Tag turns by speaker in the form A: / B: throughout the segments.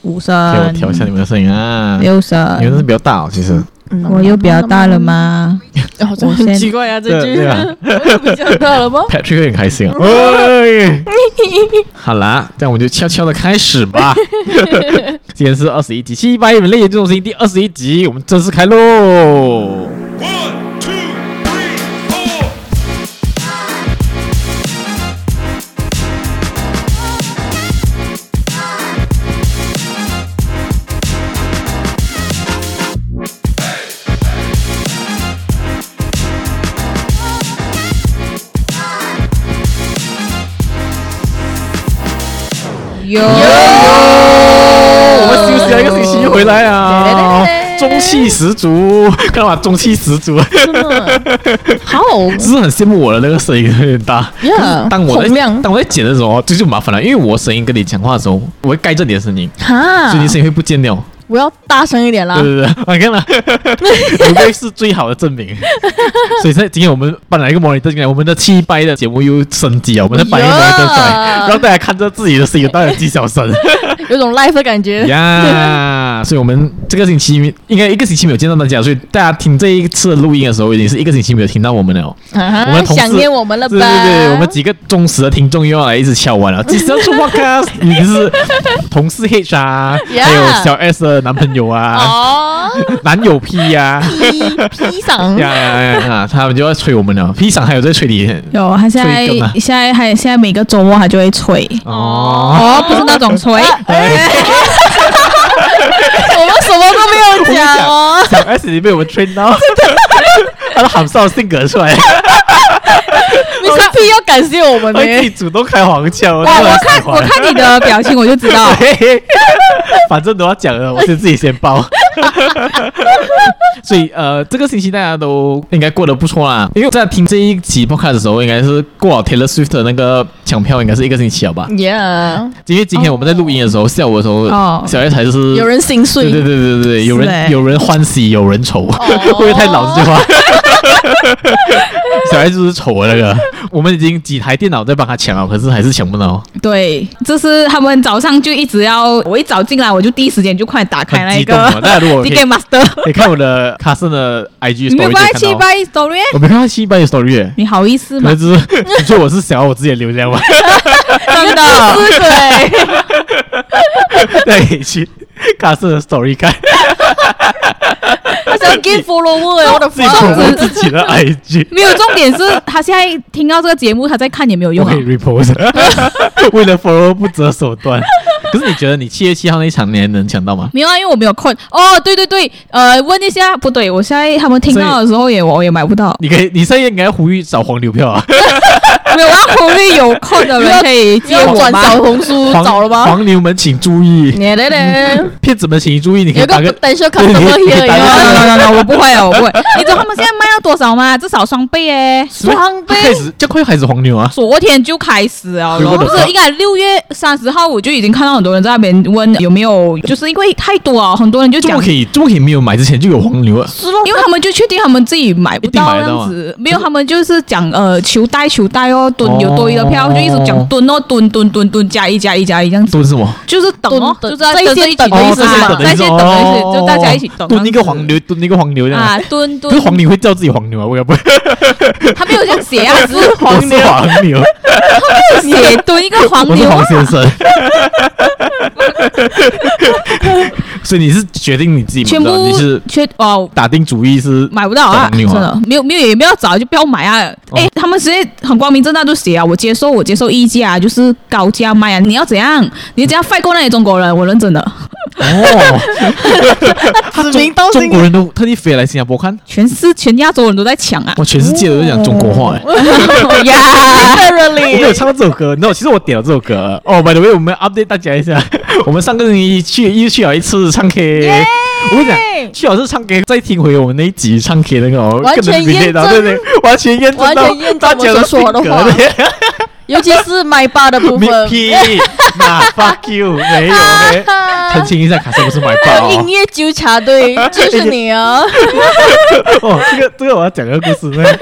A: 五
B: 给
C: 嗯
B: 我
A: 声，
B: 调一下你们的声音啊！你
A: 六
B: 们是
A: 声，
B: 比较大、哦，其实。
A: 我又比较大了吗？
C: 哦，这
A: 我先
C: 很奇怪呀，这
B: 对
C: 句
B: 对啊
C: 我比较大了吗？
B: Patrick 有点开 心啊！哎好啦，这样我们就悄悄的开始 吧。今天是二十一集《七八一人类研究中心》第二十一集，我们正式开喽。
D: One, two, three, four.
A: 有，
B: 我们休息了一个星期又回来啊，中气十足，干嘛中气十足？
C: 真的， 好
B: 只是很羡慕我的那个声音有点大。
C: 呀，
B: 当我在
C: 洪亮
B: 当我在剪的时候，这就麻烦了，因为我声音跟你讲话的时候，我会盖着你的声音，
C: 哈
B: 所以，你声音会不见了。
C: 我要大声一点啦
B: 对，对 对，我 看了，不愧是最好的证明。 所以在今天我们搬来一个 monitor 进来，我们的气掰的节目又升级了，我们再搬一个 monitor 进来，
C: 呀
B: 让大家看着自己的声音，到底有几小声
C: 有种 live 的感 觉。
B: 呀。所以我们这个星期应该一个星期没有见到大家，所以大家听这一次的录音的时候，已经是一个星期没有听到我们了哦。
C: 啊
B: 我们同事
C: 想念我们了吧？
B: 对对对，我们几个忠实的听众又要来一直敲 完了，几时要出 podcast？你就是同事 H 啊，
C: 呀
B: 还有小 S 的男朋友啊，
C: 哦，
B: 男友 P 啊呀、
C: 披披
A: 嗯
C: 上
B: 呀呀呀呀！他们就要催我们了，P 厂还有在催你
A: 有，他现在
B: 催更啊
A: 现在还现在每个周末他就会催，
B: 哦。
A: 哦，不是那种催，
C: 我们什么都没有讲哦，
B: 小 S 已经被我们催到，他的喊哨性格出来，
C: 你说 P 要感谢我们呢
B: 他。自己主动开黄腔，我
A: 哇，
B: 真
A: 我
B: 的很喜
A: 看我
B: 欢。
A: 看你的表情我就知道，
B: 对， 反正都要讲了，我就自己先报。 所以呃，这个星期大家都应该过得不错啦，因为在听这一集 podcast 的时候，应该是过了 Taylor Swift 的那个抢票，应该是一个星期了吧？
C: Yeah，
B: 因为今天我们在录音的时候，下午的时候，
A: 哦
B: 小 S 还是
C: 有人心碎
B: 对。对对对对，有
A: 是哦欸
B: 人有人欢喜， 有人愁，会不会太老这句话？ 小孩子就是丑啊的那个，我们已经几台电脑在帮他抢了，可是还是抢不到，
A: 对，就是他们早上就一直要，我一早进来我就第一时间就快打开
B: 很
A: 那一
B: 激动
A: 个
B: 啊！大家如果可以
A: DK Master，
B: 可以看我的卡森的 IG
A: 你没
B: story
A: 有
B: 就
A: 发
B: 看
A: 七
B: 到，
A: 八 story，
B: 我没看到七百 story，耶
A: 你好意思
B: 可
A: 吗
B: 能？就是你说我是想要我自己的流量吧，
A: 真的，
C: 对，
B: 对，可以去 卡森的 story 看，
C: 他想要 give follower 哎我的
B: 自己重
C: fuck
B: 复自己的 IG。
A: 没有重点是他现在听到这个节目他在看也没有
B: 我
A: 用啊
B: 可以。repost，为 了 follow 不择手段。可是你觉得你七月七号那一场你还能抢到吗？
A: 没有啊，因为我没有空。哦，对对对，呃，问一下，不对，我现在他们听到的时候也我也买不到。
B: 你可以，你现在应该呼吁找黄牛票啊，
A: 没有，啊我要呼吁有空的 人可以接
C: 要
A: 我
C: 转
A: 吗哦
C: 小？红书
B: 黄
C: 找了吗？
B: 黄牛们请注意，
C: 对对对，
B: 骗子们请注意，你可以
C: 有
B: 打
C: 个
B: 个
C: potential customer
B: 你可
C: here
B: 以打
A: 啊
B: 个
C: 哟，
A: no no no，我不会啊，我不会。 你知道他们现在卖到多少吗？至少双倍哎、
C: 双倍
B: 开始，这快开始黄牛啊！
A: 昨天就开始啊，
B: 如
A: 然后
B: 果的
A: 不
B: 话
A: 是应该六月三十号我就已经看到很多人在那边问有没有，就是因为太多啊，很多人就
B: 这
A: 讲
B: 么可以，这么可以没有买之前就有黄牛啊！
A: 因为他们就确定他们自己买不到这样
B: 一定
A: 子，没有他们就是讲呃求贷求贷哦，蹲有多余的票、
B: 哦
A: 就一直讲蹲哦蹲蹲蹲蹲加一加一加一这样子，
B: 都是什么？
A: 就是等哦，
C: 蹲
A: 就是在
C: 在
A: 线
C: 线等
A: 的意
C: 哦
A: 思嘛，在
B: 一哦
C: 在
A: 线等
B: 下
A: 的意思，就大家一起等这样子，
B: 蹲一个黄牛，蹲一个黄牛这样
A: 啊
B: 啊。，
A: 蹲
B: 可是黄
A: 蹲，
B: 牛会叫自己黄牛啊，我也不会，
A: 他没有这样写啊，只是
B: 我
A: 黄
B: 是黄牛，
A: 写蹲一个黄
B: 我是
A: 牛啊
B: 黄，先生。 所以你是决定你自己买
A: 全
B: 不到
A: 部
B: 你是
A: 缺哦。
B: 打定主意是
A: 买不到啊，
B: 黄
A: 真
B: 牛啊
A: 的没有没有也没有找就不要买啊！
B: 哦
A: 哎、他们直接很光明正大就写啊，我接受我接受溢价，就是高价卖啊！你要怎样？你只要fight 过那些中国人，我认真的，
B: 哦，
C: 指名道
B: 中
C: 姓
B: 国人都特地飞来新加坡看，
A: 全世全亚洲人都在抢 啊！哦
B: 哇，全世界都在讲中国话哎。
C: 哦呀
B: 我没有
C: ，literally，
B: 唱到这首歌，no，其实我点了这首歌。哦、b y the way，我们 update 大家一下， 我们上个星期去又去了一次唱 K。我跟你讲，去了是唱 K，再听回我们那一集唱 K 那个哦，
C: 完全
B: 更能理解到
C: 验
B: 对
C: 证
B: 对，完全验证
C: 完
B: 到
C: 全验证
B: 大家
C: 我
B: 的
C: 所
B: 性
C: 说的
B: 格
C: 话。 尤其是麦霸 的部
B: 没
C: 分，
B: 屁，那 fuck you，没有，OK，澄清一下，卡斯不是买爆
C: 音
B: 哦。
C: 乐 纠察队就是你啊！
B: 哦哦，这个这个我要讲个故事，那个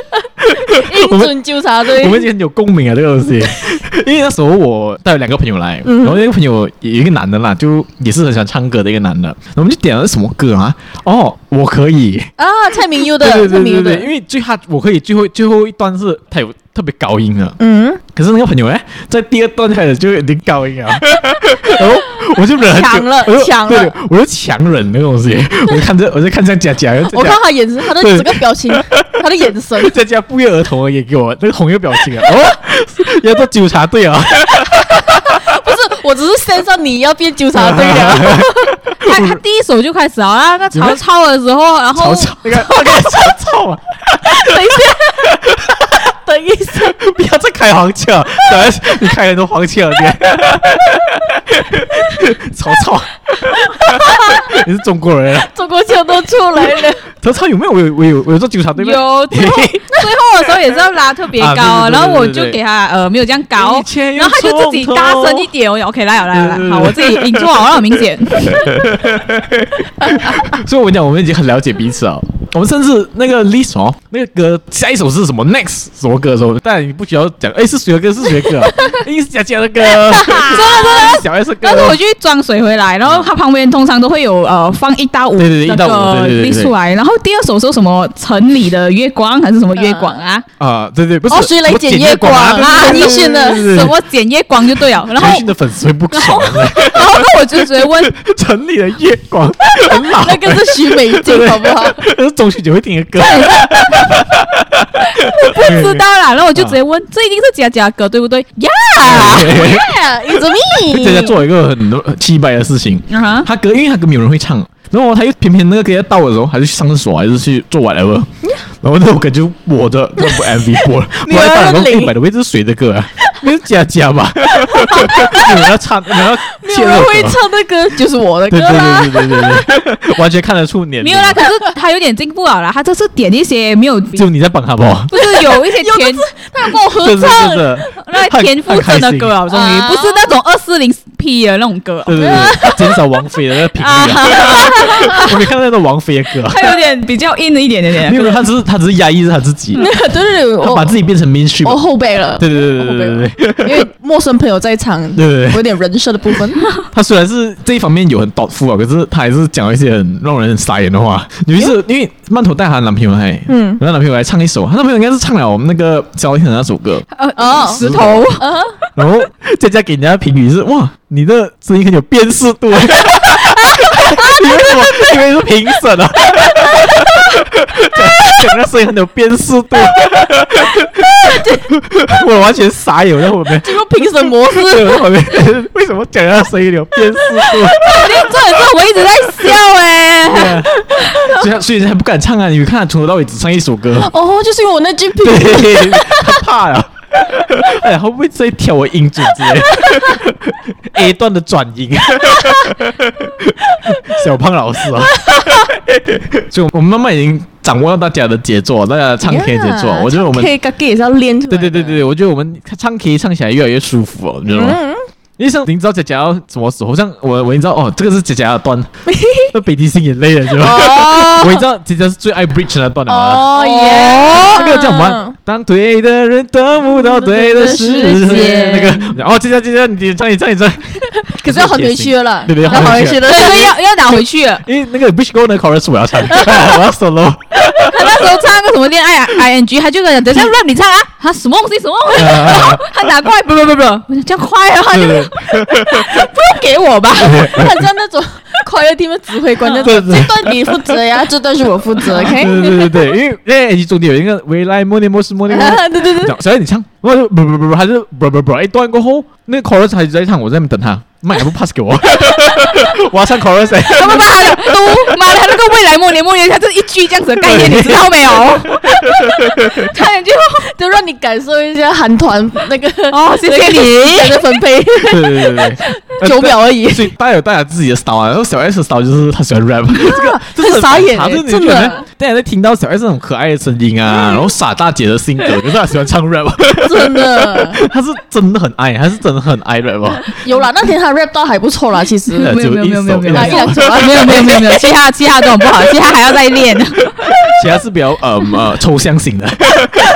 C: 精准纠察队
B: 我。们已经很有共鸣啊，这个东西。 嗯因为那时候我带了两个朋友来，然后那个朋友有一个男的啦，就也是很喜欢唱歌的一个男的，然后我们就点了什么歌啊？哦，我可以。
C: 啊，蔡明佑的，
B: 对
C: 蔡
B: 对
C: 明
B: 对对
C: 佑
B: 对，因
C: 的，
B: 为最他我可以最后最后一段是他有特别高音的，
C: 嗯，
B: 可是那个朋友哎，在第二段开始就有点高音 啊，然后我就忍很久
C: 抢了
B: 我就
C: 抢了
B: 对，我就强忍那个东西，我就看着我就看这样佳 佳，然后佳
C: 我
B: 佳
C: 看他眼神，他的
B: 对
C: 整个表情，他的眼神，
B: 佳佳不约而同地也给我那个红月表情啊， 哦，要做纠察队啊，
C: 不是，我只是身上你要变纠察队
B: 啊
C: 了，
A: 他他第一首就开始啊，那个曹操的时候，然后
B: 曹操，那个那个曹操啊，
C: 等一下，
B: 不要再开黄腔，等下你开很多黄腔，你曹操，你是中国人啊。
C: 中国腔都出来了，
B: 曹操有没有？我有，我有，我有做纠察队吗？
A: 有最 后最后的时候也是要拉特别高
B: 啊对对对
A: 啊，然后我
B: 对对
A: 就
B: 对
A: 给他呃没有这样高
B: 以前，有
A: 然后他就自己
B: 冲
A: 大
B: 头
A: 声一点，我讲 OK 来了来了来了，
B: 对对对
A: 好，我自己引出好，让我明 显。
B: 所以我讲，我们已经很了解彼此了。我们甚至那个 list 哦，那个歌下一首是什么 next 什么歌的时候，但你不需要讲，哎，是谁的歌？是谁的歌啊？一定是佳佳的歌，是小 S 的歌。
A: 但是我去装水回来，然后他旁边通常都会有呃放一到五
B: 对对对
A: 那
B: 一到五
A: 个
B: 对对对对
A: list 出来，然后第二首是什么城里的月光还是什么月光 啊？
B: 啊，对对，不是
C: 哦，谁来
B: 我
C: 捡
B: 夜
C: 月光啊？
B: 对
C: 你
B: 对对
C: 选的
B: 对对
A: 什
B: 对
A: 么剪月光就对 了，然后
B: 陈奕迅的粉丝会不爽的，
A: 然后那我就直接 问，
B: 城里的夜光很老，
C: 那个是许美
B: 对
C: 静，好不好？？
B: 对对是中学就会听的歌，
A: 不知道啦，然后我就直接
B: 啊
A: 问，这一定是佳佳的歌对不对呀？
C: 一直密，
B: 佳佳做了一个很很气败的事情，
A: 啊哈，
B: 他歌，因为他歌没有人会唱，然后他又偏偏那个歌要到的时候，还是去上厕所，还是去做 whatever，然后那首歌就播着，那部 MV 播了，
C: 没有人
B: 然后
C: 理
B: 一百的位置是谁的歌啊？那是佳佳吧？有人要唱，有人要
C: 没
B: 切这
C: 有人
B: 首歌
C: 会唱的歌就是我的歌
B: 对对
C: 啦。
B: 对对对对对，完全看得出年龄
A: 没有啦，可是他有点进步了啦，他这次点一些没有，
B: 就你在帮他吧。
A: 不是有 一些天
C: 他有跟我合
B: 是是
C: 唱
B: 是，是，
A: 那个田馥甄的歌啊，终于
C: 啊
A: 不是那种二四零 P 的那种歌，啊
B: 对对 对，减少王菲的那个频率啊。我没看到那个王菲的歌啊，
A: 他有点比较硬一点点
B: 没
A: 点。
B: 有，他哎只是他只是压抑着他自己，
C: 对对对，
B: 他把
C: 我
B: 自己变成 mainstream
C: 我
B: 了。
C: 后背了，
B: 对对对对对对对。
C: 因为陌生朋友在场，
B: 对对对
C: 我有点人设的部分。
B: 他虽然是这一方面有很 t h 啊，可是他还是讲了一些很让人很傻眼的话。尤其是因为曼头带她男朋友来，嗯，然后男朋友来唱一首，她男朋友应该是唱了我们那个萧敬腾那首歌，
C: 哦，
A: 石头，
B: 然后佳佳给人家评语是哇，你的声音很有辨识 度。你为什么？因为是评审啊，讲讲那声音很有辨识度，我完全傻眼，我在我旁边，
C: 这个评审模式，，
B: 我在旁边，为什么讲那声音有辨识度？
A: 重点是我一直在笑哎，
B: 对啊， 所以他所以他不敢唱啊！你看他从头到尾只唱一首歌
C: 哦，就是因为我那句评
B: 对， 他怕了。哎呀，会不会再挑我音准之 类？A 段的转 音，小胖老师啊，所以我们慢慢已经掌握到大家的节奏，大家唱 K 的节奏。我觉得我们
C: 可以跟也是要练出来
B: 对
C: 的
B: 对对对，对，我觉得我们唱 K 唱起来越来越舒服哦，你知道吗？因为像你知道姐姐要什么时候，像我我已经知道哦，这个是姐姐的段，那北极星眼泪了，是吧？我已经知道姐姐是最爱 Bridge 那段的嘛。
C: 哦耶，
B: 那个叫什么啊？当对的人得不到对的世
C: 世
B: 界
C: 界，
B: 那个哦，姐姐姐姐，你唱一唱一唱，
C: 可是要很回去了啦，
B: 对对
C: 要
B: 要还
C: 回
B: 回去
C: 去了
A: 对，对，要要拿回去了。
B: 因为那个 Bridge Go 的 chorus 我要唱，我要 solo。
A: 他那时候唱个什么恋爱啊 ing，他就跟我讲等一下 rap 你唱啊，他什么东西什么东西，然后 他拿过来，不不不不，我讲这样快啊，他就
B: 啊对
A: 不
B: 对
A: 用给我 吧。
C: 很像那种 choir team 的指挥官那种，
B: 对对
C: 这段你负责呀，这段是我负 责
B: 对
C: ，OK？
B: 对对对，因为因为中间有一个未来 morning most morning。
C: 啊对对对，
B: 小燕你唱，我就不不不不，还是不不不，一段过后，那个 chorus 还在唱，我在那边等他，妈也不 pass 给我，我要唱 chorus，欸
A: 他们把他的都妈的，他那个未来末年末年，他这一句这样子的概念，你知道没有？差点就
C: 就让你感受一下韩团那个
A: 哦，谢谢你。
C: 的分配，
B: 对对 对对对，
C: 九秒而已
B: 呃。所以大家有大家自己的 style 啊，然后小 S 的 style 就是他 喜欢 rap，这个这是
C: 很傻眼
B: 反
C: 欸
B: 常就是
C: 真
B: 你
C: 的
B: 觉得大家在听到小 S 那种可爱的声音
A: 嗯
B: 啊，然后傻大姐的性 格，可是他喜欢唱 rap，
C: 真的
B: 他是真的很爱，他是真的很 爱 rap，啊
C: 有啦，那天他 rap 到还不错啦，其实
B: 对
A: 没有没有没有没有没有
C: 啊一两首啊
A: 没有没有没有没有，其他其他这种不好，其他还要再练。啊
B: 其他是比较呃呃抽象型的，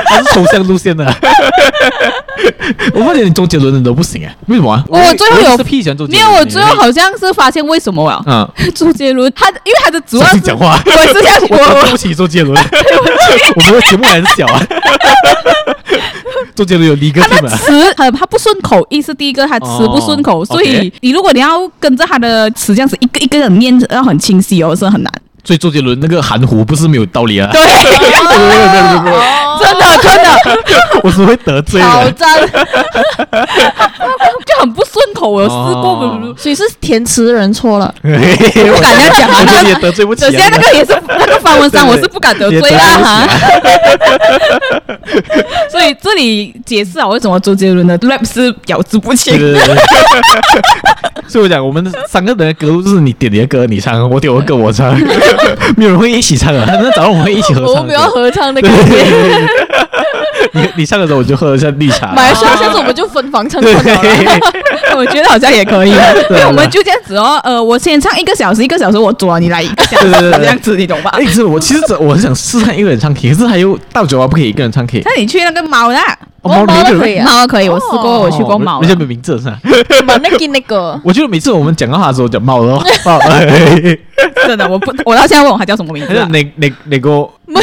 B: 它是抽象路线的。我发现你周杰伦的你都不行哎，为什么啊？
A: 我最后有
B: 是屁喜欢周杰
A: 没
B: 伦
A: 有，
B: 的，
A: 我最后好像是发现为什么 了。
B: 嗯，
A: 周杰伦，他因为他的主
B: 小
A: 要
B: 心
A: 是，
B: 讲话，
A: 我是这样， 我
B: 我
A: 我
B: 对不 起周杰伦， 我们的节目还是小啊。 周杰伦有离歌
A: 他
B: 听
A: 的
B: 啊，
A: 词很他不顺口，一是第一个他词不顺口，
B: 哦
A: 所以
B: OK
A: 你如果你要跟着他的词这样子一个一个的念，要很清晰哦，是很难。
B: 所以周杰伦那个含糊不是没有道理啊。
A: 对，真的真的
B: 我是会得罪
C: 哦好
B: 人。
C: 赞！
A: 就很不顺口，我有试
B: 哦
A: 过，
C: 所以是填词人错了，
B: 我
A: 不敢这样讲啊
B: 我 觉得
A: 那
B: 也得罪不起啊。
A: 首先那个也是那个方文山，我是不敢得罪啦 哈。
B: 啊
A: 所以这里解释啊，为什么周杰伦的 rap 是咬字不
B: 对
A: 清。
B: 对对 对。所以我讲，我们三个人的歌路就是你点你的歌你唱，我点我的歌我 唱，没有人会一起唱啊。那早上我们会一起合
C: 我
B: 唱
C: 们要
B: 的。
C: 合唱那个
B: 对。对对对对对 你你唱的时候我就喝一下绿茶。
C: 买下下次我们就分房唱就好了。
B: 对，
A: 我觉得好像也可以，因
B: 对
A: 为
B: 啊
A: 我们就这样子哦。呃，我先唱一个小时，一个小时我左你来一个小时，
B: 对对对对
A: 这样子你懂吧？
B: 哎，是我其实我很想试探一个人唱 K，可是他又到酒吧不可以一个人唱 K。
A: 那你去那个猫那，
B: 哦
C: 猫
B: 里面一
C: 都
B: 个
C: 可以
B: 人
C: 啊
A: 猫可以，我试过，
C: 哦
A: 我去过猫
B: 人家没名字是吧？
C: 把那个那个，
B: 我觉得每次我们讲到他的时候讲猫了哦，猫了。
A: 真的，我不， 我到现在问我他叫什么名
B: 还
A: 字
B: 是
A: 啊？
B: 哪哪哪个？哎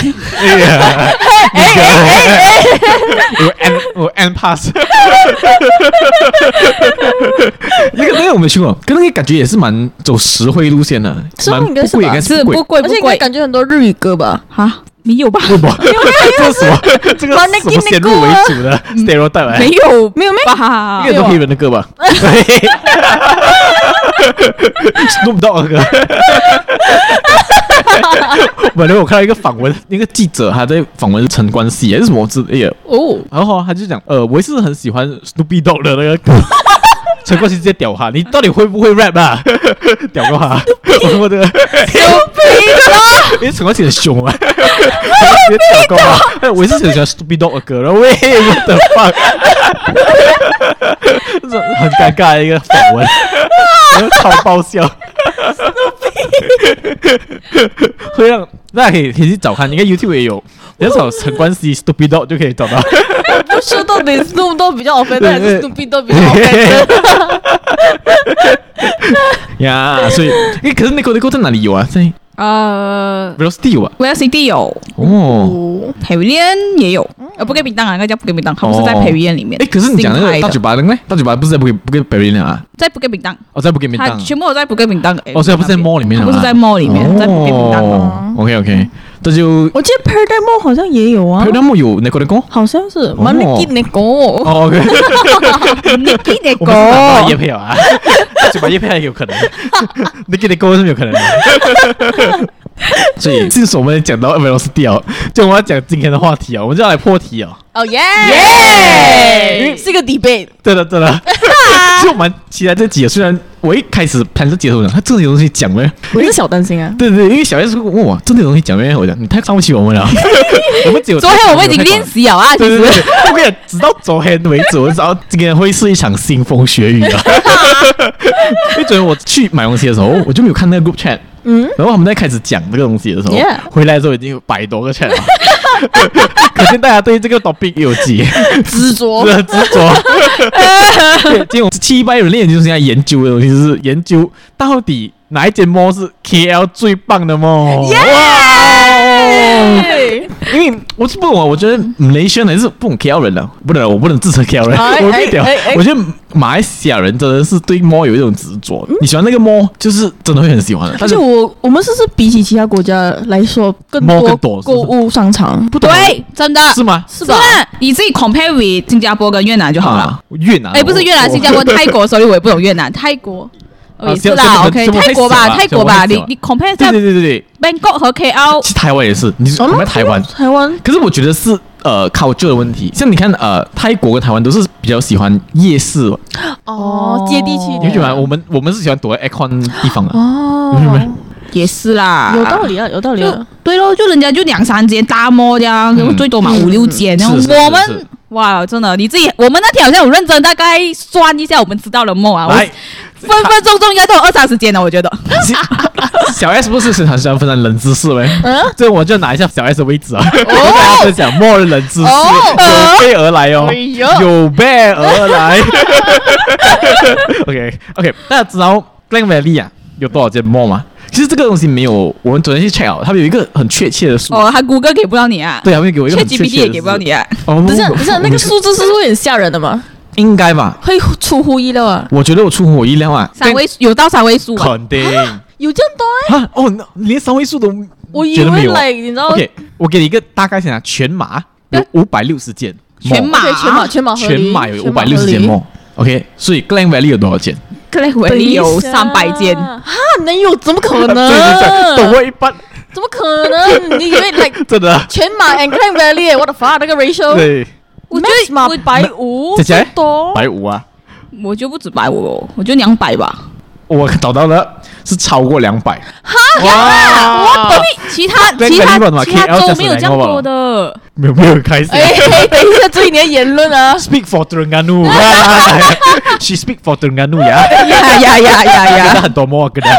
B: 哎哎！我 N 我 N pass。那个那个我没去过，跟那个感觉也是蛮走实惠路线的，
C: 是吗
B: 蛮
C: 你的
B: 不贵，
C: 是吧
B: 应该
A: 是
B: 不贵
A: 不。贵
C: 而
A: 不
C: 且应该
A: 贵
C: 感觉很多日语歌吧？
A: 啊？没有吧？
B: 为什么？这是什么？这个是什么先入为主的 stereotype？啊
A: 没有
C: 没有没有
A: 吧
B: 应？该都黑人的歌吧？ 弄不到的歌。本 来我看到一个访问，那个记者他在访问陈冠希还哎是什么之类的，
C: 哦，
B: 然后他就讲，呃，我也是很喜欢 Snoopy Dog 的那个 歌。陈冠希直接屌他，你到底会不会 rap 啊？ 屌过他，我看过这个，因为陈冠希很凶啊，他直接屌过他。哎我也是很喜欢 Snoopy Dog 的歌，然后喂，我的 fuck，这种很尴尬的一个访问，然后超爆笑。会让大家可以可以去找看，应该 YouTube 也有，你要找陈冠希 Stupid Dog 就可以找到。
C: 不是到底 Snoop Dogg 比较好分，
B: 对
C: 还是
B: 对
C: Snoopy Dogg 比较好 分？
B: 呀，所以，诶，可是 Nico Nico 在哪里有啊？在
A: 呃
B: Velocity 有啊？
A: ，Well CD 有
B: 哦，
C: 哦，
A: ，Pavilion 也有，呃，不给饼当啊，那个叫不给饼当，它不是在
B: 哦
A: Pavilion 里面。
B: 诶，可是你讲那
A: 新
B: 个
A: 开的
B: 大酒吧的呢？大酒吧不是在不给不给 b e r l i n 啊？
A: 在不给饼当，
B: 哦，在不给面
A: 它
B: 档。
A: 全部都在不给饼当的 area 那边。
B: 哦，所以它不是在 mall 里面
A: 它
B: 啊？
A: 不是在 mall 里面，在不给饼当的。
B: 哦，OK OK，这就
C: 我记得 Paradise Mall 好像也有啊
B: p a r a d i m 有 Nico Nico。
C: 好像是 m a n i k i n o
B: 哦，OK，
A: 一点
B: 我们是打叶配啊， 大酒吧叶配还有 可能，Nico Nico 是没有可能的。所以，这是我们讲到 Velocity 哦，就我们要讲今天的话题哦，我们就要来破题哦。
C: 哦耶
A: 耶
C: 是个 debate，
B: 对的，对的。啊其实我蛮期待这集的，虽然我一开始谈这集的时候，我讲他这种东西讲没？
C: 我是小担 心啊。
B: 对对，因为小 S 问我这种东西讲没，我讲你太看不起我 们了。我们只有
A: 昨天我们已经练。习了啊，其
B: 对对对
A: 实。，
B: 我跟你讲，直到昨天为止，我知道今天会是一场腥风血雨 啊。因为昨天我去买东西的时候，我就没有看那个 group chat，
C: 嗯，
B: 然后他们在开始讲这个东西的时候
C: Yeah
B: 回来的时候已经有百多个 chat 了。可见大家对这个 topic 有 几
C: 执着
B: 是很执 着。对，这种七八人练就是要研究的东西，就是研究到底哪一间 mall 是 KL 最棒的 mall。哇！因为我是不懂啊，我觉得 Malaysian 还是不懂 KL 人了，不能，我不能自称 KL 人，
C: 哎
B: 我被屌
C: 哎哎哎。
B: 我觉得马来西亚人真的是对 mall 有一种执着，你喜欢那个 mall 就是真的会很喜欢的，
C: 而
B: 但是
C: 且我我们是不是比起其他国家来说，更
B: Mall 更
C: 多
B: 多是不
C: 购
B: 是
C: 物商场？
B: 不懂
A: 对，真的
B: 是吗？
C: 是吧？啊
A: 你自己 compare with 新加坡跟越南就好了。
B: 啊，越南
A: 哎，不是越南、
B: 我
A: 新加 坡、泰国，所以我也不懂越南、泰国。哦，
B: 啊
A: 也是
B: 这样
A: 啦
B: 这样
A: ，OK，
B: 这样
A: 泰国
B: 太
A: 吧，
B: 小了
A: 泰国
B: 这样
A: 吧，
B: 太
A: 你
B: 小了
A: 你 compare 一
B: 对
A: 下
B: 对对对对，
A: Bangkok 和 KL，
B: 其实台湾也是，你是我们台湾
C: 台湾
B: 可是我觉得是呃 culture 的问题，像你看呃泰国跟台湾都是比较喜欢夜市，你
C: 哦
A: 哦，
C: 接地气一
B: 会
C: 点，
B: 觉得吗我们我们是喜欢躲在 aircon 地方的，
C: 哦，
A: 也是啦，
C: 有道理啊，有道理
A: 就
C: 啊。
A: 对咯，就人家就两三间大摩这样，
B: 嗯
A: 最多嘛五六间。然后
B: 是是
A: 我
B: 是是
A: 们哇，真的你自己，我们那天好像有认真大概算一下，我们知道的梦啊，我
B: 来
A: 啊
B: 嗯
A: 分分钟钟应该都有二三十间了，我觉得。
B: 其小 S 不是很喜欢分享冷知识呗？
C: 嗯
B: 这我就拿一下小 S 的位置啊， 跟大家分享末日冷知识，
C: 哦
B: 有备而来哦
C: 哎，呦
B: 有备而来。OK OK，大家知道 Glen Valley 啊有多少间 mall 吗？其实这个东西没有，我们昨天去 check out，他们有一个很确切的数，
A: 哦，他谷歌给不到你啊，
B: 对，他们给我一个很确切
A: ChatGPT
B: 的
A: 也给不到
B: 数
A: 你啊。
B: 哦，
C: 等一下，
B: 不
C: 等一下，那个数字是会很吓人的嘛？
B: 应该吧？
C: 会出乎意料啊！
B: 我觉得我出乎我意料啊，
A: 三位数有到三位数啊，
B: 肯定
C: 有这样多 哎、
B: 啊，哦，那连三位数都
C: 我以
B: 觉得没
C: 为
B: 有啊。
C: like 你知道
B: OK，我给你一个大概想想，全马有五百六十件，
A: 全马
C: OK，全马全马合
B: 全
C: 理，
B: 马有五百
C: 合
B: 六十
C: 理
B: 件。梦。OK，所以 Glen Valley 有多少件？
A: 克雷维
C: 等
A: 利
C: 一
A: 有
C: 下
A: 三百间，
C: 哈，能有？怎么可
B: 对对对懂
C: 能？
B: 我一半，
C: 怎么可能？你以 为 like
B: 真的。
C: 全马 and Clan Valley，我的 fuck 那个 ratio，
B: 对，
A: 我觉
C: 全马
A: 得
C: 哦百五，
B: 姐姐
C: 最多
B: 百五啊，
A: 我我就不止百五哦，我就两百吧。
B: 我找到了，是超过两百。
A: 因
B: 哇，
A: 为啊其他
B: 对
A: 其他
B: 日本嘛
A: 其他
B: KL
A: 州没有这样多
B: 加起来
A: 的，
B: 没有没有开心。
C: 哎，嘿等一下，注意你的言论啊！
B: Speak for Terengganu ，She speak for Terengganu 呀，
A: 呀呀呀呀
B: 真的
A: 呀！
B: 很多梦跟他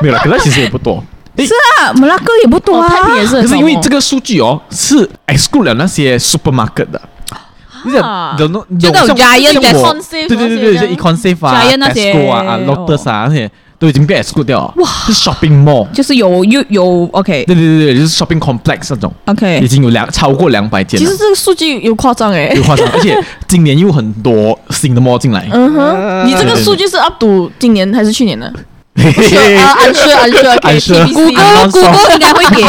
B: 没有了，可是其实也不 多。诶
A: 是啊，马拉哥也不多
C: 哦
A: 啊，
C: 太平也是很
B: 可是因为
C: 多哦
B: 这个数据哦，是 exclude 了那些 supermarket 的。你讲有那
A: 就那种
B: 像
A: Giant
B: 像我
C: Best-
B: 对对对对，
C: 那
B: 就
C: 些
B: Econ Safe 啊、
A: Giant 那些
B: Tesco 啊、啊
A: 哦
B: Lotus 啊那些都已经被 exclude 掉了。哇，是 shopping mall。
A: 就是有有有 OK
B: 对对对对，就是 shopping complex 那种，已
A: OK，
B: 经有两超过两百件
C: 其
B: 了
C: 实，这个数据啊有夸张哎
B: 有，夸张。而且今年又很多新的 mall 进来，
C: 嗯哼，你这个数据是 up to 今年还是去年的？
B: 嘿 嘿
C: 啊
B: 嘿
C: ，unsure unsure，
B: Unsure
A: 谷歌谷歌应该会 给，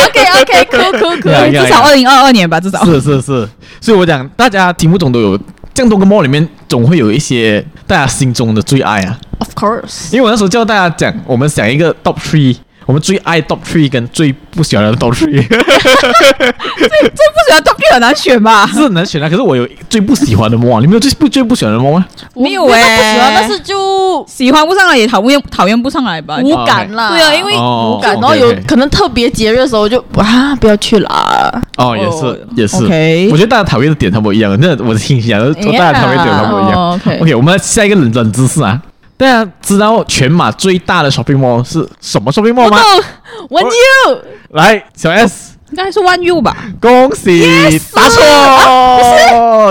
C: OK OK cool cool cool，
B: Yeah, yeah,
A: 至少二零二二年吧，至少
B: 是是是，所以我讲大家听不懂都有，这样多个 mall 里面总会有一些大家心中的最爱啊。
C: Of course，
B: 因为我那时候叫大家讲，我们想一个 top three，我们最爱 top three 跟最不喜欢的 top three，
A: 不喜欢 Top 很难选吧？
B: 是很难选的。啊可是我有最不喜欢的梦啊，你们有最不最不喜欢的梦吗？啊
A: 没有
C: 我
A: 欸
C: 不喜欢，但是就
A: 喜欢不上来也讨厌讨厌不上来吧？
C: 无感啦。
A: 对啊，因为
B: 哦
C: 无感，然后
B: OK，OK
C: 有可能特别节日的时候就啊，不要去啦。
B: 哦，也是也是
A: OK
B: 我觉得大家讨厌的点差不多一样，那我听一下，我大家讨厌的点差不多一样。
C: 哦 OK，
B: OK，我们下一个冷冷知识啊，大家知道全马最大的 shopping mall 是什么 shopping mall 吗？
C: When you
B: 来，小 S，
A: 应该是 One U 吧？
B: 恭喜答错，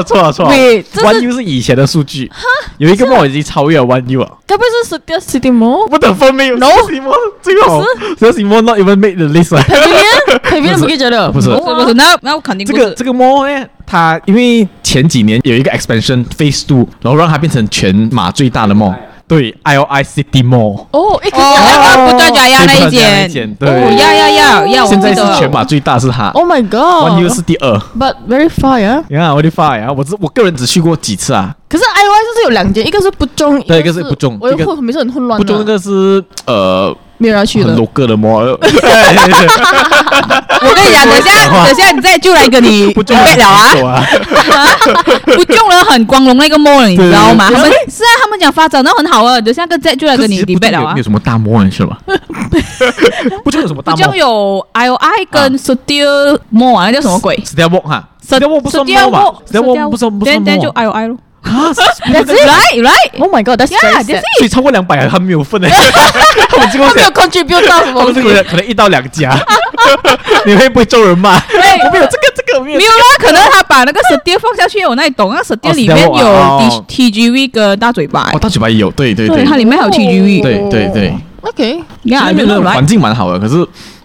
B: 错了错了
C: 喂这是
B: ，One U 是以前的数据，有一个 mall 已经超越了 One U 了。
C: 该不会是 City City Mall
B: 我的分没有
C: No
B: 小西莫最好，小西莫 not even made the list 啊。
C: Pavilion Pavilion 不给觉得
B: 不是
A: 是不是？那那我肯定
B: 这
A: 不
B: 个
A: 是。
B: 这个 mall 呢，它因为前几年有一个 expansion phase two，然后让它变成全马最大的 mall，对，I O I City Mall，
C: 哦，哎，可是
A: 啊
B: 哦
A: 不对假牙那一
B: 对不对假牙那
A: 间
B: 一间
A: 哦，
B: 对，
A: 要要要要，我
B: 现在
A: 记
B: 是
A: 得了
B: 全马最大是它
C: Oh my
B: ，One U 是
C: God，But
B: 第二。
C: very far 呀。
B: 你看我的发啊呀，我只我个人只去过几次啊，
C: 可是 I Y 就是有两间，一个是不中，
B: 对
C: 是
B: 一个是不中
C: 我
B: 一个
C: 有后面是很混乱
B: 不
C: 的，
B: 中那个是呃
C: 哦没有要去
B: 很
C: 的。
B: local 的 mall，哎
A: 我跟你讲，等一下，等一下，你再就来跟你
B: 不中
A: 对了啊，
B: 走啊，
A: 不中了很光荣那个 mall，你知道吗？
B: 对
A: 他们是啊，他们讲发展的很好啊，等一下跟再就来跟
B: 这其
A: 你
B: 实不
A: debate
B: 中
A: 了
B: 有
A: 啊
B: 有。什么大 mall 是吧？不中有什
A: 不
B: 么大啊 mall？
A: 就有 I O I 跟 Studio Mall 啊，那叫什么鬼
B: Step Walk 哈
A: Stud-
B: ，Step Walk 不算 mall 吧
A: Walk-
B: ？Step Walk 不算不算
A: then- then 就
B: mall
A: I O I 咯。
B: 啊，
A: That's it, right, right.
C: Oh my God，that's
A: Yeah,
C: very
A: that's
C: sad。
A: it.
B: 所以超过两百还没有分呢，他们这个
C: 他没 有
B: 想，
C: contribute 到
B: 他
C: 什么
B: 们这个可能一到两家，你会不会咒人骂？我没有这个这个我没有
A: 哎没有啦，可能他把那个 Studio 放下去，我那里懂啊，Studio
B: 哦
A: 里面
B: Studio 啊
A: 有
B: 哦
A: T G V 跟大嘴巴哎
B: 哦，，大嘴巴也有，对对
A: 对，它里面啊还有 T G V。
B: 对对对，
C: OK，
B: 其实
A: 呀，
B: 那边的
A: right。
B: 环境蛮好的，可是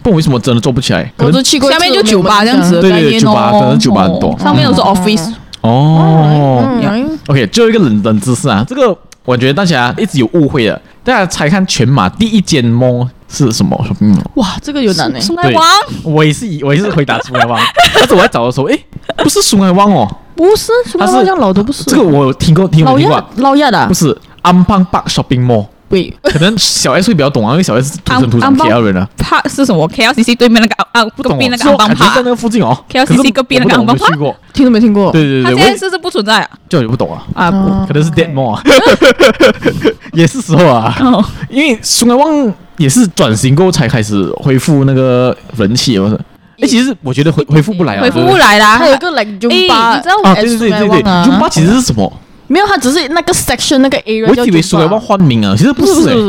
B: 不懂为什么真的做不起来，可
C: 我
B: 能
C: 都去过一
A: 下
C: 次，
A: 面就
C: 我没
A: 酒
C: 有
A: 吧
C: 印
A: 这样
C: 象
A: 子的
B: 对
A: 概
B: 对
A: 念
B: 酒吧可
A: 哦
B: 能。酒吧很嗯多
A: 上面都是 office，
B: 哦。
C: 嗯
B: OK，最后一个冷冷知识啊，这个我觉得大家一直有误会的，大家猜看全马第一间 mall 是什么？嗯，
C: 哇，这个有难哎。
A: 宋爱
B: 对
A: 王
B: 我也是以，我也是回答 苏海旺，但是我在找的时候，诶，不是苏海旺哦，
C: 不是，什么
B: 它是
C: 好像老的不是
B: 这个我有听过，听
C: 老
B: 过听
C: 亚
B: 过，
C: 老亚的啊
B: 不，是安邦 Park Shopping Mall，
C: 喂，
B: 可能小 S 会比较懂啊，因为小 S 是土生土长
A: Ampang-
B: KL 人啊，
A: 怕是什么？KLCC 对面那个啊啊，
B: 不懂
A: 隔
B: 哦
A: 壁那
B: 是
A: 个
B: 哦
A: 昂邦
B: 感觉在
A: 帕
B: 那，个附近哦，
A: KLCC
B: 可是
A: 隔壁那个
B: 我不
A: Ampang
B: 懂我没去过，
C: 听都没听过。
B: 对对
A: 他
B: 对，
A: 现
B: 我也
A: 在是不是不存在啊？
B: 这我就不懂啊，
A: 啊，不
C: 哦
B: 可能是 Dead Mall 啊，也是时候啊，
A: 哦，
B: 因为苏海旺也是转型过后才开始恢复那个人气，不是？哎，其实我觉得恢恢复不来啊，
A: 回复不
B: 对对。
A: 来啦
C: 还。有一个 like 酒吧，
A: 你知道
B: 哎啊，对对对对对，
C: 酒
B: 拥抱其实是什么？
C: 没有，它只是那个 section 那个 area
B: 我
C: 叫
B: 以为苏海
C: 酒
B: 旺
C: 吧。
B: 换名啊，其实
C: 不
B: 不是
C: 是
B: 诶。
C: 不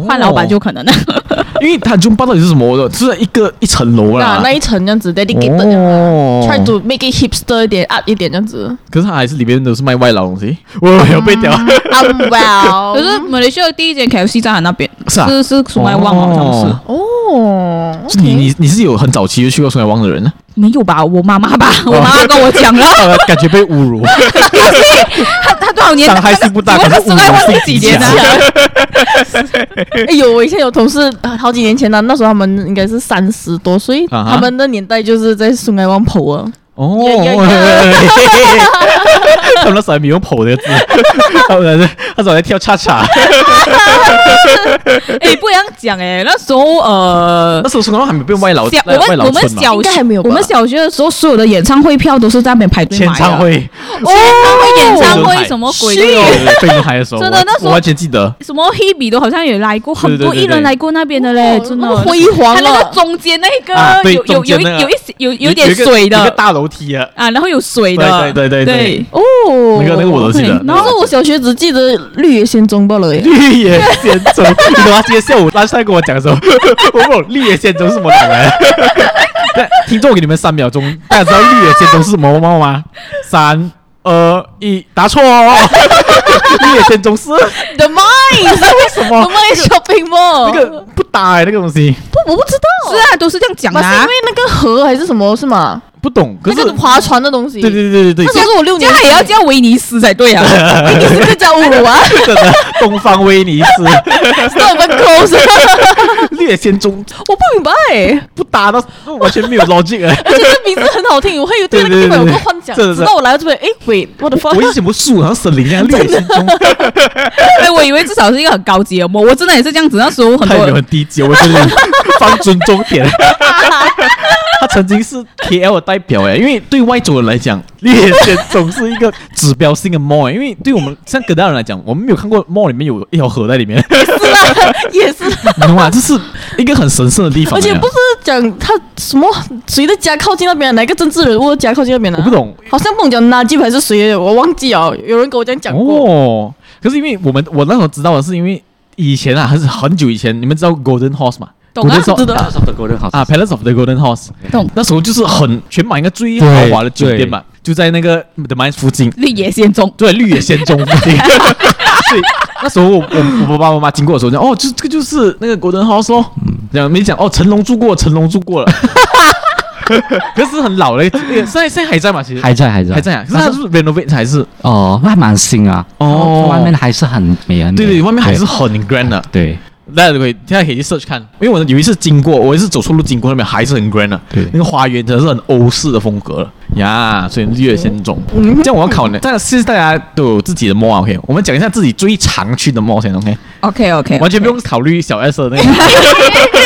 C: 是，
A: 换老板就可能了。
B: 因为它 Jumba 到底是什么的？是一个一层楼啊啦
C: 那，那一层这样子 dedicated 这样
B: 哦
C: 啊，try to make it hipster 一点，up 一点这样子。
B: 可是它还是里面都是卖外劳的东西，我我有被屌，
C: I'm
A: 可
C: well，
A: 是马来西亚第一间 KFC 在那边，
B: 是啊
A: 是是苏麦旺好像是
B: 哦，
C: 哦
B: 是你你你是有很早期就去过松莱旺的人呢？
A: 没有吧？我妈妈吧，
B: 哦
A: 我妈妈跟我讲了，
B: 呃感觉被侮辱，
A: 她她多少年
B: 伤害性不大，
A: 我
B: 可
A: 们
B: 是
A: 苏麦旺
B: 侮辱
A: 是
B: 性
A: 几
B: 极
A: 年
B: 强
A: 啊？
C: 哎有，我以前有同事，呃好几年前呢、那时候他们应该是三十多岁
B: 啊哈
C: 他们的年代就是在苏埃湾跑啊。
B: 哦，
C: 呀呀呀
B: 他们那时候还没用“跑”这个字，他们在他早在跳恰恰。
A: 哎、不一样讲哎、那时候呃
B: 那，时候松光还没被外劳
A: 小
B: 外
A: 我
B: 外
A: 们
B: 劳
A: 我们
B: 村嘛，
A: 小
C: 应该还没有吧
A: 我们小学的时候，所有的演唱会票都是在那边排队买
B: 签
A: 的。
B: 唱会，
A: 哦，演唱
B: 飞轮
A: 会
B: 海
A: 什么鬼
B: 是
A: 都有
B: 哦，飞轮海的时候，
A: 真的
B: 我
A: 那时候
B: 我完全记得。
A: 什么 Hebe 都好像也来过，很
B: 对对
A: 多
B: 对
A: 艺人
B: 对
A: 来过那边的
B: 哎
A: 嘞，真的
C: 哦那个辉煌啊
A: 它那个
C: 了，
A: 中间那个、
B: 啊对
A: 有有有
B: 中间
A: 一
B: 那个
A: 有一有有
B: 一
A: 点
B: 个
A: 水
B: 一个
A: 的
B: 大楼梯啊，
A: 啊，然后有水的，
B: 对对对对
A: 对
C: 哦，
B: 那个那个我都记得。
C: 然后我小学只记得绿野仙踪罢了耶。
B: 绿野仙踪，你懂吗？今天下午拉塞跟我讲的时候， 我问我绿野仙踪是什么梗来 的？那听众，我给你们三秒钟，大家知道绿野仙踪是什么猫吗？三二一，答错哦！ 绿野仙踪是
C: The Mind，
B: 为什
C: 我
B: 么？
C: 们 shopping mall，
B: 那个不搭哎、那个东西
C: 不我不知道，
A: 是啊，都是这样讲的、
C: 那是因
A: 啊
C: 为。那个河还是什么是吗？
B: 不懂，可
C: 那
B: 是
C: 个划船的东西。
B: 对对对对
C: 那
B: 对
C: 时，候是我六
A: 这
C: 年
A: 样
C: 级，
A: 也要叫威尼斯才对啊！
C: 你是在讲侮辱啊？
B: 真的东方威尼斯
C: 是啊我们 close，
B: 绿野仙踪
C: 我不明白，
B: 不搭到完全没有 logic 哎、
C: 而且这名字很好听，我会有对那个地方有个幻想，
B: 对对对对
C: 直到我来到这边，哎，喂，我的 fuck
B: 我。一直想不树，然后森林一样绿野仙踪，
A: 哎，我以为至少是一个很高级的摸，我真的也是这样子。那时候很
B: 他
A: 多
B: 有很低级，我真的放尊重 点。他曾经是 KL 的代表哎，因为对外族人来讲，绿野仙踪是一个指标性的 mall，哎因为对我们像葛大人来讲，我们没有看过 mall 里面有一条河在里 面，
C: 也是，
B: 你懂吗？这是一个很神圣的地方来
C: 而
B: 的，
C: 且不是讲他什么谁的家靠近那边，哪个政治人物的家靠近那边呢、
B: 我不，懂
C: 好像不懂讲哪基还是谁的，我忘记了。有人跟我这样讲过，
B: 哦。可是因为我们我那时候知道的是，因为以前啊，还是很久以前，你们知道 Golden Horse 吗？
A: 懂啊
B: Golden Horse-
C: 知道
E: Palace of the Golden House
B: 啊，Palace of the Golden Horse，
A: 懂
B: 那时候就是很全马应该最豪华的酒店嘛，就在那个 The Mines 附近，
A: 绿野仙踪，
B: 对，绿野仙踪附近。所以那时候我我我爸爸妈妈经过的时候讲，哦，就这个就是那个 Golden House 咯，这样没讲哦，成龙住过，成龙住过了。 可是很老嘞，那个现在现在还在嘛？其实
E: 还在还在
B: 还在啊，可是它
E: 它
B: 是 renovate 还是
E: 哦，那还蛮新啊，
B: 哦
E: 外面还是很美啊很美，
B: 对对，外面还是很 grand 啊的。
E: 对
B: 大家可以现在可以去 search 看，因为我有一次经过，我也是走错路经过那边，还是很 grand 的、
E: 对
B: 那个花园真的是很欧式的风格了呀，所以绿野仙踪。这样我要考你，但是大家都有自己的 mall 啊 OK，我们讲一下自己最常去的 mall 先 OK，
A: OK OK，
B: 完全不用考虑小 S 的那个。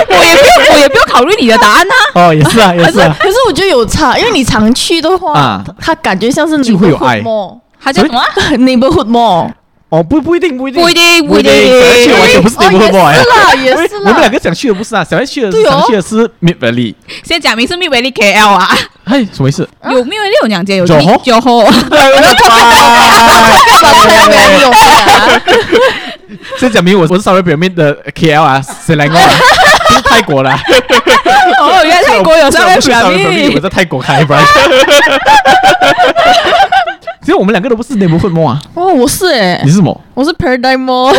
A: 我也不用，我也不用考虑你的答案呐、
B: 哦，也是啊，也
C: 可是
B: 是啊。
C: 可是我觉得有差，因为你常去的话，
B: 啊
C: 它它感觉像是
B: 就会有
C: neighborhood
B: 爱
C: mall
A: 他叫什么啊？
C: neighborhood mall，
B: 哦，不不一定，不一定，
A: 不一定不一定
B: 小 S 去 的完全不是
C: 哦
B: neighborhood mall 哎
C: 也是啦，也是
B: 我们两
C: 啦。
B: 个想去的不是啊，小 S 去的
C: 对哦
B: 想去的是 Mid Valley。
A: 先讲明是密维利 KL 啊，
B: 嘿，什么意思？
C: 啊
A: 有密维利有两间，有
B: 酒后
A: 酒后，
C: 有啊
B: 先讲明我我是稍微表面的 KL 啊，谁来过啊？不是泰国啦。
A: 哦，原来泰国有
B: 虽
A: 上
B: 然
A: 面
B: 我虽然我不是上面表
A: 表
B: 我
A: 密
B: 在泰国开，不然。其实我们两个都不是 neighborhood mall 啊，
C: 哦，我是哎
B: 你，是什么？
C: 我是 Paradigm Mall，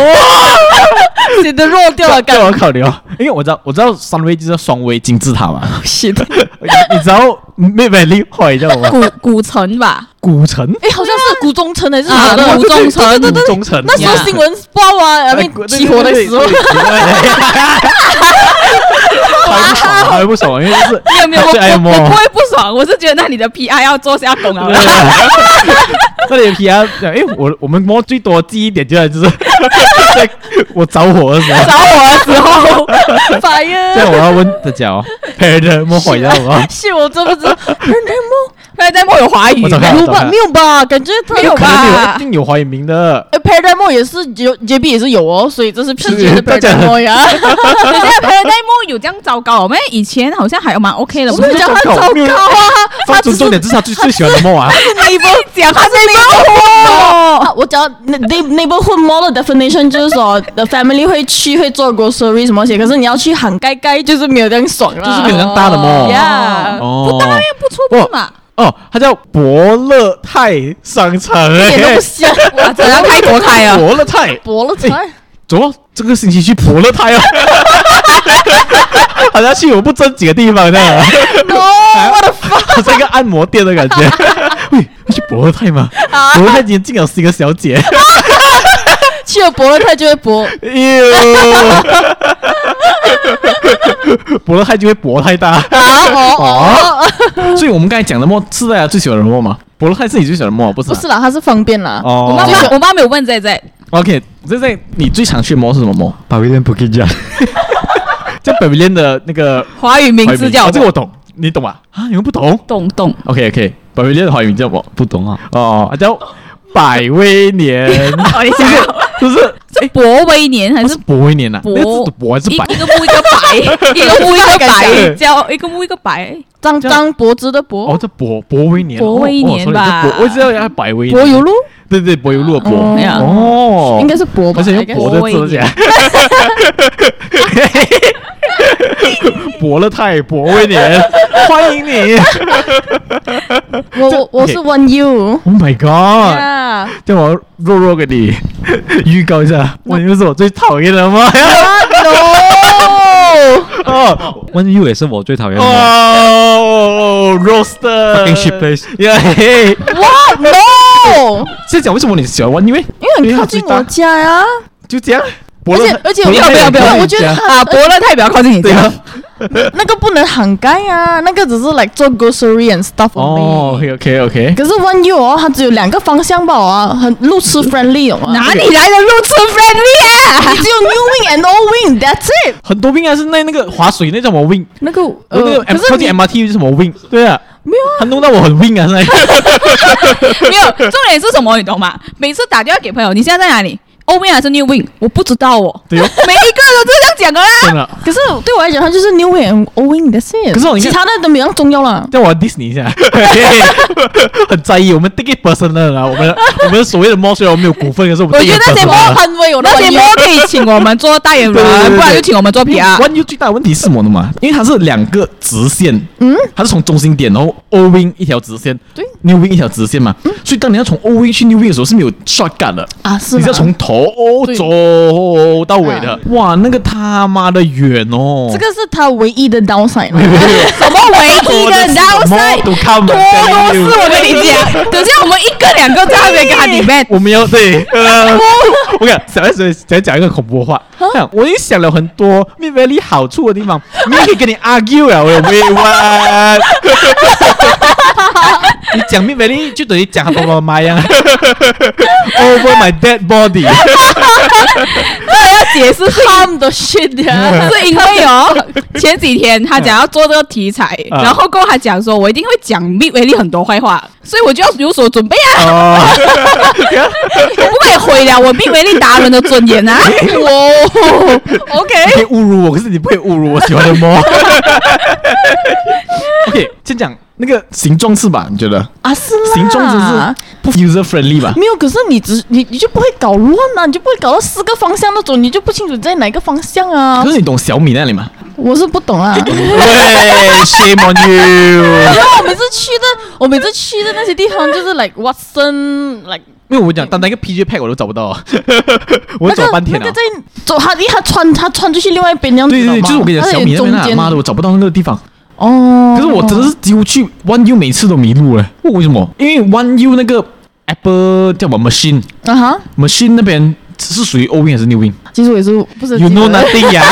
C: 写的弱掉了，
B: 干我考虑哦，因为我知道我知道双威就是双威金字塔嘛，
C: shit，
B: 你知道妹妹厉害，你知道 吗？
A: 古古城吧，
B: 古城，
C: 哎，好像是古中城还是
A: 啊
C: 啥的，
A: 古中城
B: 古中城，
C: 那时候新闻报啊，
B: 哎
C: 那边起火的时候，
B: 还不爽，因为就是
A: 没有没有，我
B: 最爱
A: 我我不
B: 摸。
A: 会不爽，我是觉得那里的 PR 要做下功啊。
B: 这里 P R，哎，我我们摸最多记忆点就在就是 在我着火的时 候，
A: 找我的时候，
C: 法
B: 这样
C: 呀，
B: 我要问大家哦，陪人摸火药哦。
C: 啊是我真不知道 Paradigm Mall，
A: 他在莫有华语
B: 哎我找看
C: 有
B: 找看
C: 吧？没有吧？感觉他
A: 没有
B: 可能
A: 吧
B: 有一定有华语名的。
C: 呃 Paradise Mall 也是有，JB 也是有哦，所以这是 PJ 的
B: 大家
C: Paradise Mall 呀。
A: 等一下 Paradise Mall 有这样糟糕咩？以前好像还蛮 OK 的，
C: 我
A: 不
C: 没
A: 是
C: 有
A: 讲
C: 讲他
B: 糟
C: 糟
B: 糕没有
C: 糕啊，
B: 放尊重点，这是他最最喜欢的梦啊。
A: 你不讲，他是没
C: 哦，我讲 neighborhood mall 的 definition 就是说，the family 会去会做 grocery 什么些，可是你要去喊盖盖，就是没有这样爽啦。
B: 就是没有这样大的梦
C: Yeah
B: 哦
A: 不大也不出不嘛，
B: 哦，它叫伯乐泰商城、
C: 一点都
B: 欸
C: 不，香。
A: 哇，怎样开多开啊？
B: 伯乐泰，
C: 博了才，
B: 怎么这个星期去伯乐泰哦？ 好像去我不正经的地方这样啊，
C: 哦，我的
B: 好像一个按摩店的感觉。 喂，去伯乐泰吗？
A: 啊
B: 伯乐泰今天进了四个小姐，
C: 去了博了泰就会啊博，
B: 哟，伯乐泰就会博太大 哦。所以我们刚才讲的墨是大家最喜欢的墨嘛？伯乐泰是你最喜欢的墨，不是
C: 不
B: 啊？
C: 是啦，它是方便啦。
B: 哦
A: 我妈妈我妈没有问在在，
B: OK，这在你最常去的猫是什么猫？
E: 把 William b o o k i n
B: 在北边的那个
A: 华语名字叫
B: 哦这个我懂，你懂吧？啊，你们不懂
A: 懂懂，
B: ？OK OK，北边的华语名叫什么？
E: 不懂 啊，
B: 哦，它叫百威年，
A: 哦，你想
B: 就是
A: 是博威年还
B: 不
A: 是
B: 是博威年呐、啊，
A: 博
B: 那是博还是
A: 一
B: 百？
A: 一个木一个白， 一个木一个 白，叫一个木一个白，
C: 张
B: 这
C: 张柏芝的
B: 哦，
C: 柏，
B: 这博博威年，
A: 博威年
B: 哦哦，sorry，
A: 吧
B: 这博我知道它百威年
C: 柏油，路
B: 对对，博油路的博，
C: 哦
A: 哎呀
B: 哦，
C: 应该是柏吧
B: 而且用
C: I guess
B: 博的字写， 博了泰博威年，欢迎你
C: 我我我是 One You。
B: ，Oh my God！
C: 啊！
B: 这我弱弱给你预告一下，我就是我最讨厌的猫呀！ 哦
E: ，One U 也是我最讨厌的。
B: 哦，roaster，
E: Fucking shit place
B: 耶！嘿
C: 哇 no！
B: 先讲为什么你喜欢玩，因为
C: 因为很靠近
B: 因为它
C: 我
B: 最大
C: 家呀、
B: 就这样。而
C: 而且而且我我觉 得它
A: 啊，博乐泰比较靠近你
B: 对
A: 家，
B: 啊，
C: 那个不能涵盖呀、那个只是 like 做 grocery and stuff
B: 哦
C: only。
B: ，OK OK，
C: 可是 One U 哦，它只有两个方向吧啊，很路痴 friendly 哦啊，
A: 哪里来的路痴 friendly 啊？
C: 只有 New Wing and Old Wing，that's it。
B: 很多病啊是那那个划水那叫什么 wing，
C: 那个
B: 那
C: 呃，
B: 个
C: 可
B: M-
C: 是
B: 靠近
C: 你
B: MRT 是什么 wing，对啊，
C: 没有啊，
B: 他弄到我很 wing 啊，现在
A: 没有，重点是什么？你懂吗？每次打电话给朋友，你现在在哪里？O Win 还是 New Win？我不知道哦。
B: 对哦
A: 每一个都是这样讲的
B: 真
A: 啦。
B: 的。
C: 可是对我来讲，它就是 New Wing and Old Wing，that's it。
B: 可是我你
C: 其
B: 看
C: 他的都没那么重要了。
B: 但我要 diss 你一下， 很在意我们 take it personal 啊，我 们我们所谓的猫虽然我们没有股份，可是我们
A: 我
B: take
A: 觉
B: it
A: 得那些
B: personal
A: 猫
B: 啊
C: 安慰我的
A: 那
C: One
A: 些
C: U
A: 猫可以请我们做代言
B: 对对对
A: 人，
B: 对
A: 不然就请我们啊做 PR。
B: One U 最大的问题是什么的嘛？因为它是两个直线，嗯，它是从中心点，然后 O wing 一条直线，
C: 对
B: ，New wing 一条直线嘛，
A: 嗯
B: 所以当你要从 O wing 去 New wing 的时候是没有 shortcut 的，
C: 啊，是
B: 你
C: 吗
B: 是要从头
C: 对
B: 走到尾
A: 啊
B: 的，哇，那个他妈的远哦，
C: 这个是它唯一的 downside 啦。
A: 什么唯一
B: 我
A: 的
B: 的
A: downside？
B: 都看不
A: 多多是我跟你讲，等一下我们一个两个在那边跟他 debate。
B: 我们要对，呃，我讲小 S 想讲一个恐怖的话，看我已经想了很多 m i v a l y 好处的地方，没有可以跟你 argue 了，我有 w a one。你讲 m i v a l y 就等于讲他爸爸妈妈一样 ，over my dead body。
A: 解释是
C: Calm the shit 呀！
A: 是因为哦，前几天他讲要做这个题材，
B: 啊
A: 然后过后他讲说，我一定会讲密维利很多坏话，所以我就要有所准备啊，
B: 哦，
A: 我不会毁了我密维利达人的尊严 啊！哦
B: 你可以
A: ，OK，
B: 侮辱我，可是你不可以侮辱我喜欢的猫。OK，先讲那个形状是吧？你觉得
C: 啊，是啦。
B: 形状就是不 user friendly 吧？
C: 没有，可是你只你你就不会搞乱啊，你就不会搞到四个方向那种，你就不清楚在哪个方向啊
B: 可。是你懂小米那里吗？
C: 我是不 懂啊，因
B: 喂，Shame on you！
C: 为我每次去的，我每次去的那些地方就是 like Watson，like
B: 因为我讲单单一个 PJ pack 我都找不 到，啊我
C: 那
B: 找
C: 个
B: 半天啊
C: 那
B: 了
C: 个。在走，他因为他穿他穿出去另外一边那样子
B: 对
C: 的嘛，
B: 对，就是我跟你讲，
C: 它在
B: 小米那边
C: 中
B: 啊，
C: 间
B: 妈的，我找不到那个地方。
C: 哦。
B: 可是我真的是几乎去 One U 每次都迷路了，问为什么？因为 One U 那个 Apple 叫什么 Machine
C: 啊哈，
B: Machine 那边是属于 O Wing 还是 New Wing？You
C: 其实我也是不是很记
B: know
C: 得
B: nothing 呀？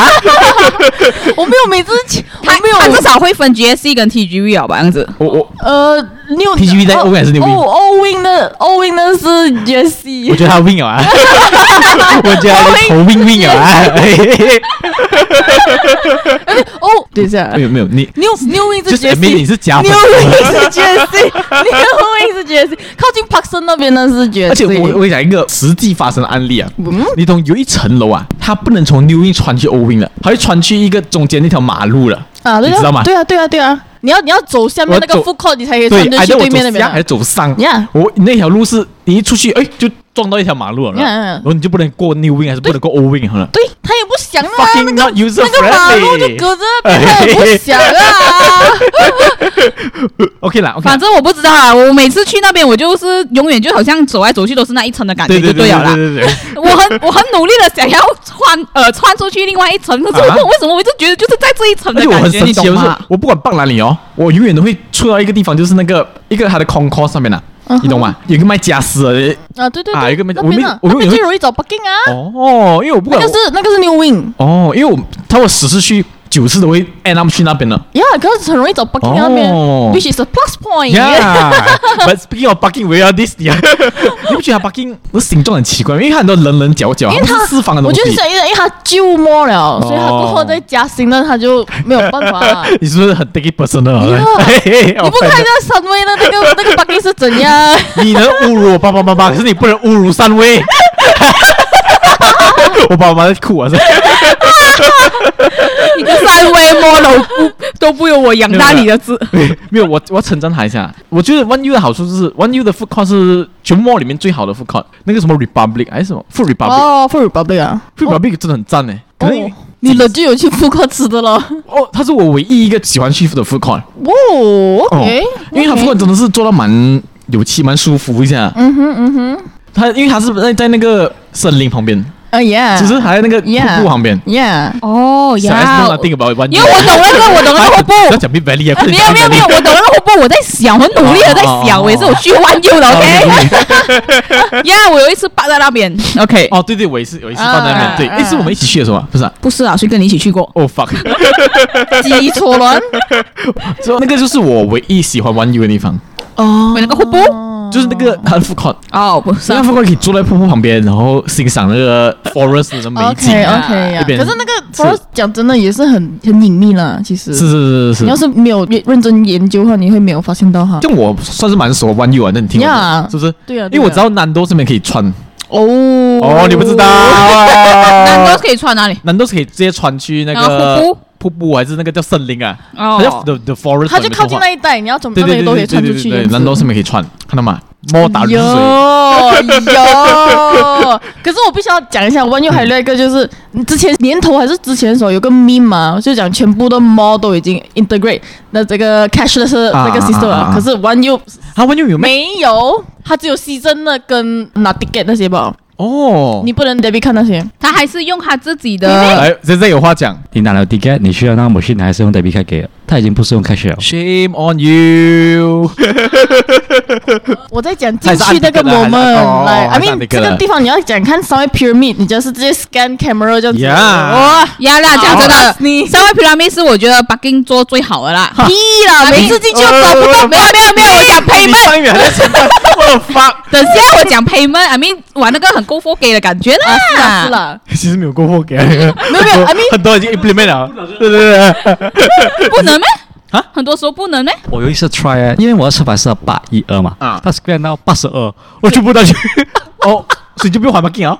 C: 我没有每次去，
A: 他
C: 我没有
A: 他至少会分 GSC 跟 TGV 哦好吧，样 子。
B: 我我
C: 呃六
B: TGV 在 O 还是 New
C: 哦
B: Wing？
C: ，O Win 的 O Win 的是 Jesse，
B: 我觉得他 win 了 啊，我觉得他头 win win 了啊。
C: 哦对下
B: 没有没有，你
C: ，New New Wing
B: 就是是
C: 爵士
B: admit 你是假粉
C: ，New。Wing 是爵士，New Wing 是爵士，靠近 Parkson 那边的是爵士。
B: 而且我我讲一个实际发生的案例啊，
C: 嗯
B: 你懂有一层楼啊，它不能从 New Wing 穿去 O Wing 了，它会穿去一个中间那条马路了。
C: 啊，对
B: 你知道吗
C: 啊，对啊，对啊，对啊，你要你要走下面那个
B: 我
C: food court，你才可以
B: 对
C: 穿，进
B: 哎，
C: 去
B: 我
C: 对
B: 走
C: 面那边
B: 下还
C: 啊
B: 是。走上
C: Yeah
B: 我那条路是你一出去，哎，就撞到一条马路了
C: Yeah，
B: 然后你就不能过 New Wing 还是不能过 O Wing 了。
C: 对他也不想啊，那
B: Fucking
C: 个
B: not user
C: 那个马路就
B: friendly。哎
C: 隔着那边，他也不想啊。
B: OK 啦，OK 啦
A: 反。正我不知道啊，我每次去那边，我就是永远就好像走来走去都是那一层的感觉，
B: 对
A: 就
B: 对
A: 了啦。
B: 对对 对。
A: 我很我很努力的想要穿呃穿出去另外一层，可是我不懂为什么，我就觉得就是在这一层
B: 啊
A: 的
B: 而且我
A: 感
B: 很
A: 觉，
B: 神
A: 你
B: 奇，
A: 懂
B: 就是
A: 吗？
B: 我不管放哪里哦，我永远都会出到一个地方，就是那个一个它的 concourse 上面的，
C: 嗯
B: 你懂吗？有一个卖家私的，
C: 啊，对对
B: 啊
C: 对，
B: 一个没
C: 那
B: 我没
C: 边啊
B: 我没
C: 那
B: 有因
C: 边
B: 为
C: 最容易找 Parking 啊。
B: 哦，因为我不
C: 那
B: 管
C: 个
B: 我
C: 是那个是 New Wing，
B: 哦，因为我他我十次去九次都会 end up 去那边的。
C: 呀，可是很容易找 Parking 啊那边
B: 哦
C: ，which is a plus point。
B: Yeah，but speaking of parking, we are this. 你不觉得它 parking 我形状很奇怪，因为它很多棱棱角角，
C: 因为
B: 它
C: 他
B: 不是四方的
C: 我
B: 东西哦
C: 就。是想，因为他旧摸了，所以他过后再加薪，那他就没有办 法啊。
B: 你是不是很 take it personal？
C: Yeah
B: 嘿嘿
C: 哎你不看一下三位的那个 那个 Parking 是怎样？
B: 你能侮辱我爸爸妈妈，可是你不能侮辱三位。 我爸爸妈妈在哭啊！是
A: 你个三位摸都不都不有我养大你的字，
B: 没有，我我要称赞他一下。我觉得 One U 的好处就是 One U 的 food court 是全 mall 里面最好的 food court，那个什么 Republic 还是什么 Food Republic，Food
C: 哦，富 Republic 啊，
B: Republic 真的很赞诶。可能
C: 哦，你了就有去复刻吃的了。
B: 哦，它是我唯一一个喜欢去的 food court，
C: 哦
B: 哦
C: ，OK，
B: 因为它 food court 真的是做到蛮有趣、蛮舒服一下。
C: 嗯哼嗯哼，
B: 它因为它是在在那个森林旁边，
C: 啊 yeah，
B: 只是还在那个
C: Yeah
B: 瀑布旁边。
C: yeah，
A: 哦
B: So I know nothing about one
A: 因
C: 啊
B: U
A: 为我懂那个，我懂那个瀑
B: 不要
A: 布。
B: 讲 Big Valley 啊！快
A: 没
B: 点
A: 有
B: 讲
A: 没有没
B: Big
A: 有，我
B: Valley
A: 懂那个瀑布，我在想，我努力的在想，我也是我去弯右的，OK？呀，我有一次霸在那边，OK？
B: 哦，对对，我也是，我也是放在那边。
C: 啊
B: 对，
C: 啊
B: 诶，是我们一起去的是吧？不是啊。
A: 不是啊，谁跟你一起去过？
B: 哦、fuck，
C: 记忆错乱。
B: 所以那个就是我唯一喜欢玩 U 的地方，
C: 哦
A: 那个瀑布
B: 就是那个它的 food court，
A: 哦，不是
B: 那
A: 啊
B: 个 food court 可以坐在瀑布旁边，然后欣赏那个 forest 的美景。
C: OK
A: 啊
C: OK 呀，
B: 一边
C: 可是那个
B: 是
C: f o r 讲真的也是很很隐秘啦，其实
B: 是是是是
C: 你要
B: 是。
C: 是没有认真研究的话，你会没有发现到哈。
B: 就我算是蛮熟玩 U 啊，那你听我的
C: Yeah
B: 是不是？
C: 对啊对啊
B: 因为我知道南都这边可以穿。
C: 哦
B: 哦，你不 知道
A: 南
B: 啊？
A: 都可以穿哪里？
B: 南都是可以直接穿去那
A: 然后
B: 个
A: 瀑布
B: 瀑布，还是那个叫森林啊？
A: 哦
B: 它叫 the the forest。
C: 它就靠近那一带，你要从那里都可以穿出
B: 对
C: 去。
B: 对对对对对对南都是没可以穿，看到吗？摸打入
C: 有
B: 水。
C: 有，可是我必须要讲一下，弯又还有另外一个就是，之前年头还是之前的时候有个 meme 嘛，就讲全部的 mall 都已经 integrate 那这个 cashless 的
B: 啊
C: 这个
B: 啊啊
C: system 了
B: 啊，
C: 可是弯又
B: 啊，玩 U 有没？
C: 没有，它只有 season 的跟拿 ticket 那些吧，
B: 哦，
C: 你不能 debit 看那些。
A: 他还是用他自己的。
B: 哎，现在有话讲。
E: 你拿了 ticket，你需要那个 machine 还是用 debit card 给的？他已经不是用 cash 了。
B: Shame on you！
C: 我在讲进去那个
B: 哦
C: moment，来，I mean 这个地方你要讲看稍微 pyramid，你就是直接 scan camera 这样子，哇，
A: 呀啦，这样真
C: 好
A: 的
C: 啊，你
A: 三位皮拉密是我觉得 Bucking 做最好的啦。
C: 屁啦，每次进去都找不到，
A: 没有没有没有，我讲 payment，
B: 远还在承担，我的妈！
A: 等下我讲 payment，I mean 玩那个很 go for gay 的感觉啦。
C: 是啊啦是啦。
B: 其实没有过分给，啊没有
C: 没有，I mean-
B: 很多已经 implement 了，对对对，
A: 不能咩？
B: 啊
A: 很多时候不能咩？
E: 我有一次 try，欸因为我的车牌是八一二嘛，
B: 啊
E: 他 scan 到八十 二，
B: 我全部拿去，哦，所以就不用还 b a 啊，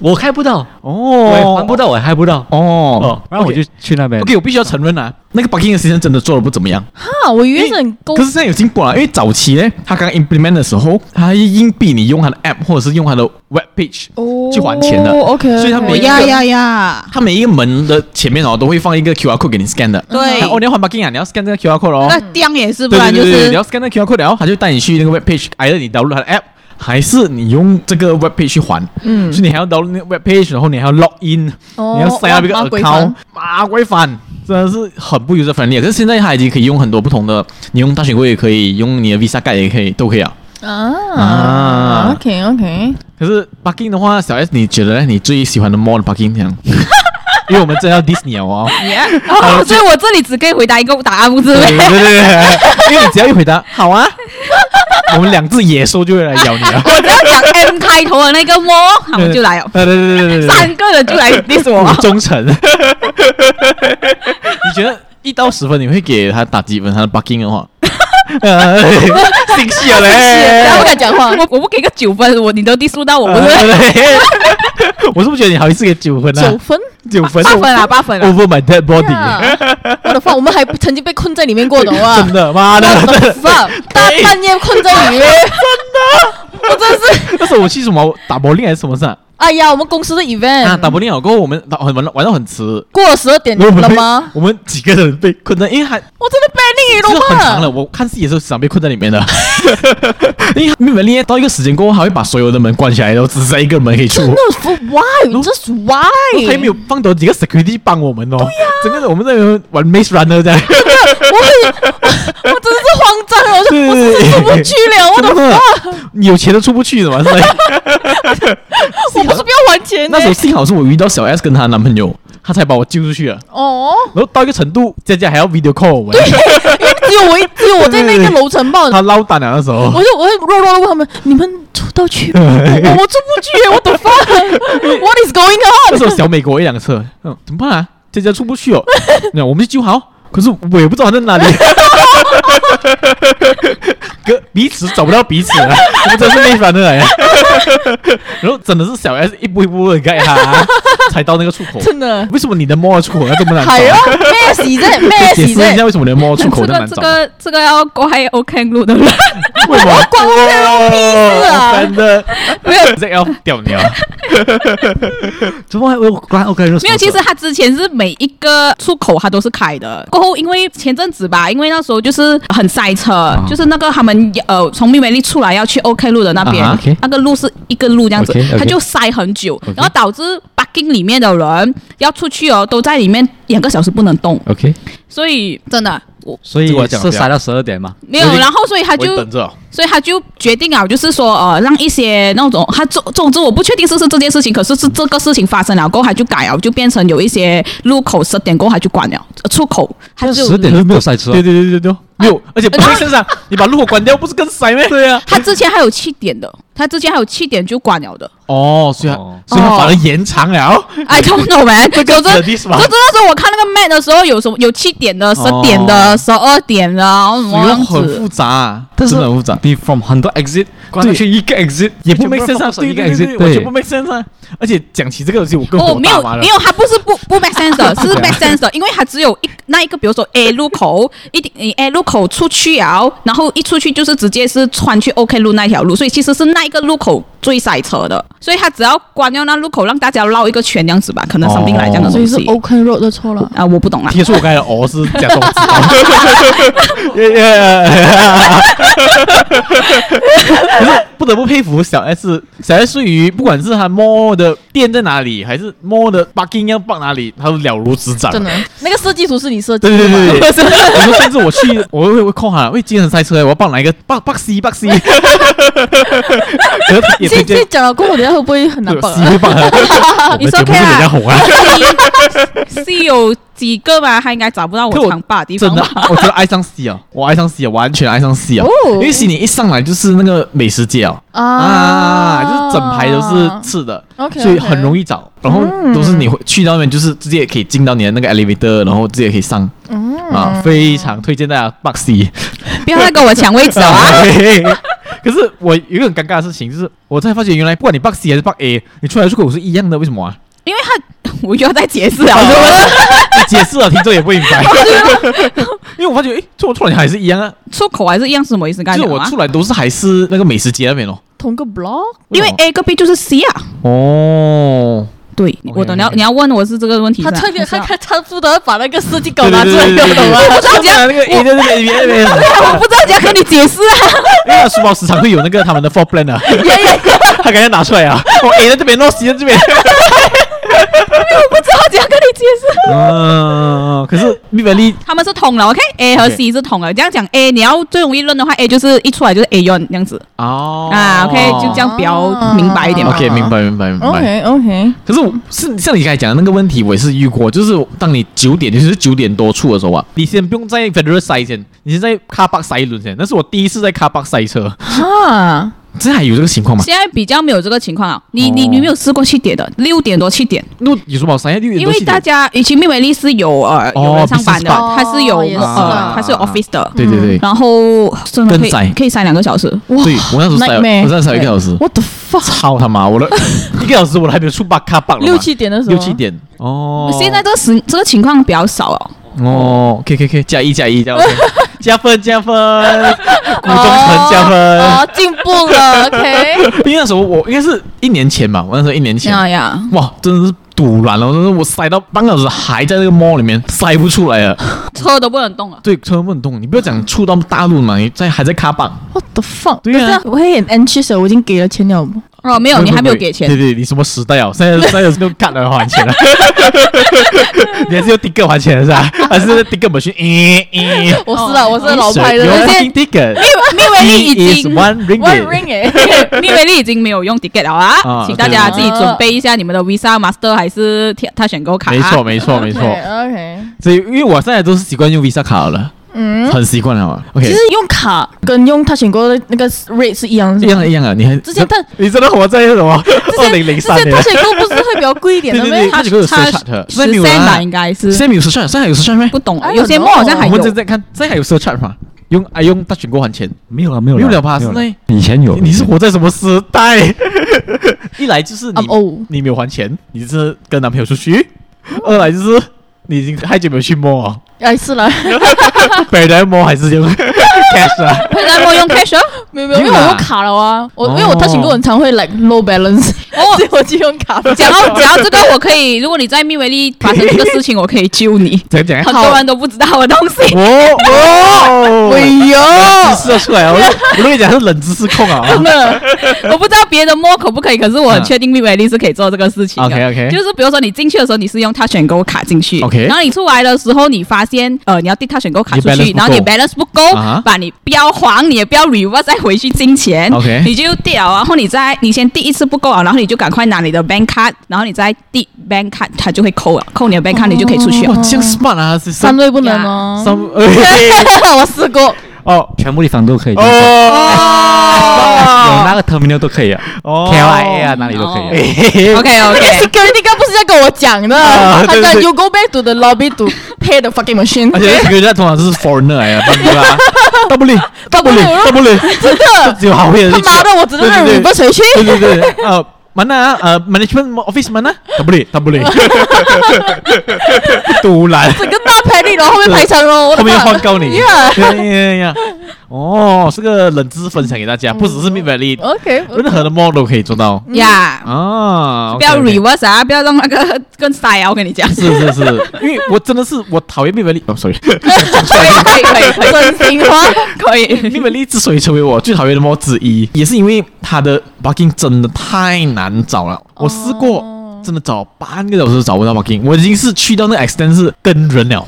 E: 我开不到，
B: 哦
E: 我还不，到，我还不到。
B: 哦
E: 哦，，然后我就去那边。
B: OK，我必须要承认啊，那个 parking 的时间真的做的不怎么样，
C: 啊，我以为是很
A: 哦
C: 勾
B: 可，是现在有进步了，因为早期呢，他刚 implement 的时候，他硬币你用他的 app 或者是用他的 web page 去还钱的
C: 哦，OK，
B: 所以他每一个
A: 呀呀呀！
B: 他每一个门的前面哦都会放一个 QR code 给你 scan 的，
A: 对
B: 哦，你要还 parking 啊，你要 scan 这个 QR code 咯。
A: 那掉也是，不
B: 对对
A: 然就
B: 对对，你
A: 是
B: 要 scan 那 QR code，然后他就带你去那个 web page，挨着你 download 他的 app，还是你用这个 web page 去还？嗯，所以你还要 download 那个 web page，然后你还要 log in，、
C: 哦
B: 你要 sign up 一个
C: 哇麻鬼
B: account，麻鬼烦，真的是很不 user friendly。可是现在它已经可以用很多不同的，你用大学会也可以，用你的 Visa 盖也可以，都可以啊。
C: 啊
B: 啊
C: ，OK OK，
B: 可是 parking 的话，小 S 你觉得呢你最喜欢的 mall 的 parking 怎样？ 因为我们真的要 Disney 了 哦。
A: 哦， 所以我这里只可以回答一个答案，不是
B: 对
A: 咩？
B: 对对对，因为你只要一回答好啊，我们两只野兽就会来咬你 啊。
A: 我只要讲 M 开头的那个摸， 好我就来哦了。
B: 对对对对对对对，
A: 三个人就来 diss 我
B: 我，忠诚。你觉得一到十分，你会给他打几分？他的 bucking 的话，呃心虚了嘞。
C: 不敢讲话。
A: 我我不给个九分，我你都 diss 到 我，不是
B: 呃嘞我是不是觉得你好意思给九分啊
C: 九？分，
B: 九分，
A: 八分啊，八分啊。
B: ，over my dead body，
C: Yeah 我的话，我们还曾经被困在里面过的哇！
B: 真的，妈的，
C: What
B: 真
C: the
B: 的哎
C: fuck？大 半夜困在里面，真的，我真是，
B: 那时候我去什么打柏林还是什么事啊？
C: 哎呀，我们公司的 event
B: 啊，打柏林好过后我们打很玩玩到很迟，
C: 过了十二点
B: 我们
C: 了
B: 被
C: 吗？
B: 我们几个人被困在，因为还
C: 我真的被你
B: 这
C: 了
B: 个
C: 吗？
B: 很长了，我看戏的时候时常被困在里面的， 因为门里面到一个时间过后，还会把所有的门关起来，然后只剩下一个门可以出
C: 真。的，for why？Just
B: 他也没
C: why？
B: 有放多几个 security 帮我们哦，整个我们在那边玩 maze runner 这样，
C: 我真的是慌张了，我就
B: 对
C: 我真是出不去了，我
B: 真
C: 的，
B: 的，你有钱都出不去的嘛，是 吧？
C: 我不是不要还钱的
B: 啊那时候幸好是我遇到小 S 跟她男朋友，她才把我救出去了。
C: 哦，
B: 然后到一个程度，佳佳还要 video call 我们，
C: 只有我一，只有我在那个楼层吧，
B: 她落单了那时候
C: 我。就我就弱弱的问他们：“你们出到去吗？”我我出不去，我的 fuck？What is going
B: 那
C: on？
B: 时候小美给我一辆 车，嗯，怎么办啊？佳佳出不去 哦，那我们去救好，可是我也不知道她在哪里， 哥彼此找不到彼此了，我们真是没烦的 来。然后真的是小 S 一步一步的盖 她，才到那个出口。
C: 真的，
B: 为什么你的摸出口要这么难
C: 海哦
B: 找？，
C: 咩事啫？咩
B: 解
C: 事
B: 释一下
C: 啫？
B: 为什么你的摸出口
A: 这
B: 那么
A: 个这
B: 难找？
A: 个这个要怪 OK 路的人，
B: 为什么？
C: 关我屁事啊
B: 哇真的， 没有这个要屌 你啊！
E: 怎么还我关 OK
A: 没有。其实他之前是每一个出口他都是开的，过后因为前阵子吧，因为那时候就是很塞车，就是那个他们呃从明美丽出来要去 OK 路的那边，
B: 啊哈
E: ，OK
A: 那个路是一个路这样子
E: OK，OK
A: 他就塞很久然后导致 parking 里面的人要出去哦，都在里面两个小时不能动，
E: OK，
A: 所以真的我
E: 所以
B: 这个我讲
E: 是
B: 不了
E: 塞到十二点嘛？
A: 没有，然后所以他
B: 我
A: 就
B: 等着，啊
A: 所以他就决定啊，就是说呃，让一些那种他总总之我不确定是不是这件事情，可是是这个事情发生了过后，他就改了，就变成有一些路口十点过后他就关了，呃出口他就
E: 十点就没有塞车
B: 对，对对对对，没有，而且不会身上，你把路口关掉不是更塞咩？对啊，
A: 他之前还有七点的，他之前还有七点就关 了的。
B: 哦，所以它所以它反而延长了，
A: I don't know man，总之
B: 个
A: 总
B: 是
A: 之
B: this 吧
A: 那时候我看那个 map 的时候，有什么有七点的、十点的、十二点的，然后什
B: 所
A: 么
B: 以
A: 样
B: 哦很复
A: 子。
B: 杂啊，
E: 但是
B: 真的很复杂。
E: 你 from 很多 exit 关
B: 对
E: 去一个 exit，
B: 也不 make
E: 没
B: sense 啊，
E: 一
B: 对
E: 个
B: 对对
E: exit，
B: 对，我全部
E: 对，
B: make sense 啊。而且讲起这个东西，我更
A: 哦，
B: 火
A: 没
B: 大啊
A: 有
B: 妈了
A: 没。 有，他不是不不 make sense 的，是 make sense 的，因为他只有一那一个，比如说 A 路口，一定你 A 路口出去啊，然后一出去就是直接是穿去 OK 路那条路，所以其实是那一个路口最塞车的，所以他只要关掉那路口，让大家绕一个圈这样子吧，可能
B: 哦
A: 生病来这样的
C: 所以
A: 东
C: 是
A: 西。
C: OK Road 的错了。
A: 啊，我不懂 啦。
B: 听说我刚才的哦是假装知道，耶耶！ 可是不得不佩服小 S，小 S 对于不管是他摸的店在哪里，还是摸的 bugging 要放哪里，他都了如指掌。啊
C: 真的，那个设计图是你设计
B: 对
C: 的
B: 对
C: 吗？
B: 对对对， 我说甚至我去，我会会 call 他，喂，今天很塞车，我要放哪一个 bug bug C bug C，可是他也推荐
C: 现现在讲了过后，等一下会不会很难
B: 对
C: 办
B: C 会 放哪个，我们
A: It's
B: 节目是
A: okay 啦
B: 人家 红啊。
A: C 有几个嘛？他应该找不到
B: 可
A: 我
B: 我
A: 长发的地方
B: 真的
A: 吧？，
B: 我真的爱上 C 啊！我爱上 C 啊，完全爱上 C 啊！
C: 哦
B: 因为悉尼一上来就是那个美食街啊，
C: 아.
B: 啊，就是整排都是吃的
C: OK，嗯
B: 所以很容易找。然后都是你会去到那边，就是直接可以进到你的那个 elevator，然后直接可以上
C: 嗯
B: 啊，非常推荐大家 bug C。
A: 不要再跟我抢位置了 啊！
B: 可是我有一个很尴尬的事情，就是我才发现原来不管你 bug C 还是 bug A，你出来的出口是一样的，为什么啊？
A: 因为他我又要再解释 了，是不是？
B: 你解释了，听众也不明白。因为我发觉，哎，错错你还是一样啊，
A: 出口还是一样是什么意思？刚才
B: 就是
A: 讲
B: 我
A: 啊
B: 出来都是还是那个美食街那边哦。
C: 同个 block。
A: 因为 A 跟 B 就是 C 啊。
B: 哦，
A: 对，
B: OK，
A: 我等你要
B: OK
A: 你要问我是这个问题是
C: 他
A: 吧，
C: 特别，
A: 还是
C: 他
A: 要
C: 他他负责把那个设计
B: 네,
C: 稿拿出来，懂吗？
A: 我不知道怎样
B: 那个 A 在那边 A 那边，
A: 我不知道怎样跟你解释啊。
B: 因为书包时常会有那个他们的 four plan 啊，他赶紧拿出来啊，哦 A 在这边，然后 C 在这边，
A: 我不知道怎样跟你解释。
B: 嗯，可是米本利
A: 他们是通了，OK，A 和
B: OK
A: C 是通了。这样讲，A 你要最容易认的话，A 就是一出来就是 A 用这样子
B: 哦
A: 啊，OK，就这样比较明白一点嘛。
B: OK，明白明白明白。
C: OK，
B: 可是我是像你刚才讲的那个问题，我也是遇过，就是当你九点，就是九点多出的时候啊，你先不用在 Federal 塞先，你先在 Car Park 塞一轮先。那是我第一次在 Car Park 塞车，
C: 哈，
B: 这还有这个情况吗？
A: 现在比较没有这个情况啊。你你
B: 哦
A: 你没有试过七点的，六点多七点，
B: 那有什么好商业利润？
A: 因为大
C: 嗯
A: 家以前密美丽是有呃
B: 哦
A: 有人上班的，
B: business
C: park
A: 它是有
C: 哦也是
A: 呃
C: 啊
A: 它是有 office 的，
B: 对对对，
A: 然后真的可
B: 跟
A: 以
B: 宰
A: 可以塞两个小时，
C: 哇
B: 对我那时候才
C: ，nightmare
B: 我那时候一个小时，
C: What the fuck？
B: 操他妈，我 的一个小时我都还没有出巴卡棒了嘛，
C: 六七点的时候，
B: 六七点哦，
A: 现在这个时这个情况比较少哦。
B: 哦，K K K 加一加一加 分加分加 分，股东城加分。
C: 哦，进步 了，OK。
B: 因为那时候我应该是一年前吧，我那时候一年前，
A: 呀呀，
B: 哇，真的是堵然了，真的是我塞到半个小时还在那个 mall 里面塞不出来了。
A: 车都不能动了。
B: 对，车不能动，你不要讲触到大陆嘛，你在还在卡棒。
C: What the fuck？
B: 对啊
C: 可是我会很 anxious，的我已经给了钱了。
A: 哦，没有，你还没有给钱
B: 对。对，你什么时代啊？现在现在有这种卡来还钱了，你还是用 ticket 还钱是吧？还是 ticket machine？咦咦，
C: 我是啊，我是老牌的，
B: 有
C: 那些
B: ticket。
A: 密维利已
B: is
A: 经，
B: one
C: one
B: ringgit。
C: ring 哎，
A: 密维利已经没有用 ticket 了
B: 啊
A: 啊，请大家
B: 对
A: 自己准备一下你们的 Visa、Master 还是他选购卡。
B: 没错，，没错，没错。
C: OK。
B: 所以，因为我现在都是习惯用 Visa 卡了，
C: 嗯，
B: 很习惯了嘛。OK，
C: 其实用卡跟用他选过的那个 rate 是一样的。
B: 一样的，一样的。你还
C: 之前他
B: 你真的活在什么二零零
C: 之
B: 三
C: 前
B: 年
C: 他？选过不是会比较贵一点
B: 对
C: 的
B: 对
C: 吗？
B: 对，他这个有 surcharge，
A: 十 c 吧，应该是
B: 现在没有 surcharge，现在还有 surcharge 吗？
A: 不懂
C: I，don't
A: 有些猫好像还
B: 我们
A: 有
B: 正。在看，现在还有 surcharge 吗？用啊用大选过还钱，
E: 没有了，没有
B: 没
E: 了，
B: 有了吧？
E: 没
B: 现
E: 有了
B: 在
E: 以前有，
B: 你是活在什么时代？嗯 一来就是你
C: 嗯哦
B: 你没有还钱，你是跟男朋友出去；二来就是你已经太久没有去摸 了。
C: 哎，是啦，
B: 北人摸还是用 cash 啊？
A: 会在用 cash 哦
C: 没有没有，因为
B: 没有啦
C: 我用卡了啊，我因为
B: 哦
C: 我他选过很常会 like low balance，
A: 哦
C: 所以我就用卡。
A: 讲到讲到这个，我可以，如果你在密维利发生这个事情，我可以救你。
B: 讲讲
A: 很多人都不知道的东西。
B: 哦哦，
C: 哎呦，
B: 冷知识要啊出来了，我就我跟你讲，是冷知识控啊。
C: 真的，
A: 我不知道别的摸可不可以，可是我很确定 BBL 是可以做这个事情的。
B: OK，OK
A: 就是比如说你进去的时候，你是用他选购卡进去
B: OK
A: 然后你出来的时候，你发现呃你要递他选购卡
B: 你
A: 出
B: balance
A: 去
B: 不，够
A: 然后你 balance 不够
B: 啊哈
A: 把你标黄，你也不要 reverse 再回去进钱
B: OK
A: 你就递了，然后你再你先第一次不够啊，然后你就赶快拿你的 bank card，然后你再递 bank card，他就会扣了，扣你的 bank card，、你就可以出去
B: 哇
A: 了。，
B: 这样 smart 啊，是
C: 三
B: 三
C: 位不能哦。
B: 三哎
C: 我试过，
B: 哦
E: 全部地方都可以这样做，有那
B: 哦
E: 个 terminal 都可以啊
B: 哦
E: ，KLIA 啊，哪里都可以啊。
A: OK
C: 那
A: OK，
C: security guard 不是在跟我讲的，
B: 啊
C: 他
B: 对
C: 讲
B: 对
C: you go back to the lobby to pay the fucking machine
B: 而。且这个人家通常是 foreigner 来的， 对吧？double in double in double in，
C: 真的，
B: 只有好人
C: 他
B: 去
C: 妈的，我只能让
B: 对对对
C: r e v 回去。
B: 对对对，呃，mana 呃 management office mana double in double in，堵拦。
C: 整个大排队，然后后面排长龙，我
B: 后
C: 的
B: 面
C: 妈！
B: 换告你。
C: Yeah
B: 呀呀呀！哦，是个冷知识分享给大家，
C: 嗯
B: 不只是 Mid Valley，
C: OK，
B: 任何的 model 都可以做到
A: 呀、
B: 嗯啊。
A: 不要
B: OK，OK
A: reverse 啊，不要让那个 更塞啊！我跟你讲，
B: 是是是，因为我真的是我讨厌 Mid Valley，哦，sorry，
A: 可以可以可以可以，
C: 真心话。
A: 可以。
B: Mid Valley 之所以成为我最讨厌的 model 之一，也是因为它的 parking 真的太难找了。我试过
C: 哦，
B: 真的找半个小时都找不到 parking，我已经是去到那个 extent 是跟人了，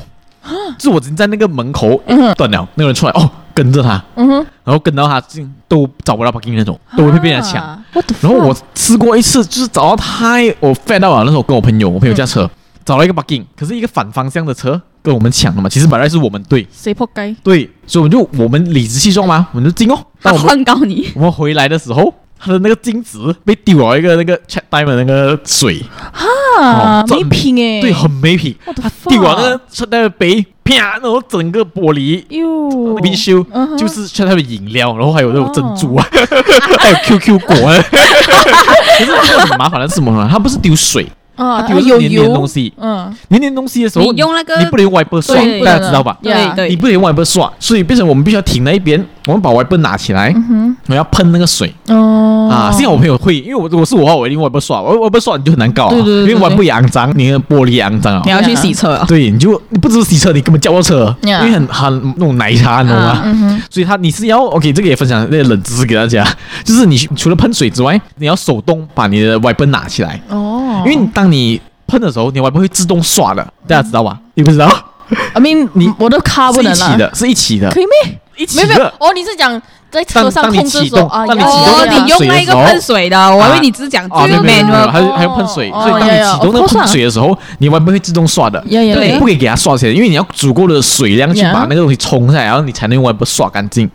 B: 就是我已经在那个门口
C: 啊嗯
B: 断了，那个人出来哦，跟着他。
C: 嗯哼，
B: 然后跟到他进都找不到 parking 那种，都会被人家抢。
C: 啊。What the
B: 然后
C: fuck？
B: 我试过一次，就是找到太我 fed 到了，那时候跟我朋友，我朋友驾车、
C: 嗯
B: 找到一个 parking，可是一个反方向的车跟我们抢了嘛，其实本来是我们对
C: 谁破街？
B: 对，所以我们就我们理直气壮嘛，我们就 进哦。
A: 他
B: 但我们
A: 换高你，
B: 我们回来的时候。他的那个镜子被丢了一个那个 check time 的那个水，
C: 啊
B: 哦，这
C: 没品哎。
B: 对，很没品。
C: What the
B: 丢了那
C: fuck？
B: 个 check time 的杯，啪，然后整个玻璃
C: 哟，
B: 维修
C: 嗯哼哦
B: 就是 check 他的饮料，然后还有那种珍珠啊， 还有 QQ 果 啊。可是这个很麻烦的是什么呢？它不是丢水，
C: 啊，
B: 丢
C: 有
B: 黏黏的
C: 油
B: 东西
C: 嗯，
B: 黏黏东西的时候，
A: 你用那个
B: 你不能用 wiper 刷
A: 对，
B: 大家知道吧？
C: 对啊
A: 对
B: 你不能用 wiper 刷，所以变成我们必须要停在一边，我们把 wiper 拿起来，
C: 嗯
B: 我要喷那个水
C: 哼，哦，
B: 啊。幸好我朋友会，因为我如果是我的话，我一定 wiper 刷，我 wiper 刷你就很难搞啊，
C: 对对对
B: 因
C: 对
B: 为 wiper 也肮脏，你的玻璃也肮脏啊
A: 你。要去洗车啊？
B: 对，你就你不只是洗车，你根本叫不到车，因
C: Yeah
B: 为很很那种奶茶，你懂吗？
C: 嗯哼，
B: 所以它你是要 OK，这个也分享那个冷知识给大家，就是你除了喷水之外，你要手动把你的 wiper 拿起来，
C: 哦，
B: 因为你当你喷的时候，你 wiper 会自动刷的，大家知道吧？你不知道，
C: I mean，
B: 你
C: 嗯啊我的卡不
B: 是一
C: 能
B: 起
C: 啦，
B: 的，是一起的，
C: 可以咩？
B: 一起
C: 没有没有
B: 的，。
C: 哦，你是讲在车
B: 当
C: 上
B: 当你
C: 控制
B: 启
C: 说
B: 动，
C: 啊，
B: 当你
C: 要
B: 启
A: 哦
B: 动
C: 要要
A: 你用那个喷水的，我以为你只是
C: 啊
A: 讲这
B: 哦，没有
A: 个
B: 没有没有，
A: manual
B: 还有还有喷水，
C: 哦
B: 所以当你
C: 呀呀
B: 启动那个
C: of course 啊
B: 喷水的时候，你外面会自动刷的，
C: 呀呀
B: 对，
C: 呀
B: 你不可以给它刷起来，因为你要足够的水量去
C: 呀
B: 把那个东西冲下来，然后你才能用外部刷干净。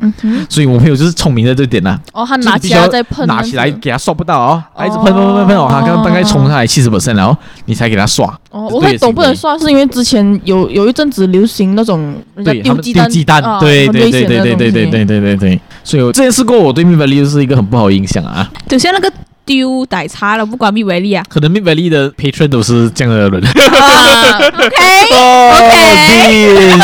B: 所以我朋友就是聪明在这点呐，
C: 哦，他
B: 就是
C: 嗯拿
B: 必
C: 起
B: 须要
C: 来再喷，
B: 拿起来
C: 这样子
B: 给它刷不到哦，它一直喷喷喷喷喷哦，它刚大概冲下来七十 percent，然后你才给它刷。
C: 哦，
B: 这对
C: 我会
B: 的
C: 懂
B: 行
C: 不能
B: 为
C: 刷，是因为之前有有一阵子流行那种人家
B: 对，他们
C: 鸡
B: 丢鸡蛋
C: 啊，
B: 对
C: 很
B: 对
C: 危
B: 对
C: 险的
B: 对对对
C: 东
B: 对
C: 西
B: 对对对对，所以我这件事过后，我对 m i v a l u 是一个很不好的影响啊。
A: 就像那个丢奶茶了，不管蜜维利 啊
B: 可能 m i v a l u 的 patron 都是这样的人。
A: 啊 ，OK，
B: OK，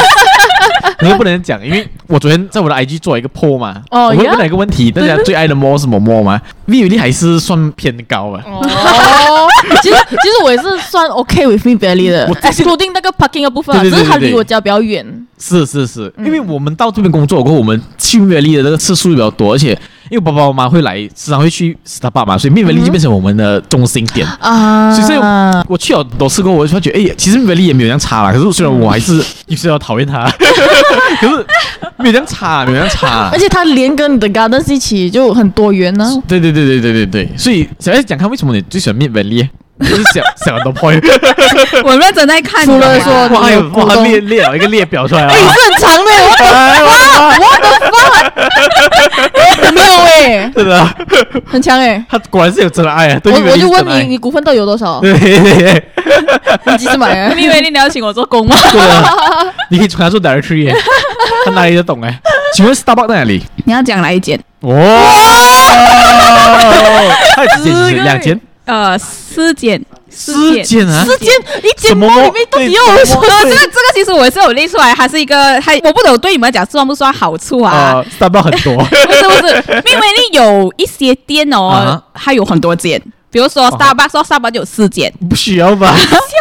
B: 你又不能讲，因为我昨天在我的 IG 做了一个 poll 嘛，
C: 哦
B: 我会
C: 呀
B: 问了一个问题，大家最爱的 mall 是什么 mall 吗 v i u 率还是算偏高啊。
C: 哦， 其实其实我也是算 OK with me belly 的
B: 我之前
C: ，excluding 那个 parking 的部分啊，
B: 对
C: 只
B: 对对
C: 是它
B: 对
C: 离
B: 对
C: 我家比较远。
B: 是是是，
C: 嗯
B: 因为我们到这边工作过后，我们去 m i v a l 的那个次数比较多，而且因为爸爸妈妈会来，时常会去 Starbucks 嘛，所以 m i v a l 就变成我们的中心点。
C: 嗯啊，
B: 所以所以我去了多次过后，我就发觉，哎、其实 v a l 也没有这样差啦。可是虽然我还是有时候讨厌他， 可是没有这样差，没有这样差
C: 而。且它连跟你的 gardens 一起就很多元啊呢。
B: 对对对对对对对，所以小 S 讲看为什么你最喜欢 Mid Valley，就是想想很多 point，
A: 我认真在看你啊
C: 除
A: 懂吗。
C: 了说
B: 哇
C: 你有股
B: 哇
C: 东
B: 列列了一个列表出来啊哎
C: 哎，，是 很长的，我的没有哎，
B: 真的啊，
C: 很强哎。
B: 他果然是有真爱啊，对
C: 我
B: Mid
C: 我
B: Valley
C: 就是问
B: 真
C: 你，
B: 爱。
C: 你股份到底有多少？
B: 对对对对，
C: 你几时买 啊？
A: 蜜维利你要请我做工吗？
B: 对的，你可以从他做 directory，耶他哪里都懂哎。请问 Starbucks 在哪里？
A: 你要讲哪一间？
B: 哇，他有几间？两间，
A: 呃，四间，
B: 四间啊，
C: 四间一
B: 什
C: 间
B: 么
C: 猫里面到底要有
B: 什
C: 什
B: 么
C: 么？
A: 呃，这个这个其实我也是有列出来，它是一个，它我不懂对你们讲算不算好处啊
B: 呃？，Starbucks 很多，
A: 不是不是，因为你有一些店
B: 啊
A: 哦，它有很多间，比如说
B: 哦
A: Starbucks，说 Starbucks 有四间，
B: 不需要 吧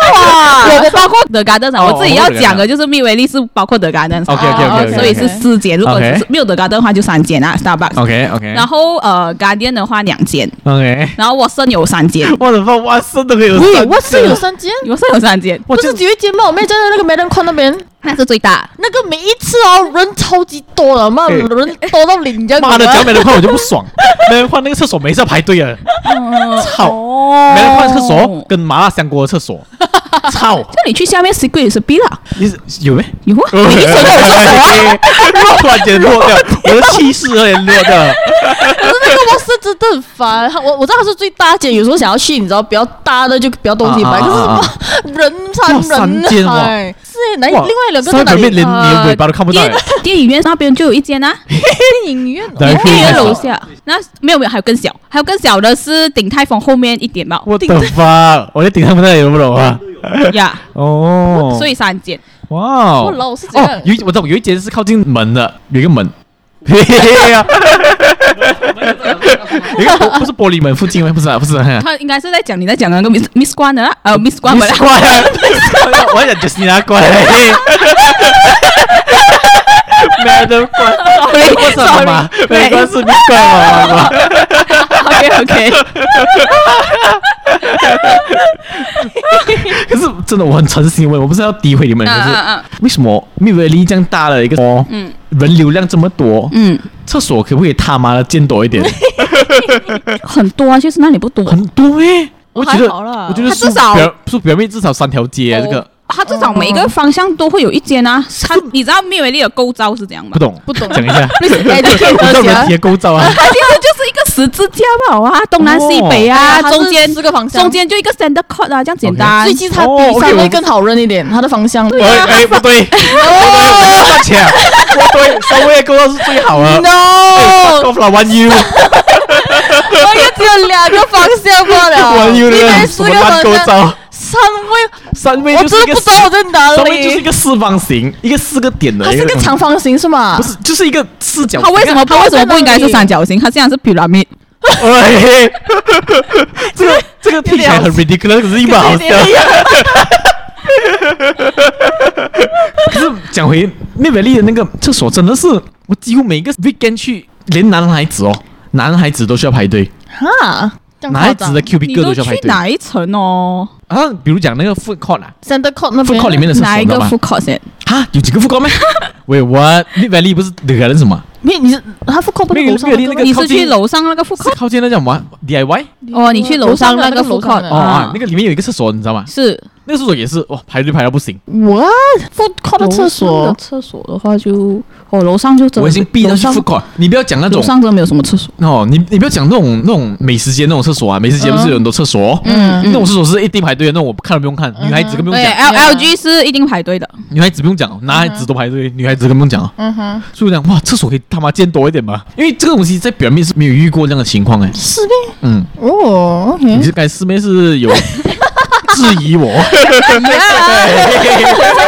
A: 哇，
C: 啊
A: 我我包括 The Garden，
B: 哦
A: 我自己要讲的就是蜜维利是包括 The Garden，
B: ？OK，OK，OK，OK，OK
A: 所以是四间，如果
B: OK
A: 是没有 The Garden 的话就三间啊，Starbucks。
B: ？OK OK
A: 然后呃，Garden 的话两间，
B: OK，
A: 然后 Watson 有三间
B: 我的妈，哇塞，都可以有
C: 喂，
B: 三
C: 我是
B: 个
C: 有三间，
A: ，Watson 有三间，
B: 哇
C: 不
B: 这
C: 是只有一间吗？我妹站在那个 Madam Con 那边。
A: 那是最大。
C: 那个每一次哦，人超级多的，妈
B: 对
C: 人多到领这样子。
B: 哎
C: 啊
B: 妈的，讲美人换我就不爽， 美人换那个厕所每次要排队啊，操！
A: 哦
B: 美人换厕所跟麻辣香锅的厕所，操！
A: 那你去下面 Secret 也是 B 了，
B: 你是有没？
A: 有 啊，你一手都有厕所啊。
B: 突然间落掉，我的气势有点落掉了。
C: 可是那个卧室真的很烦。他我我知道他是最大间，有时候想要去，你知道比较大的就比较东西摆，
B: 啊
C: 可是
B: 啊
C: 哇，人
B: 哇
C: 山
B: 三
C: 人
B: 间哇
C: 海，是那哎另
B: 哇
C: 外两个在
B: 三表
C: 哪里
B: 面？连
C: 呃
B: 你尾巴都看不到欸
A: 电。 电影院那边就有一间啊，
C: 电影院哦
B: 来
A: 电
B: 去
A: 影
B: 一
A: 院
B: 下
A: 楼下。那没有没有，还有更小，还有更小的是鼎泰丰后面一点吧。
B: 我的妈！我在顶他们那里，懂不懂啊？
A: 呀，
B: 哦，
A: 所以三间。
B: 哇哦，
C: 我老是这样
B: 哦，有一我懂，有一间是靠近门的，有一个门， 嘿嘿嘿啊，有一个玻不是玻璃门附近吗？不是啊，不是啊。
A: 他应该是在讲你在讲那个 Miss Miss 关的啦，呃 Miss 关本来。
B: 怪啊，我想 Justina 怪，Madam 怪，没关是妈妈，没关是你怪妈妈。
A: OK OK，
B: 可是真的，我很诚心问，我不是要诋毁你们，可
A: 嗯
B: 是
A: 嗯
B: 为什么密维利这样大的一个哦，
A: 嗯
B: 人流量这么多，
A: 嗯
B: 厕所可不可以他妈的建多一点？
A: 嗯，很多啊，就是那里不多。
B: 很多诶，我觉得
C: 还好啦
B: 我觉得
A: 它
B: 是
A: 至少
C: 哦
B: 表是表妹至少三条街啊，这个哦
A: 它至少每一个方向都会有一间啊。它你知道密维利的构造是怎样吗
B: 不？懂
C: 不懂
B: 讲一下，
C: 哦不是哎这个
B: 我知道
C: 东西啊
B: 人体的构造啊。
A: 它其实就是一个十字架嘛，哇，东南西北啊，
C: 哎它是
A: 中间
C: 四个方向
A: 中间就一个 center court 啊，这样简单。
C: 所以其实它
B: 哦
C: 比
B: 哦 OK，
C: 三
B: 我
C: 位更好认一点，它的方向。 对啊
B: 哎哎，不对，我赚钱，啊不对，稍微的构造是最好啊。
C: ，no，
B: 够不了 one u
C: 我也只有两个方向罢了，
B: one
C: 里
B: u
C: 面
B: 的
C: 四
B: 什
C: 个
B: 么
C: 方
B: 烂构
C: 向，
B: 造？
C: 三位，
B: 三位
C: 我
B: 就是
C: 真
B: 一
C: 的
B: 个
C: 不
B: 四
C: 知道我在哪
B: 三位就是一
C: 里。
B: 个四方形，一个四个点的
C: 它
B: 一
C: 是
B: 个
C: 个
B: 东西，
C: 长方形是吗？
B: 不是就是一个四角。
A: 它为什么它为什么不应该是三角形？它现在是 pyramid。
B: 哎，这个这个听起来很 ridiculous，可是一般好笑。可是讲回内美丽的那个厕所，真的是我几乎每个 weekend 去，连男孩子哦，男孩子都需要排队，
C: 哈，这样
B: 男孩子
C: 夸张
B: 的 cubicle
A: 你
B: 都
A: 都
B: 需要排
A: 去
B: 队啊。
A: 哪一层哦？
B: 比如讲那个 food court 啊
C: Center Court 那
B: ，food
C: 边
B: court 里面的厕所
A: 哪一
B: 你知
A: 个
B: 道吗
A: food court 先？
B: 啊，有几个 food court 咩？喂，我内美丽不是那个人什么？
C: 没有你是他 food court 不是
B: 没有
C: 楼上
B: 没有
C: 那个
B: 那个
A: 你
B: 靠
A: 是去
B: 近
A: 楼上那个复
B: 是
A: 刻
B: 靠近那叫什么啊 DIY
A: 哦，你去楼上那个哦
C: 楼
A: 复
C: 上
A: 刻
C: 的那个楼上的
B: 哦啊，那个里面有一个厕所，你知道吗？
A: 是
B: 那个厕所也是哇，排队排到不行，
C: 我 food court 的厕
A: 楼上的
C: 所，
A: 厕所的话就哦，楼上就真的
B: 我已经逼到
A: 楼
B: 去
A: 上
B: food court。你不要讲那种
A: 楼上真的没有什么厕所，
B: 哦，你你不要讲那种那种美食街那种厕所啊，美食街不是有很多厕所哦？
A: 嗯
B: 那种厕所是一定排队的，那种我看都不用看，女孩子更不用
A: 对
B: 讲，
A: L L G 是一定排队 的，
B: 女孩子不用
A: 嗯
B: 讲，男孩子都排队，女孩子更不用讲哦。
C: 嗯哼，
B: 所以我讲哇，厕所可以他妈建多一点吧，因为这个东西在表面是没有遇过这样的情况哎。
C: 是呗，
B: 嗯，
C: 哦
B: 你
A: 嗯
C: ，OK，
B: 这该师妹是 有质疑我，
A: 晚上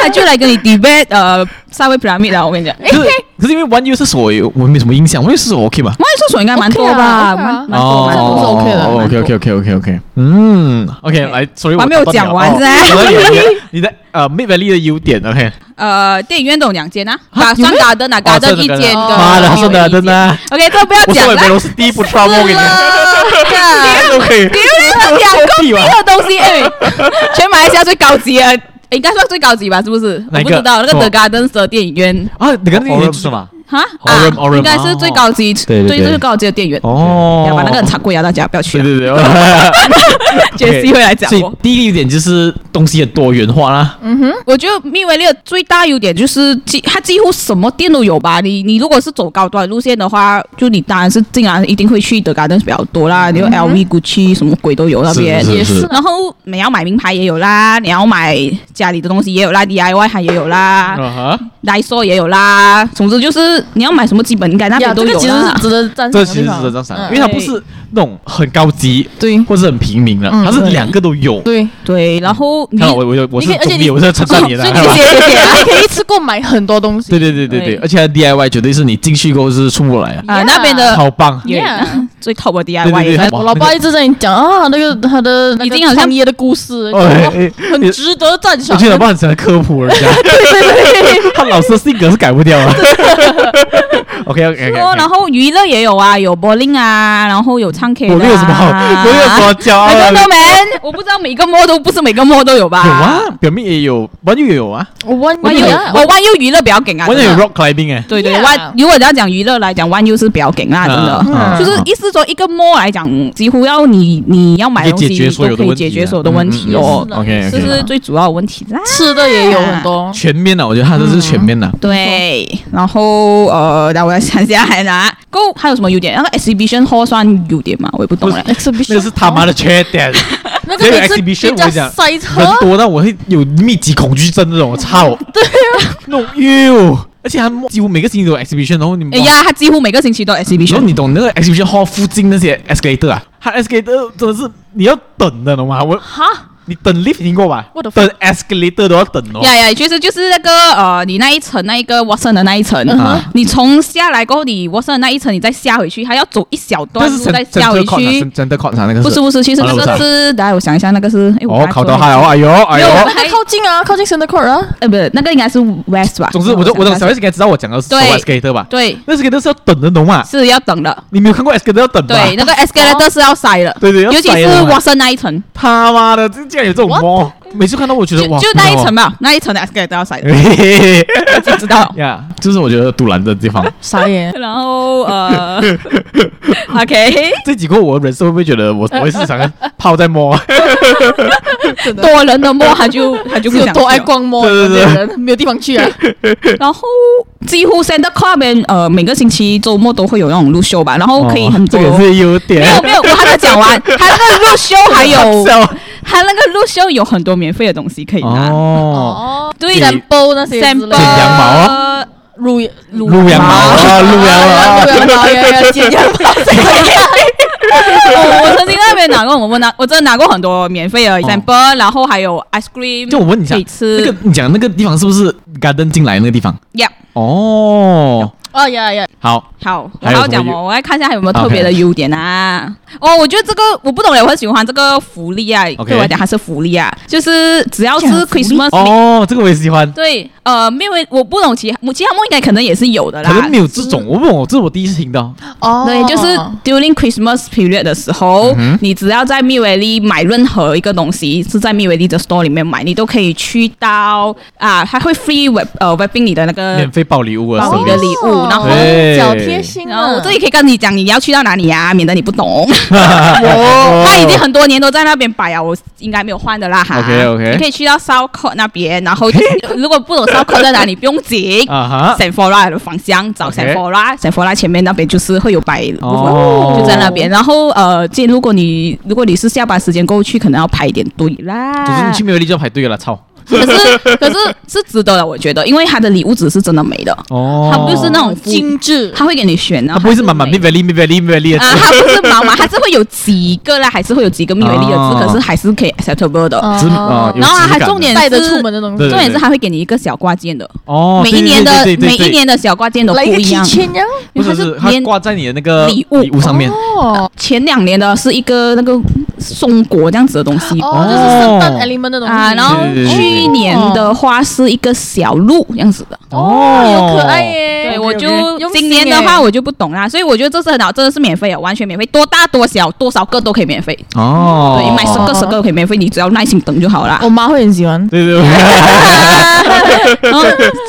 A: 他就来跟你 debate 呃三位 pyramid 啊，我跟你讲，哎，
B: 可是可是因为玩游厕所我有我没什么印象，玩游厕所我 OK 吧？
A: 外面厕所应该蛮多
C: OK 啊
A: 吧，
C: ，OK 啊
A: 蛮蛮多蛮多
C: 是 OK 的蛮
B: OK
C: 多
B: OK OK OK OK，嗯，OK，来，sorry，
A: 我还没有
B: 打断你了
A: 讲完
B: 哦
A: 噻
B: 可以可以你的呃 Mid Valley 的优点 OK，
A: 呃，电影院都有两间啊，打
B: 有
A: 算
B: 没有
A: 打灯啊，打灯一间
B: 哦妈的，真的真的，
A: OK，这不要
B: 我
A: 讲
B: 说
A: 了
B: 我。梅罗斯第一部 trouble 我给你，都可 以，
A: 因为他讲够
B: 屁吧
A: 低的东西，哎，全马来西亚最高级的，哎应该算最高级吧？是不是？我
B: 哪一
A: 不
B: 个哦
A: 知道那个
B: 什么
A: The Gardens 的电影院
B: 啊，你刚
E: 哦
B: 那个
E: 是？吗？
A: 哈啊
B: Orem- Orem，
A: 应该是最高级、
E: 对
A: 最
E: 对对
A: 最高级的电影院。
B: 哦
A: 不要把那个很常贵啊，大家不要去
B: 对
A: 啊。
B: 对对。
A: 杰西会来讲
B: 所以嗯
A: 我。
B: 第一个优点就是东西很多元化啦。
A: 我觉得密维利的最大优点就是几，它几乎什么店都有吧。你你如果是走高端路线的话，就你当然是竟然一定会去 The Gardens 比较多啦，你有 LV、GUCCI 什么鬼都有那边。
B: 嗯是
C: 也是
A: 然后你要买名牌也有啦，你要买家里的东西也有啦，DIY 还也有啦，
B: 啊哈，
A: 来说也有啦。总之就是你要买什么基本应该那
C: 呀，
A: 边
C: 这
A: 都
C: 个
A: 有
C: 其实
A: 啦
C: 是。值得赞赏
B: 这
C: 的
B: 其
C: 地
B: 实
C: 方，
B: 是张三，因
C: 嗯
B: 为它不是那种很高级
C: 对
B: 或是很平民的，
C: 嗯
B: 它是两个都有。
C: 对，
A: 对，然后你
B: 看到我我有我是
C: 你可以而且
B: 中立，
C: 你
B: 我是称赞你的。
C: 所以
B: 是吧
C: 你写写，你啊可以一次过买很多东西，
B: 哎对对对对对，
A: 对
B: 而且它 DIY 绝对是你进去过后是出不来啊，
A: 啊那边的
B: 超棒。
A: 也
C: Yeah
A: 最 top 的
B: 对
A: DIY
B: 对
A: 也
B: 对
A: 在，
B: 哇
C: 我老
B: 那
C: 爸
B: 个
C: 一直在讲啊，那个他的那
A: 已
C: 个
A: 经好像
C: 创业的故事，
B: 哎
C: 哦
B: 哎
C: 很值得赞
B: 我
C: 赏。
B: 觉得老爸很喜欢科普人家， 他老师的 性格是改不掉啊。OK OK
A: 哦，然
B: OK，
A: 后娱乐也有啊，有 bowling 啊，然后有唱 K 的、啊。哎
B: 我没有什么好， 我没有什么骄傲啊
A: 很
B: 的。
A: 多都没，我不知道每个 mall 都不是每个 mall 都有吧？
B: 有啊，表面也有，弯又有啊，
C: 我弯
A: 湾 U，我湾 U 娱乐比较劲啊，
B: 弯又有
A: 真的
B: rock climbing 哎。
A: 对对
C: Yeah
A: 湾如果你要讲娱乐来讲，湾 U 是比较劲啊，真的。
B: 啊
A: 就是意思说，一个 mall 来讲，几乎要你你要买
B: 可以
A: 东西
B: 解决所有
A: 都
B: 的
A: 可以
B: 问题啊，
A: 解决所有的问题哦，
B: 嗯嗯嗯 OK，
A: 这是最主要的问题啦。
C: 吃的也有很多，
B: 全面啊的，我觉得它这是全面啊的。
A: 对，然后呃，那我要想一下还哪够还有什么优点？那个 exhibition hall 算优点吗？我也不懂嘞。
B: 那个是他妈的缺点，
C: 那
B: 这
C: 个
B: 个
C: 每
B: exhibition
C: 次人家
B: 我讲
C: 塞
B: 人
C: 车，
B: 多到我会有密集恐惧症那种，我操！ 对啊，那种哟，而且它几乎每个星期都有 exhibition，然后你们
A: 哎呀，他几乎每个星期都有
B: 然后
A: exhibition。
B: 你懂那个 exhibition hall 附近那些 escalator 啊，它 escalator 真的是你要等的，懂吗？我
C: 哈，
B: 你等 lift 听过吧
C: What the？
B: 等 escalator 都要等哦。
A: 呀呀，其实就是那个呃，你那一层那一个 Watson 的那一层
B: 哼，
A: 你从下来过后，你 Watson 的那一层，你再下回去，还要走一小段
B: 但是
A: 路再
B: cen-
A: 下回
B: center
A: 去
B: court。center court 啊那个
A: 不是不是，其实
B: 哦
A: 那
B: 那
A: 个
B: 不
A: 是，大家我想一下，那个是哎我
B: 哦
A: 刚，才
B: 考到
A: 说
B: 他哦，哎呦哎
A: 没有我
B: 呦
A: 们。
C: 那靠近啊，靠近 Center Court 啊，
A: 呃，不是，那个应该是 West 吧？
B: 总之，我就我的
A: 想
B: 小 S 应该知道我讲的是什
A: 对
B: 么 skater 吧？
A: 对，
B: 那 skater 是要等的，懂吗？
A: 是要等的。
B: 你没有看过 skater 要等吧？
A: 对，那个 escalator 是要塞的，
B: 对对要
A: 尤其
B: 塞
A: 是
B: 的嘛
A: Watson 那一层，
B: 他妈的，这竟然有这种猫！每次看到我觉
A: 就
B: 得哇，
A: 就那一层
B: 吧。
A: 吧，那一层的 escalator 要塞的，
B: 嘿嘿嘿
A: 我就知道 了。
B: 呀，这是我觉得堵拦的地方。
C: 傻眼。
A: 然后呃，OK，
B: 这几个我人生会不会觉得我我会时常泡在摸？
A: 多人的摸他 就他就
C: 只
A: 不
C: 有
A: 想
C: 多爱
A: 去了。啊
C: 逛 mall
B: 对对对
C: 的人，没有地方去啊。
A: 然后几乎 Santa Club 边呃每个星期周末都会有那种路秀吧，然后可以很
B: 哦这
A: 多。
B: 个是优点
A: 没。 有没有，我还没有讲完，他那个路秀还有
B: 笑
A: 他那个路秀有很多免费的东西可以拿，
B: 哦，
C: 哦，
A: 对
B: 给
A: 的
C: 包那些之类的
A: ，sample
B: 剪羊毛
A: 啊。
C: 乳
B: 撸羊毛啊，撸羊毛
C: 啊，
B: 啊
C: 乳，羊毛呀呀，剪羊毛。
A: 啊我我曾经在那边拿过，我拿我真的拿过很多免费的 sample，、然后还有 ice cream，
B: 哦就我问你一下
A: 可以，吃。
B: 那个你讲那个地方是不是 garden 进来那个地方？
A: Yeah，
B: 哦，
C: 哦呀呀，
B: 好，
A: 好，我还
B: 还有
A: 要
B: 什么
A: 讲
B: 优
A: 哦，我来看一下还有没有特别的优点啊。哦，我觉得这个我不懂嘞，我很喜欢这个福利啊
B: OK
A: 对我来讲它是福利啊，就是只要是
C: 讲福
B: 哦
C: 利
A: Christmas，、
B: 哦，这个我也喜欢。
A: 对，呃，因为我不懂其他，其他梦应该可能也是有的啦，
B: 可能没有这种，我不懂，我这是我第一次听到。
C: 哦
A: 对，就是 during Christmas period 的时候，
B: 嗯
A: 你只要在密维利买任何一个东西，是在密维利的 store 里面买，你都可以去到啊，它会 free web 呃 webing 你的那个
B: 免费抱礼物啊
A: 包
B: 什
A: 你
B: 么
A: 的
B: 的，
A: 礼 物，然后
B: 对
C: 脚贴心
A: 然后
C: 啊，
A: 我这里可以跟你讲，你要去到哪里呀、免得你不懂。
B: 哦
A: 他已经很多年都在那边摆啊，我应该没有换的啦哈。
B: OK，OK
A: 你可以去到 South Court 那边，然后如果不懂 South Court 在哪里，不用紧。
B: 啊哈，
A: Sephora 的方向找
B: OK
A: Sephora，Sephora 前面那边就是会有摆部分
B: 哦
A: 就在那边。然后呃，这如果你如果你是下班时间过去，可能要排一点队
B: 总之
A: 啦
B: 你去。没有力就要排队了啦，操！
A: 可是可是是值得的，我觉得，因为它的礼物纸是真的美的，
B: 哦
A: 它不是那种复
C: 精，致，
A: 它会给你选啊，
B: 它不会是满满
A: 美
B: 密维利密维利密维利的
A: 啊，它不是毛毛，它是会有几个啦，还是会有几个密维利的字，
B: 哦
A: 可是还是可以 acceptable 的。
C: 哦
B: 质啊，有
A: 然后啊
B: 质
A: 还
B: 感
A: 重点
C: 带着出门的东
B: 对
C: 西
A: 重，点是还会给你一个小挂件的，
B: 哦，
A: 每一年的
B: 对对
A: 每
B: 对对对对
A: 一年的小挂件都不
C: 来一个
A: 一
C: 提
A: 样。
C: 前呀，
B: 不
A: 因为
B: 是
A: 它
B: 是
A: 是
B: 它
A: 连
B: 挂在你的那个
A: 礼物
B: 礼物上面，
C: 哦
A: 前两年的是一个那个松果这样子的东西。
C: 哦，就是圣诞 element 的东西
A: 啊，然后
B: 对对对对
A: 去年的话是一个小鹿这样子的，
C: 哦，有可爱耶，
A: 对
B: OK，OK
A: 我就
C: 用心
A: 今年的话
C: 欸
A: 我就不懂啦，所以我觉得这是很好，真的是免费啊，完全免费，多大多小多少个都可以免费，
B: 哦，
A: 对，买十个十个都可以免费，你只要耐心等就好啦
C: 我。妈会很喜欢。
B: 对对对，
A: 然后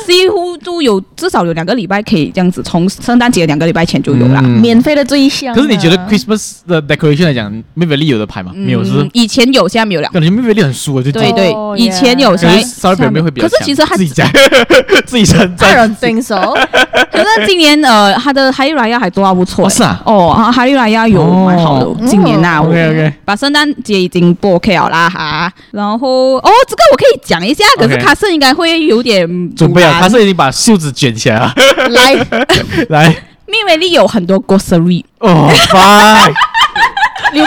A: 几乎就有至少有两个礼拜可以这样子，从圣诞节两个礼拜前就有啦。
B: 嗯
C: 免费的最香啊。
B: 可是你觉得 Christmas 的 decoration 来讲，密维利有的排吗？没有，是不是
A: 嗯以前有，现在没有了。
B: 感觉密维利很输啊，就
A: 对对
C: 哦，
A: 以前有，现
B: 感觉
A: 在
B: 稍微表妹会比较
A: 可是
B: 强。
A: 其实他
B: 自己家自己成长
C: I，don't think so。
A: 可是今年呃，他的哈利拉亚还做到不错、
B: 哦是啊
A: 哦，啊哈利拉亚有
B: 哦
A: 蛮好的，今年呐、啊，我
B: OK，OK
A: 把圣诞节已经不 OK 了啦哈。然后哦，这个我可以讲一下，可是
B: OK
A: 卡森应该会有点
B: 准备啊，
A: 突
B: 他
A: 然
B: 是已经把袖子卷起来了，
C: 来，
B: 来，
A: 因为里有很多 grocery，
B: 哦，拜，
C: 你会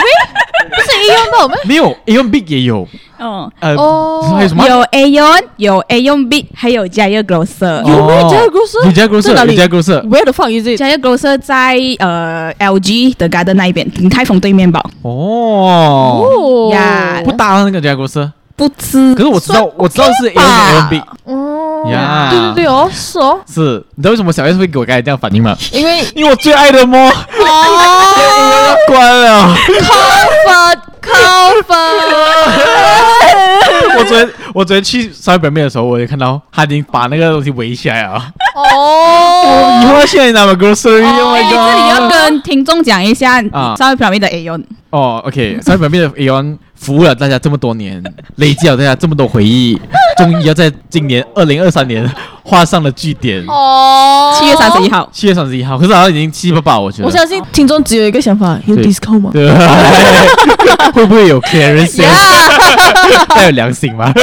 C: 不是一样的我们
B: 没有 A M B 也有，
A: 嗯，
B: 呃，
C: 哦
B: 还有什么？
A: 有 A o n 有 A o n B，还有 Jaya Grocer。
B: 哦
C: 有没有加公司？
B: 有加公司
C: 在哪里
B: 有加公司
C: Where the fuck is it？
A: Jaya Grocer 在呃 LG 的 Garden 那一边，鼎泰丰对面吧？
B: 哦，
C: 哦
A: 呀
B: 不搭那个加公司，
A: 不知，
B: 可是我知道，我知道是 A
A: 吧
B: M B，
C: 哦
B: 呀
C: 对对对哦，是哦，
B: 是，你知道为什么小 S 会给我刚才这样反应吗？
C: 因为
B: 因为我最爱的 猫
C: 哦
B: 关了。
C: ，comfort comfort，
B: 我昨天我昨天去三表妹的时候，我就看到他已经把那个东西围起来了。
C: 哦，
B: 以后要去哪里拿 grocery？Oh
A: 哎
B: Oh my
A: 这里要
B: god！
A: 跟听众讲一下，
B: 啊
A: 稍微表面的 A o n
B: 哦，OK，三表妹的 Aon 服务了大家这么多年，累积了大家这么多回忆，终于要在今年二零二三年画上了句点。
C: 哦，
A: 七月三十一。号。
B: 七月三十一号，可是好像已经七七八八，我觉得。
C: 我相信听众只有一个想法，有
B: 对
C: discount 吗？
B: 对， 会不会有 clearance？sale？带有
C: 아,
B: 良心吗？ 我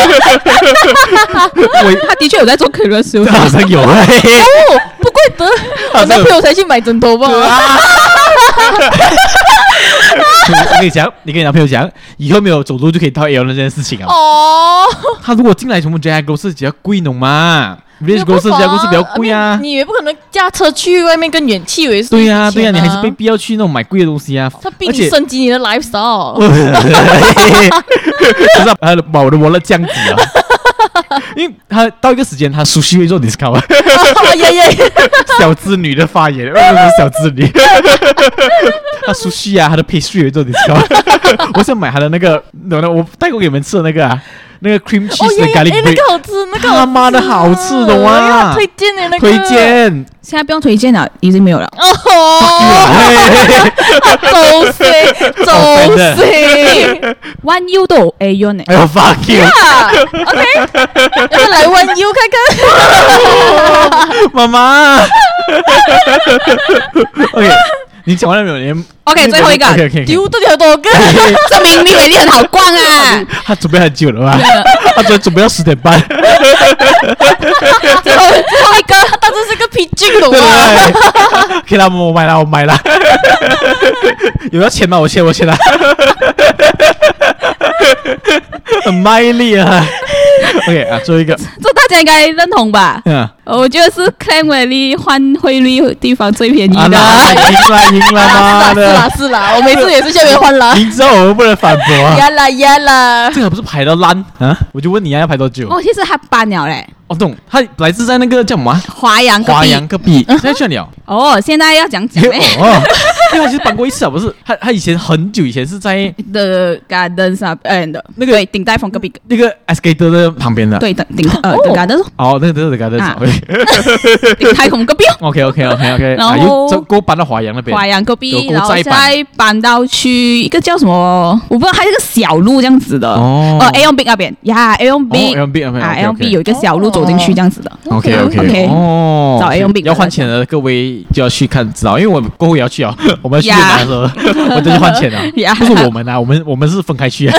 A: 他的确有在做 career
B: 这好
A: sales，
B: 像有哎、
C: 哦，不怪得我男朋友才去买枕头吧。
B: 네.我跟你讲，你跟你男朋友讲，以后没有走路就可以到 L 那件事情啊。
C: 哦，
B: 他如果进来全部 JI 公司比较贵侬嘛，Village 公司 JI 公司比较贵啊。
C: 你也不可能驾车去外面跟远气为是
B: 对呀、对呀、你还是被
C: 被
B: 逼要去那种买贵的东西啊。
C: 他逼
B: 而
C: 你
B: 且，
C: 升级你的 lifestyle。
B: 就是要把把我的 wallet 降级啊。因为他到一个时间，他熟悉会做 discount，啊
C: 耶耶，
B: 小资女的发言，为什么是小资女？ 他熟悉啊，他的 pastry 会做 discount。我 想买他的那个，我那我带过给你们吃的那个啊，那个 cream
C: 哦
B: cheese 的
C: 耶耶，
B: garlic
C: 哎，那
B: bread
C: 个。好吃，那个
B: 他妈的好吃的哇！
C: 推荐你那个
B: 推荐，
A: 现在不用推荐了，已经没有了。
C: 哦，
B: 哎
C: 周
B: 哦
C: 岁周岁
A: One 欸 U 都有 A o n 呢
B: 哎，呦 fuck you，
A: 啊
C: ，OK，要不来问 U 看看，
B: 妈妈。OK，你讲完了没有？你
A: OK，最后一个
B: OK OK，
C: U 到底有多个？
A: 证明你美丽很好逛啊！
B: 他准备很久了吧？他准准备到十点半，
C: 最后最后一个，他当时是个 P G 懂
B: 对
C: 吗？
B: 不对？可以啦，我买了，我买了。有要钱吗？我签，我签了。很卖力啊！ OK 啊，最后一个，
A: 这大家应该认同吧？
B: 嗯，
A: 我觉得是 Clan Valley 换汇率地方最便宜
B: 啊
A: 的。
B: 那赢了，赢了，妈
C: 是啦
B: 的，
C: 是啦，我每次也是下面换 啦，
B: 赢之后我们不能反驳啊。
C: 呀啦呀啦，
B: 这个不是排到烂啊？我就问你啊，要排多久？
A: 哦，其实他搬了嘞，
B: 哦，懂，他来自在那个叫什么啊？
A: 华阳隔
B: 华
A: 壁。
B: 阳隔壁，现在去了。
A: 哦，现在要讲讲 嘞。
B: 哦，因为他其实搬过一次啊，不是？他他以前很久以前是在
A: The Gardens 啊，呃，
B: 那个
A: 对顶戴峰隔壁，
B: 那个 S K 的旁边的。
A: 对顶顶呃
C: 哦
A: The Gardens
B: 哦，那个那个那个
A: 啊
B: 那个。
A: 顶戴峰隔壁哦
B: OK OK OK OK，
A: 然后
B: 就过搬到华阳那边。
A: 华阳隔
B: 有
A: 壁，
B: 国
A: 然后
B: 债版
A: 再搬到去一个叫什么，我不知道，它是个小路这样子的。
B: 哦
A: 呃 A on B 那边呀，A on
B: 哦
A: B
B: ，A on B，OK，OK，OK
A: 啊，A on B 有一个小路走进去这样子的。
B: OK OK
A: OK
B: 哦，
A: 找 A 用饼
B: 要换钱的各位就要去看指导，因为我过后也要去 啊，我们要去越南了，我再去换钱了，
A: Yeah
B: 不是我们啊，我们我们是分 开去啊，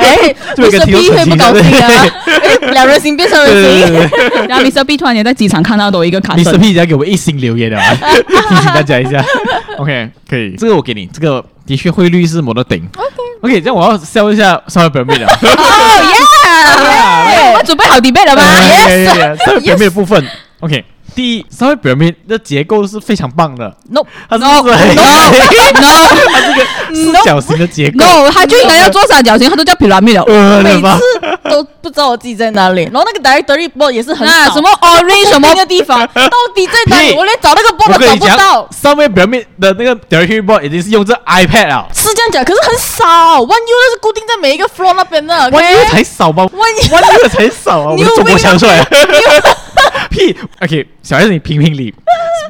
C: 哎，
B: 这个
C: 不是
B: 挺有
C: B 会不高兴啊，哎两人行变成人
B: 对对
C: 形。
B: 对对
A: 然后 Mr. B 突然间在机场看到多一个卡
B: ，Mr.
A: 森，
B: P 要给我一星留言 的啊，提醒大家一下，OK 可以，这个我给你，这个的确汇率是没得顶，OK OK，这样我要 sell 一下啊稍微表面了，
A: 哦
C: 哦
A: 哎我准 备好 debate 了吗？
B: 稍微表面的部分，OK，第一稍微表面的结构是非常棒的，
C: No
B: 它是很
A: No
B: 四角形的结构。
A: No，他就应该要做三角形，他都叫 pyramid 了。
B: 呃，
C: 每
B: 对吧？
C: 次都不知道我自己在哪里，然后那个 directory board 也是很
A: 那
C: 少
A: 什么 orange 什么
C: 那个 地方，到底在哪里？
B: 屁
C: 我连找那个 board
B: 我
C: 都
B: 跟
C: 找
B: 你
C: 不
B: 讲
C: 到，。
B: 上面表面的那个 directory board 已经是用这 iPad 了，
C: 是这样讲，可是很少，One U 都是固定在每一个 floor 那边的。
B: 弯月才少吧？
C: One U
B: 弯月才少啊！我
C: 哎你有
B: 们中国
C: 病
B: 想出来， 屁！OK，小孩子你评评理，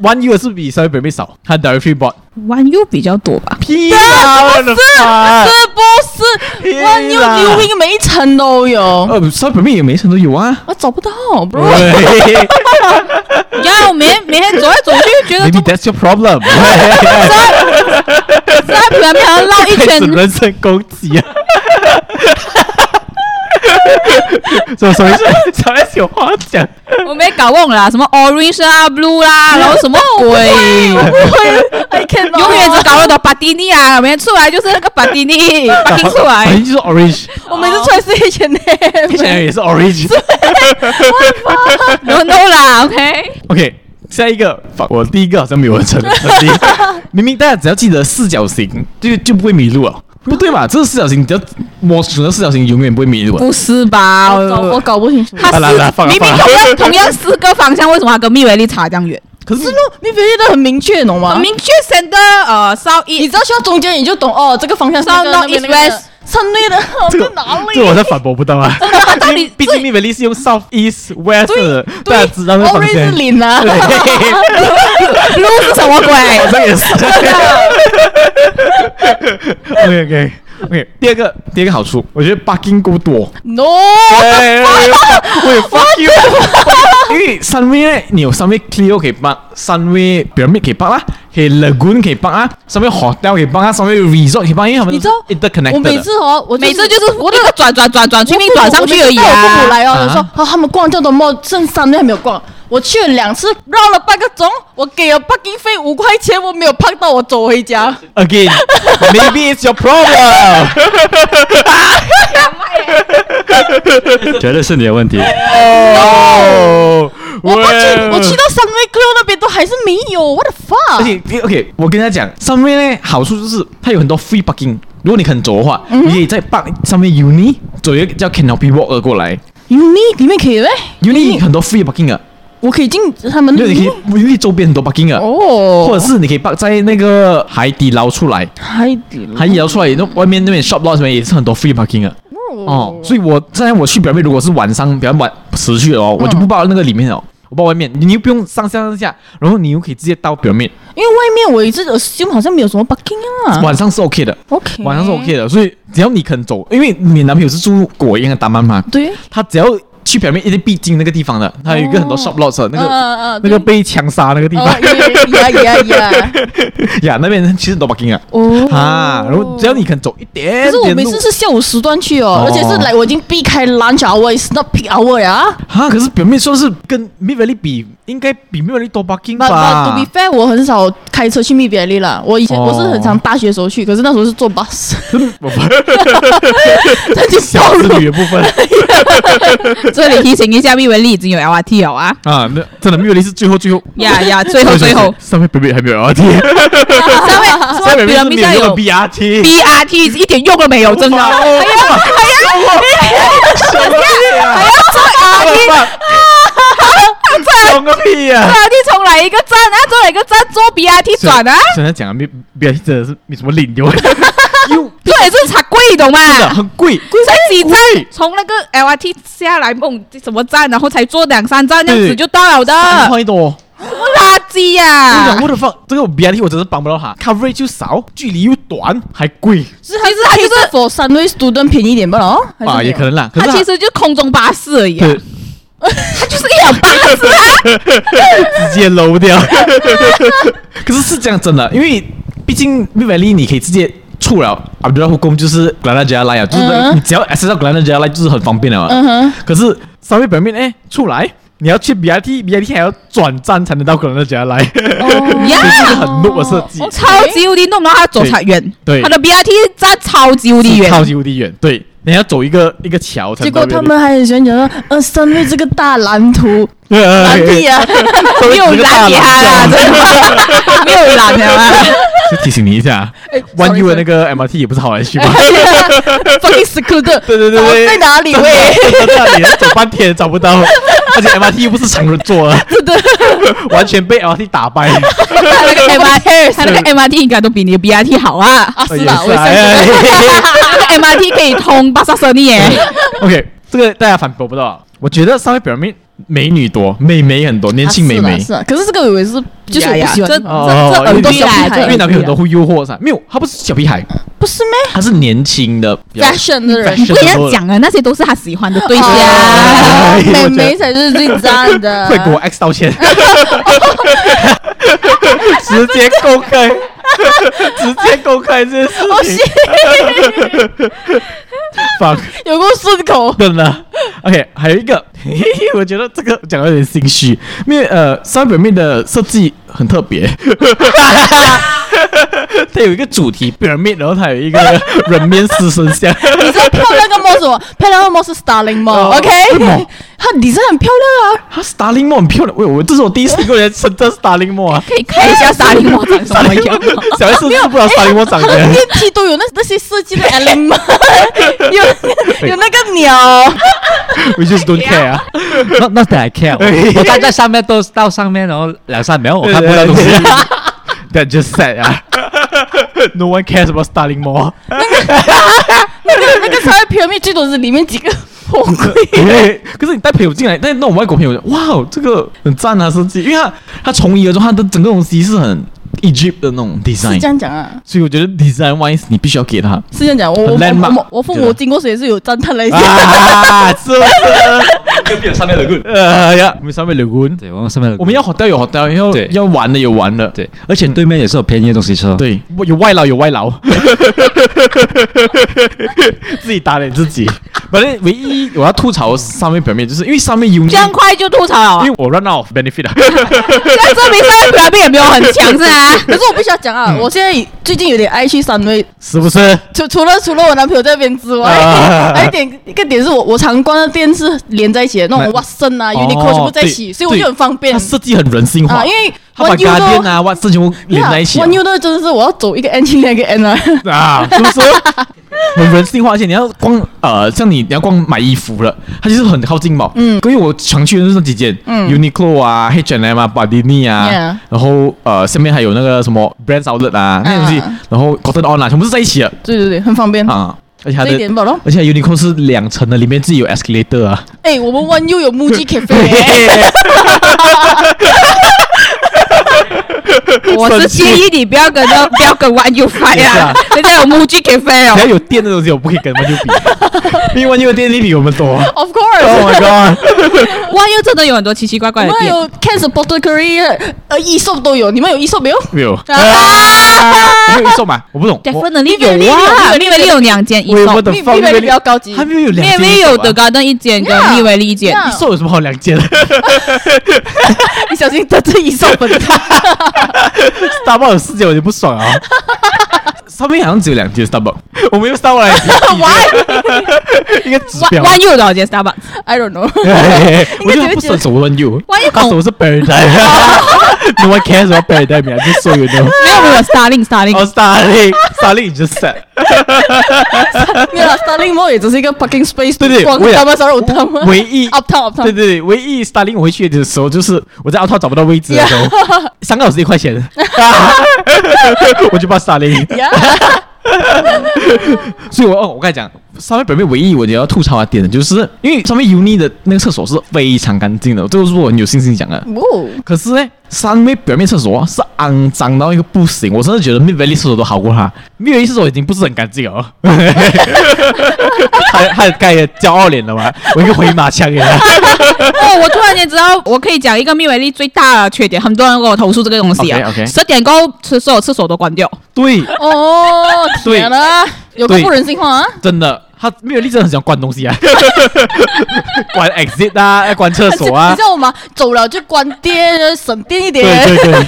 B: 弯月是比上面表面少，它 directory board
A: 玩 U 比较多吧？
B: 屁啦！我的妈！
C: 啊是不是
B: 屁
C: ？One U
B: 啦
C: U Wing 每一层都有，
B: 呃，上面表面也每一层都有啊。
C: 我找不到
B: 对
C: ，bro。
A: 呀，我每天每天走来走去，觉得
B: ，Maybe
A: 中
B: that's your problem。
A: 在 pyramid 上绕一
B: 开始
A: 圈，
B: 人身攻击啊！所以所以小 S 有话讲。
A: 我没搞忘了啦，什么 orange 啦、blue 啦，然后什么鬼，
C: I can
A: 永远只搞得懂巴蒂尼啊，每天出来就是那个巴蒂尼，巴丁出来
B: 反。正就是 orange，
C: 我每次出来是 H and M，
B: 显然也是 orange。
A: No no 啦，OK，
B: OK，下一个，fuck，我第一个好像没有成成立。明明大家只要记得四角形，就就不会迷路了。不对嘛，这个四角形，你只要摸准了四角形，永远不会迷路啊。
A: 不是吧？
C: 我搞我搞不清楚。
A: 他
B: 好啦好啦
A: 是
B: 放了
A: 明明
B: 放了
A: 同样同样四个方向，为什么他跟密维利差这样远？
B: 可是
C: 是咯，你分析的很明确，懂吗？
A: 很明确 c e n t 呃 south
C: 你
A: east
C: 只要去到中间，你就懂哦，这个方向是那个
A: South,
C: 那边
A: North,
C: 那个
A: East, West
C: 上面的，
B: 这个
C: 在哪
B: 这个我
C: 里
B: 在反驳不到啊。
A: 到底
B: 毕竟
A: 最
B: 密维利是用 south east west，的大家知道那个方
C: ？Orange
B: 向
C: 是。零啊，
B: 对，
A: 路是什么
B: 好
A: 鬼？
B: 像也是。OK OK OK，第二个第二个好处，我觉得 bugging 够多。
C: No，
B: 哎我也 fuck you，因为三位呢，你有三位 Clio 可以帮，三位 Pyramid 可以帮啦，可以 Lagoon 可以帮啊，三位 Hotel 可以帮啊，三位 Resort 可以帮，因为他们
C: 你知道
B: interconnected
C: 我每次哦，我
A: 每次就是
C: 我
A: 一个转转转转，拼命转上去而已
C: 我每次带我父母
A: 啊！
C: 来哦，我说
B: 啊
C: 哦，他们逛这么多 mall，剩三天还没有逛。我去了两次，绕了半个钟，我给了 parking 费五块钱，我没有碰到，我走回家。
B: again maybe it's your problem
E: 绝对是你的问题。
B: 哦，
C: 我过去，我去
B: 到。
C: 到三味 club 那边都还是没有，what the
B: 而
C: fuck？
B: 且 OK，我跟大家讲，上面呢好处就是它有很多 free parking，如果你肯走的话，
C: 嗯
B: 你可以在 park 上面 Uni 走一个叫 Canopy Walk 的过来
C: Uni 里面可以呗
B: ，Uni 很多 free parking 啊，
C: 我可以进他们的
B: 就你可以
C: uni？
B: Uni 周边很多 parking 啊，
C: 嗯哦，
B: 或者是你可以把在那个海底捞出来，
C: 海底捞
B: 海底捞出来，那外面那边 shop lot 什么也是很多 free parking 的。哦，所以我现在我去表妹，如果是晚上比较晚时去哦，
C: 嗯
B: 我就不报那个里面哦，我报外面，你又不用上下上下，然后你又可以直接到表妹，
C: 因为外面我一直 assume 好像没有什么 parking 啊。
B: 晚上是 OK 的，
C: OK，
B: 晚上是 OK 的，所以只要你肯走，因为你男朋友是住果园的大妈嘛，
C: 对，
B: 他只要去表面一定必经那个地方的，他有一个很多 shop lot 的那
C: 嗯
B: 个。
C: 嗯嗯，
B: 那个被枪杀那个地
C: 哦
B: 方
C: 呀呀呀！
B: 呀，那边其实很多 parking 啊，
C: 哦
B: 啊，然后只要你肯走一点
C: 可是我
B: 点
C: 每
B: 路
C: 次，是下午时段去哦
B: 哦，
C: 而且是来我已经避开 lunch hour，is not peak hour 呀。
B: 啊，可是表面说是跟 m i v a l y 比，应该比 m i v a l y 多 parking
C: But, but to
B: 吧
C: be fair，我很少开车去密别利啦。我以前
B: 哦
C: 我是很常大学时候去，可是那时候是坐 bus，
B: 我不小子女的部分，
A: 这里提醒一下，因为丽已经有 LRT 了啊，
B: 啊，那真的没有力是最后最后，
A: 呀呀，最后最后
B: 上面北北还没有 RT，
A: 上 面
B: 上
A: 上面
B: 面北
A: 比
B: 北
A: 人
B: 是
A: 民
B: 没
A: 下
B: 有用
A: 有
B: 的 BRT。
A: BRT 一点用都没有，真的。
B: 哇
A: 哎
B: 哦
A: 呀哎呀，这 RT
B: 爽个屁呀！
A: BRT 重来一个站啊，再来一个站做 BRT 转啊，
B: 现在讲啊，没 BRT 真的是没什么领流，又
A: 这也是茶贵，懂吗？
B: 真的很贵，
A: 才几站，从那个 LRT 下来梦什么站，然后才坐两三站这样子
B: 对
A: 就到了的，
B: 三块多。
A: 垃圾
B: 我
A: 呀、
B: 讲 what the fuck，这个 BRT 我真是帮不到他，coverage 又少，距离又短，还贵
C: 其实
A: 它就是
C: for Sunway student 便宜一点不咯？还是
B: 啊，
C: 没有
B: 也可能啦。可
A: 它
B: 是
A: 其实就空中巴士而已、啊，
B: 对
A: 它就是一辆巴士啊。
B: 直接搂掉。 可是是这样真的，因为毕竟 v i v a l y 你可以直接出了 a b d u l l a 宫就是 Granada j a l a 呀，就是那个
C: 嗯
B: 你只要 access 到 Granada j a l a 就是很方便了嘛。
C: 嗯哼
B: 可是稍微表面哎出来，你要去 BRT BRT 还要转站才能到 Granada j a l a
A: 呀
B: 这是很 noob 的设计，
A: 超级无敌弄，然后它走才远，
B: 对对
A: 它的 BRT 站超级无敌远，
B: 超级无敌远，对，你要走一个一个桥才
C: 结
B: 能到
C: 果
B: Vivaldi。
C: 他们还很喜欢讲说，呃，Sunway 这个大蓝图，
B: 蓝
C: 蓝地啊，
B: 哎
A: 没有拦给他啦， 真的没有拦的啦，
B: 就提醒你一下，万一的那个 MRT 也不是好来去吗？
C: fucking secluded，
B: 对对对对，
C: 在哪里
B: 真的
C: 喂？
B: 真的在那里走半天也找不到， 而且 MRT 又不是常人坐 的， 完全被 MRT 打败。
A: 它那个 MRT，它那个 MRT 应该都比你的 BRT 好啊，
C: 啊，是
B: 也
C: 吧？我也
B: 啊
C: 相信。
B: 哎哎哎
A: 它 那个 MRT 可以通巴萨舍利耶，
C: 哎
B: OK，这个大家反驳不到啊。我觉得稍微表面美女多，美眉很多，年轻美眉
C: 啊。是啊，是啊啊可是这个我也是，就是
A: 呀
C: 我不喜
A: 呀这
C: 欢，
B: 哦
A: 这
B: 因为
A: 耳朵
B: 小
A: 小
C: 屁孩
B: 因为男朋友很
A: 多
B: 多会诱惑噻，没有，他不是小屁孩，
C: 不是咩
B: 他是年轻的比较
C: ？fashion 的人
A: 你
B: fashion
A: 不能这样讲啊，那些都是他喜欢的对象。
C: 啊
B: 哎，
C: 美
B: 我觉得
C: 眉才是最赞的。
B: 会给我 X 道 歉，直接公开，直接公开这件事
C: Oh, 哦
B: 情。放
C: 有过顺口，
B: 真的，OK，还有一个， 嘿嘿嘿我觉得这个讲得有点心虚，因为呃，三本面的设计很特别， 它有一个主题表面，然后它有一个人面狮身像，啊
C: 你知道漂亮个猫什么？ 漂亮个猫是 Starling 猫
B: 哦
C: ，OK？
B: 为什 么
C: 它底色很漂亮啊。
B: 它 Starling 帽很漂亮，喂，我这是我第一次跟人称赞 Starling 帽啊，
A: 可以看一下沙林莫长什么
B: Starling
A: 样
B: 帽， 小孩子是不知道 Starling 帽长
C: 它
B: 怎
C: 的
E: 哎
B: 样。
C: 电梯都有那那些设 计的 element，有有那个鸟，
B: We just don't care 啊。
E: 那那得 I care，我我站在上面都到上面，然后两三秒我看不到东西。
B: That just sad 啊。No one cares about Starling Mall。
C: 那个才会飘面最多是里面几个 火龟。
B: 可是你带朋友进来，但那种外国朋友，哇，哦，这个很赞啊设计，因为他他从一而终，他的整个东西是很 Egypt 的那种
C: 是这
B: design，
C: 样讲啊，
B: 所以我觉得 design wise 你必须要给他。
C: 是这样讲。我我
B: 很 landmark，
C: 我我我父
B: 觉
C: 母
B: 得
C: 经过时也是有赞叹了一下。
B: 啊，是不 是？跟别人上面的棍，呃呀，我们上面的棍，
E: 对，我们上面
B: 我们要 hotel 有 hotel，要
E: 对
B: 要玩的有玩的，
E: 对，而且对面也是有便宜的东西吃哦。
B: 对，有外劳有外 劳，自己打脸自己。反正唯一我要吐槽上面表面，就是因为上面有
A: 这样快就吐槽了啊
B: 因，为我 run out of benefit 啊，
A: 这样证明上面表面也没有很强是啊。
C: 可是我必须要讲啊，我现在最近有点爱去三威，
B: 是不是？
C: 除除了除了我男朋友这边之外，
B: 啊
C: 还有一点一个点是我我常逛的店是连在一起的，那
B: 买
C: 种 Watson 啊、
B: 哦
C: Uniqlo 全部在一起，
B: 对
C: 所以我就很方便
B: 它设计很人性化，
C: 啊，因为
B: 它把
C: One U
B: 家电
C: 都
B: 啊、哇，事情都连在一起
C: o
B: 啊
C: n e U 都真的是我要走一个 N 去另一个 N 啊，
B: 啊，是不 是？很人性化，而且你要光呃，像你你要光买衣服了，它就是很靠近嘛。嗯，因为我常去的就是那几件，嗯，Uniqlo 啊、H&M 啊、Bardini 啊
C: Yeah
B: 然后呃下面还有那个什么 Brands Outlet 啊那些东西
C: 啊
B: 然后 Cotton On 啊，全部是在一起的
C: 对对对，很方便。
B: 啊。而且它
C: 这一点
B: 的，
C: 吧咯，
B: 而且 Uniqlo 是两层的，里面自己有 escalator 啊。
C: 哎，我们 One U 有 MUJI Cafe，
A: 我是建议你不要跟那不要跟 One U Five 啊，人家有 Muji Cafe
B: 只要
A: 哦。
B: 有电的东西，我不可以跟他们去比，因为因为电力比我们多。Oh
C: ，Of course。
B: my god！
A: One U 真的有很多奇奇怪
C: 我
A: 怪的
C: 们
A: 店，
C: 有 Cans b o t t l e Curry，呃，Esop 都有，你们有 Esop 没有？
B: 没有，
C: 啊
B: 没有一送买，我不懂。我
A: definitely 有啊，因为有两间一
B: 我
A: 送
B: 我，的
C: 蜜
B: 方
C: 蜜
B: 便
C: 味比较高级
B: 还没有两
A: 因
B: 间
A: 为
B: 一手
A: 有
B: 啊
A: 德高登一间跟
C: Yeah，
A: 利维利一间，
C: yeah
B: 一手有什么好两间的
C: 你小 心得罪 Esop 粉。
B: ？Starbucks 有四间我就不爽啊。上面好像只有两间 Starbucks，我没有 Starbucks，应该指标。
A: Why you 的，就是 Starbucks。
C: I don't know，
B: 我就不伸手问 you，
A: Why you
B: 他手是 Paradise，no one cares about Paradise，man, just so you know。
A: 没有没有，Starling Starling。
B: 哦，Starling，Starling just said，
C: 没有啦，Starling Mall 也只是一个 parking space，
B: 对对
C: 逛
B: 我也
C: Starbucks 然 后 Uptown
B: 唯一
C: Uptown Uptown，
B: 对对，对唯一 Starling 我会去的时候，就是我在 o u t 找不到位置的 时候，香港是一块钱， 我就报 Starling。
C: Yeah
B: 所以我，哦，我刚才讲，上面表面唯一我觉得要吐槽的点，就是因为上面 Uni 的那个厕所是非常干净的，这个是我很有信心讲的。
C: 哦，
B: 可是呢，三妹表面厕所啊是肮脏到一个不行，我真的觉得 Mid Valley 厕所都好过它。Mid Valley 厕所已经不是很干净 哦，还还盖了骄傲脸了嘛，我一个回马枪给 他。
A: 哦，我突然间知道，我可以讲一个密维力最大的缺点，很多人跟我投诉这个东西啊。
B: OK，OK
A: 十点过后，厕所所有厕所都关掉。
B: 对，
C: 哦，
B: 对
C: 天啊，有够
B: 对
C: 不人性化啊！
B: 真的，他 Mid Valley 真的很喜欢关东西啊， 关 exit 啊，要关厕 所啊
C: 你知。道吗？走了就关店，省电一点。
B: 对对对，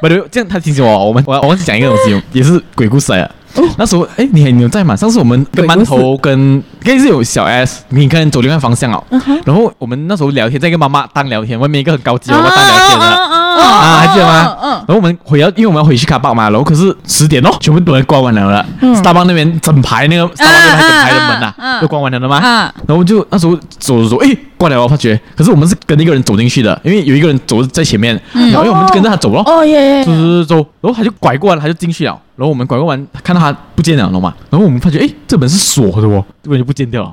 B: 不对，这样他提醒我，我们我我忘记讲一个东西，也是鬼故事来的。
C: 哦
B: 那时候，哎，你还你有在吗？上次我们跟馒头跟跟是有小 S，你可能走另外方向哦。
C: 嗯
B: 然后我们那时候聊天，在一个妈妈当聊天，外面一个很高级的妈妈当聊天的
C: 啊
A: 啊
B: 啊，还记得吗？
C: 嗯嗯
B: 然后我们回到，因为我们要回去卡巴嘛，然后可是十点哦，全部都人关完了了。s
C: 嗯
B: t a r b u c k 那边整排那个 s t a r b u c k 那边整排的门
A: 啊啊
B: 呐
A: 啊，
B: 都关完了的嘛。
C: 嗯
A: 啊！
B: 然后就那时候走着走，诶，关了，我发觉。可是我们是跟一个人走进去的，因为有一个人走在前面，
C: 嗯
B: 然后因为我们就跟着他走咯，
C: 哦耶耶
B: 走走走走，然后他就拐过来，他就进去了。然后我们拐过完，看到他不见了，懂吗？然后我们发觉，诶，这门是锁的哦，这门就不见掉了。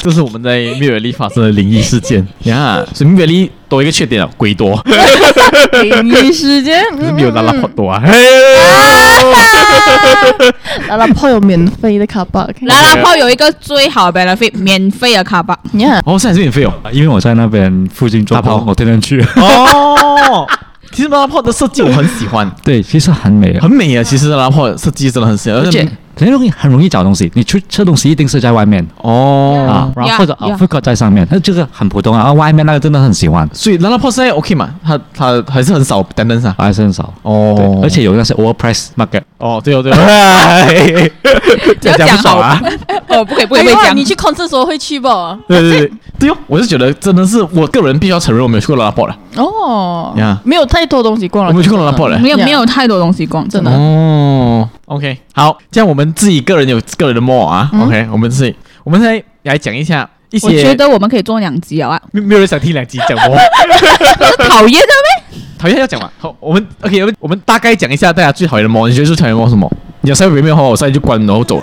B: 这是我们在密尔利发生的灵异事件呀。所以密尔利多一个缺点啊，鬼多，
C: 灵异事件，
B: 可 是没有拉拉泡多啊。
C: 拉拉嗯泡有免费的卡巴。
A: 拉拉泡有一个最好的 benefit，免费的卡吧。
C: Yeah，
B: 哦，现在是免费哦。
E: 因为我在那边附近做
B: 打炮
E: 工，我天天去。
B: 哦，其实拉拉泡的设计我很喜欢，
E: 对，其实很美啊
B: 很，美啊。其实拉拉泡的设计真的很喜欢，而且
E: 很容易很容易找东西。你去吃东西一定是在外面
B: 哦
E: 啊，
A: 嗯
E: 然后或者
A: Yeah, yeah.
E: 啊 food court 在上面，那这个很普通啊。啊外面那个真的很喜欢，
B: 所以 Lala p o 现在 OK 嘛？他他还是很少单灯噻。
E: 还是很啊少。对
B: 哦，
E: 而且有那些 overpriced market，
B: 哦，对哦 对哦，
A: 不要
B: 这样
A: 讲
B: 不爽啊
A: 好！哦，不可以不可以
C: 哎
A: 不可以
C: 呦
A: 讲
C: 你。去 concert 的时候会去不？
B: 对对对对哦，我是觉得真的是我个人必须要承认，我没有去过 Lala p o 了，
C: 哦
B: Yeah
C: 没有太多东西逛
B: 我
C: 了。
B: 啊没有去过 Lala p o 了。
A: 哦没有
C: Yeah
A: 没有太多东西逛，真
C: 真
A: 的。
C: 的
B: 啊哦，OK，好，这样我们自己个人有个人的 more 啊，OK，我们自己，我们现在来讲一下一
A: 嗯我
B: 些
A: 觉，得我们可以做两集啊，
B: 没没有人想听两集讲 more，
A: 讨厌的呗。
B: 讨厌要讲嘛。好，我们 OK，我们我们大概讲一下大家最讨厌的 more，你觉得最讨厌 more 什么？你要稍微没有好，我上去就关，然 后走了。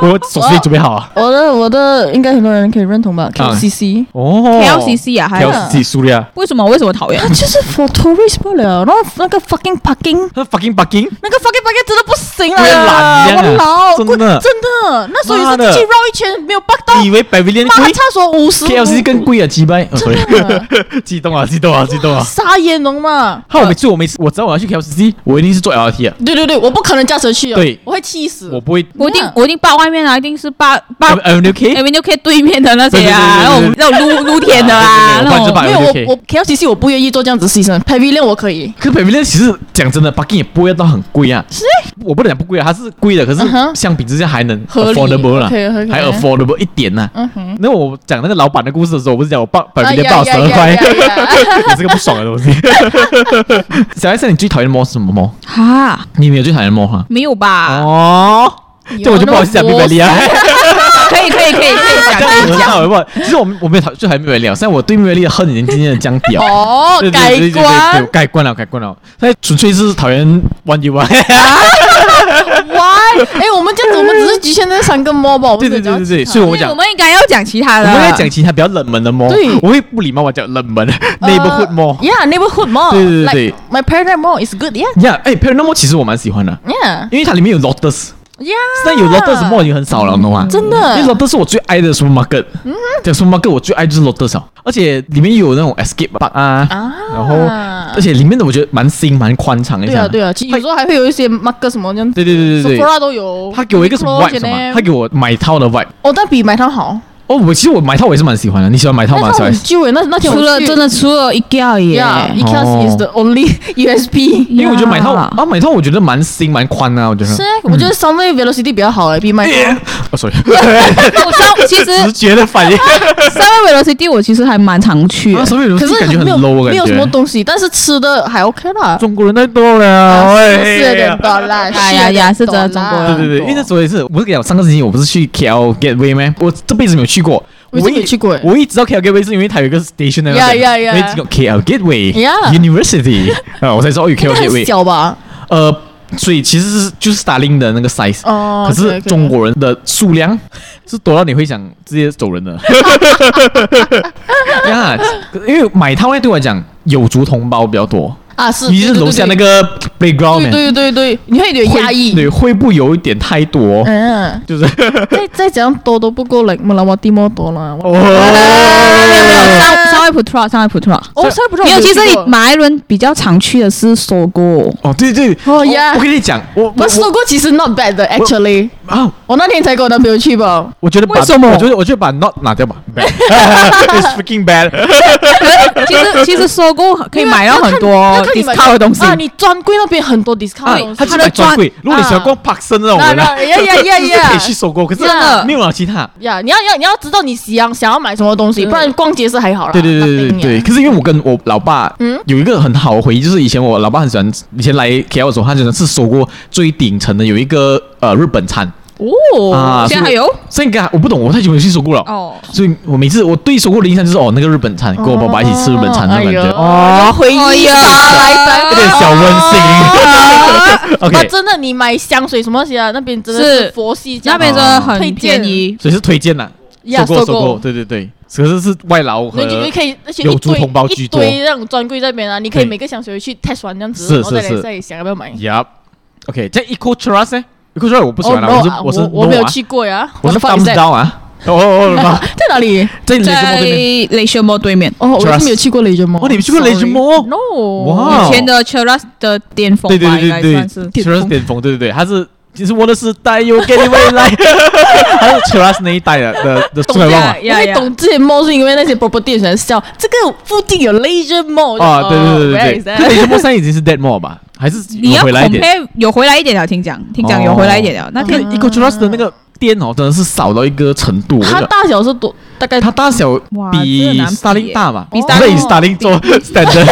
B: 我手机准备好啊。
C: 我的我的应该很多人可以认同
B: 啊
C: 吧？KCC
B: 哦
A: KLCC 啊，还有
B: KLCC 苏 利亚，
A: 为什么为什么讨厌
C: 它？就是 for tourist 不了，然后那个 fucking parking。
B: 他 fucking fucking，
C: 那个 fucking parking 真的不行
B: 跟
C: 了，
B: 懒一样啊
C: 哎我老
B: 真的
C: 真的，那时候也
B: 妈
C: 是
B: 的
C: 进去绕一圈没有 bug 到，
B: 你以为百威廉
C: 妈
B: 贵
C: 的，厕所五十
B: ？KLCC 更贵啊，几百。哦
C: 真
B: sorry 激动啊，激动啊，激动啊！
C: 沙眼龙嘛。
B: 还有每次我每次我知道我要去 KLCC，我一定是坐 LRT 啊，
C: 对对对，我不可能驾车去哦，
B: 对
C: 我会气死。
B: 我不会。
A: 我一定我一定霸外面啊，一定是霸霸
C: 啊
B: Avenue K，
A: 哎，六 K 对面的那些啊，那种
B: 对对对对对
A: 那种露露天的啊，
B: 对对对
A: 那
B: 我半只
A: 种
B: 吧
C: 没有
B: 就可以
C: 我我 KLCC 我不愿意做这样子牺牲，Pavilion 我可以。
B: 可是百威廉其实讲真的，fucking 也不会到很贵啊。
C: 是，
B: 我不能讲不贵啊，它是贵的，可是
C: 嗯哼
B: 相比之下还能
C: 合理
B: affordable 啦，
C: OK，OK
B: 还 affordable 一点呐。
C: 嗯哼，
B: 那我讲那个老板的故啊事的时候，我不是讲我爸百威
C: 哎
B: 廉
C: 呀
B: 报十
C: 呀
B: 二
C: 呀
B: 块
C: 呀， 呀
B: 也是个不爽的东 西。小 S，你最讨厌的猫是什么猫？
A: 哈，
B: 你没有最讨厌的猫哈？
A: 没有吧？
B: 哦，这我就不好意思讲
C: 有
B: 明
C: 那
B: 白
C: 么
B: 利啊。
A: 可以可以可以可以
B: 这
A: 讲。
B: 样我知道好不好？其实我们我没有讨就还没有聊，但我对明白利的恨已经渐渐的降低了。
C: 哦
B: 对，
C: 改
B: 对对对对对对
C: 观
B: 改观了，改观了。那纯粹是讨厌 one u 啊 one。
C: ，why？哎， 我们这样子，我们只是局限在三个猫吧，我
B: 对
C: 们
B: 对
C: 只
B: 对
C: 讲
B: 对对，所以我
A: 因为
B: 讲
A: 我，们应该要讲其他
B: 我
A: 的。
B: 们在讲其他比较冷门的猫
C: 对，
B: 我会不礼貌，我讲冷门 neighborhood mall。
C: ，Yeah，neighborhood Uh, mall，
B: 对对对
C: like，My Paradigm Mall is good，Yeah，Yeah，
B: 呀，哎，paranormal 其实我蛮喜欢的，因为它里面有 lotus，
C: Yeah，
B: 现在有 lotus 的 mall 已经很少了，你懂吗？
C: 真 的
B: 因为 Lotus 是我最爱的 supermarket，讲 supermarket 我最爱就是 Lotus 哦而且里面又有那种 escape bug 啊，然后而且里面的我觉得蛮新蛮宽敞一下，
C: 对啊对啊，其实有时候还会有一些 mark 什么这样
B: 对对对对对
C: ，Sephora 都有，
B: 他给我一个什么
C: Uniqlo
B: vibe 什么，
C: H&M
B: 他给我买套的 vibe，
C: 哦，但比买它好，
B: 哦，我其实我买套我也是蛮喜欢的，你喜欢买套吗？
C: 那
B: 小
C: 套很啊
B: S？
C: 旧诶，那那天
A: 除了真的除了 IKEA 耶
C: Yeah,
A: 呀
C: IKEA is the only USP。
B: 因为我觉得买套啊，买套我觉得蛮新蛮宽啊，我 觉得。
C: 是，我觉得 Sunway Velocity 比较好诶，比 m i c
B: 哦，sorry，
A: 我知道其实
B: 直觉的反应。
A: 三位 velocity 我其实还蛮常去的
B: 啊，，所以
C: 可是
B: 感觉很
C: 没有
B: low，感啊
C: 没有什么
B: 觉。
C: 东西，但是吃的还 OK 啦。
B: 中国人太多了，啊
C: 啊是有点多啦，
A: 哎呀呀是真的
C: 有点
A: 中
C: 多啦
A: 国人
B: 对对对，因为那时候也是，我不是跟你讲，上个星期我不是去 KL Gateway 吗？我这辈子没有去过，
C: 我一直没
B: 唯一
C: 去过欸
B: 我一直知道 KL Gateway 是因为它有一个 station 在那边
C: Yeah, yeah, yeah
B: 我一直有 KL Gateway
C: Yeah
B: University 啊，我才知道哦有 KL
C: 应该很
B: Gateway。
C: 小吧？
B: 呃，所以其实是就是 Starling 的那个 size，
C: 哦
B: 可是
C: OK，OK
B: 中国人的数量是多到你会想直接走人的。 呀，因为买套位对我来讲，有族同胞比较多，
C: 啊，是，
B: 尤其是楼下那
C: 个，
B: 个 playground，
C: 对
B: 呢
C: 对对对，你会有点
B: 会
C: 压抑。
B: 对，会不有一点太多？
C: 嗯，
B: 就是
C: 再再怎样多都不够了，冇啦，我地摸多啦。我
B: 哦，
A: 上上海普特拉，上海普特拉。
C: 哦，所以不是
A: 没有，其实你
C: 我
A: 马来人比较常去的是收购，
B: 哦，对对，
C: 哦
B: 我
C: 呀
B: 我跟你讲，我
C: 我说过，其实 not bad 的，actually。
B: 我啊，
C: 我那天才跟我男朋友去吧，
B: 我觉得把
A: 为什么
B: 我觉得我觉得把 not 拿掉吧 ，it's freaking bad。
A: 其实其实收购可以买到很多
C: 因为看你们
A: discount 的东西。
C: 啊，你专柜那边很多 discount
B: 啊
C: 东，
B: 它
C: 西
A: 是
B: 只
A: 的
B: 买专柜
A: 专。
B: 如果你喜欢逛 Park 森那种人啊，
C: 那那呀
B: 就
C: 呀呀
B: 是可以
C: 呀
B: 去收购，可是
A: 真的
B: 没有啊了其他。
C: 呀，你要你要你要知道你想想要买什么东西，不然逛街是还好啦。
B: 对对对对
C: nothing
B: 对，
C: 呀
B: 可是因为我跟我老爸
C: 啊嗯
B: 有一个很好的回忆，就是以前我老爸很喜欢，以前来 KL 的时候，他真的是收过最顶层的有一个呃日本餐
C: 哦，
B: 啊，
A: 现在
B: 所以
A: 还有
B: 所以应该我不懂，我太久没去收过了。
A: 哦，
B: 所以我每次我对收过的印象就是哦，那个日本餐，跟我爸爸一起吃日本餐那种感觉，哦，
C: 哦，回
A: 哎
C: 忆
A: 呀
C: 啊，来
B: 有点小温馨。
C: 啊，
B: OK，
C: 真的，你买香水什么东西啊？那边真的
A: 是
C: 是佛系
A: 那
C: 这样，
A: 边真的很
C: 推荐
A: 便宜。
B: 所以是推荐啦，
C: 呀
B: 收购
C: 收
B: 收
C: 购
B: 购，对对对，可是是外劳和
C: 你你你可以，而且
B: 有
C: 一
B: 族
C: 堆
B: 同胞居
C: 一
B: 多
C: 堆那种专柜这边啊，你可以
B: 对
C: 每个香水去 test 完这样子，
B: 是
C: 然后再
B: 是
C: 来
B: 是
C: 再想要不要买。
B: Yup。OK，在 Eco Trust 呢？Eco Trust 我不喜欢了，
C: 哦
B: 我是
C: no 啊
B: 我是
C: 我我没
B: no
C: 有
B: 啊，
C: 去过呀，
B: 我是
C: What the fuck
B: thumbs
C: is that？
B: down 啊。哦哦哦妈，
C: 在哪里？
B: 在雷神
A: 在
B: 魔对面。
A: 雷修摩对面，
C: 哦，我
B: Trust
C: 是没有去过雷神魔。
B: 哦你没去过雷神魔
C: Sorry？No，
B: 哇哦
A: 以前的 Cheras 的巅峰吧，
B: 对对
A: 应
B: 对
A: 该
B: 对
A: 算是
B: 对，Trust 巅峰，对对对，他是其实我的是带有给你未来，他是 Trust 那一代的的的出来旺啊。
C: 因为懂之前猫是因为那些 property 喜欢笑，这个附近有 Laser 哦 Mall
B: 啊，对对对对对，那
C: 对，
B: 雷神魔三已经是 Dead More 吧？还是
A: 你
B: 有
A: 要
B: 回来一点？
A: compare 有回来一点了，听讲听讲
B: 哦
A: 有回来一点了。那
B: 那
A: 天
B: Eco Trust 的那个店哦，真的是少到一个程度。我跟你
C: 它
B: 讲
C: 大小是多大概
B: 它大小
A: 哇这
B: 比
A: 个难比
B: Starling
A: 耶
B: 大嘛？
A: 比
B: 我在以
A: Starling-
B: Starling 做 standard。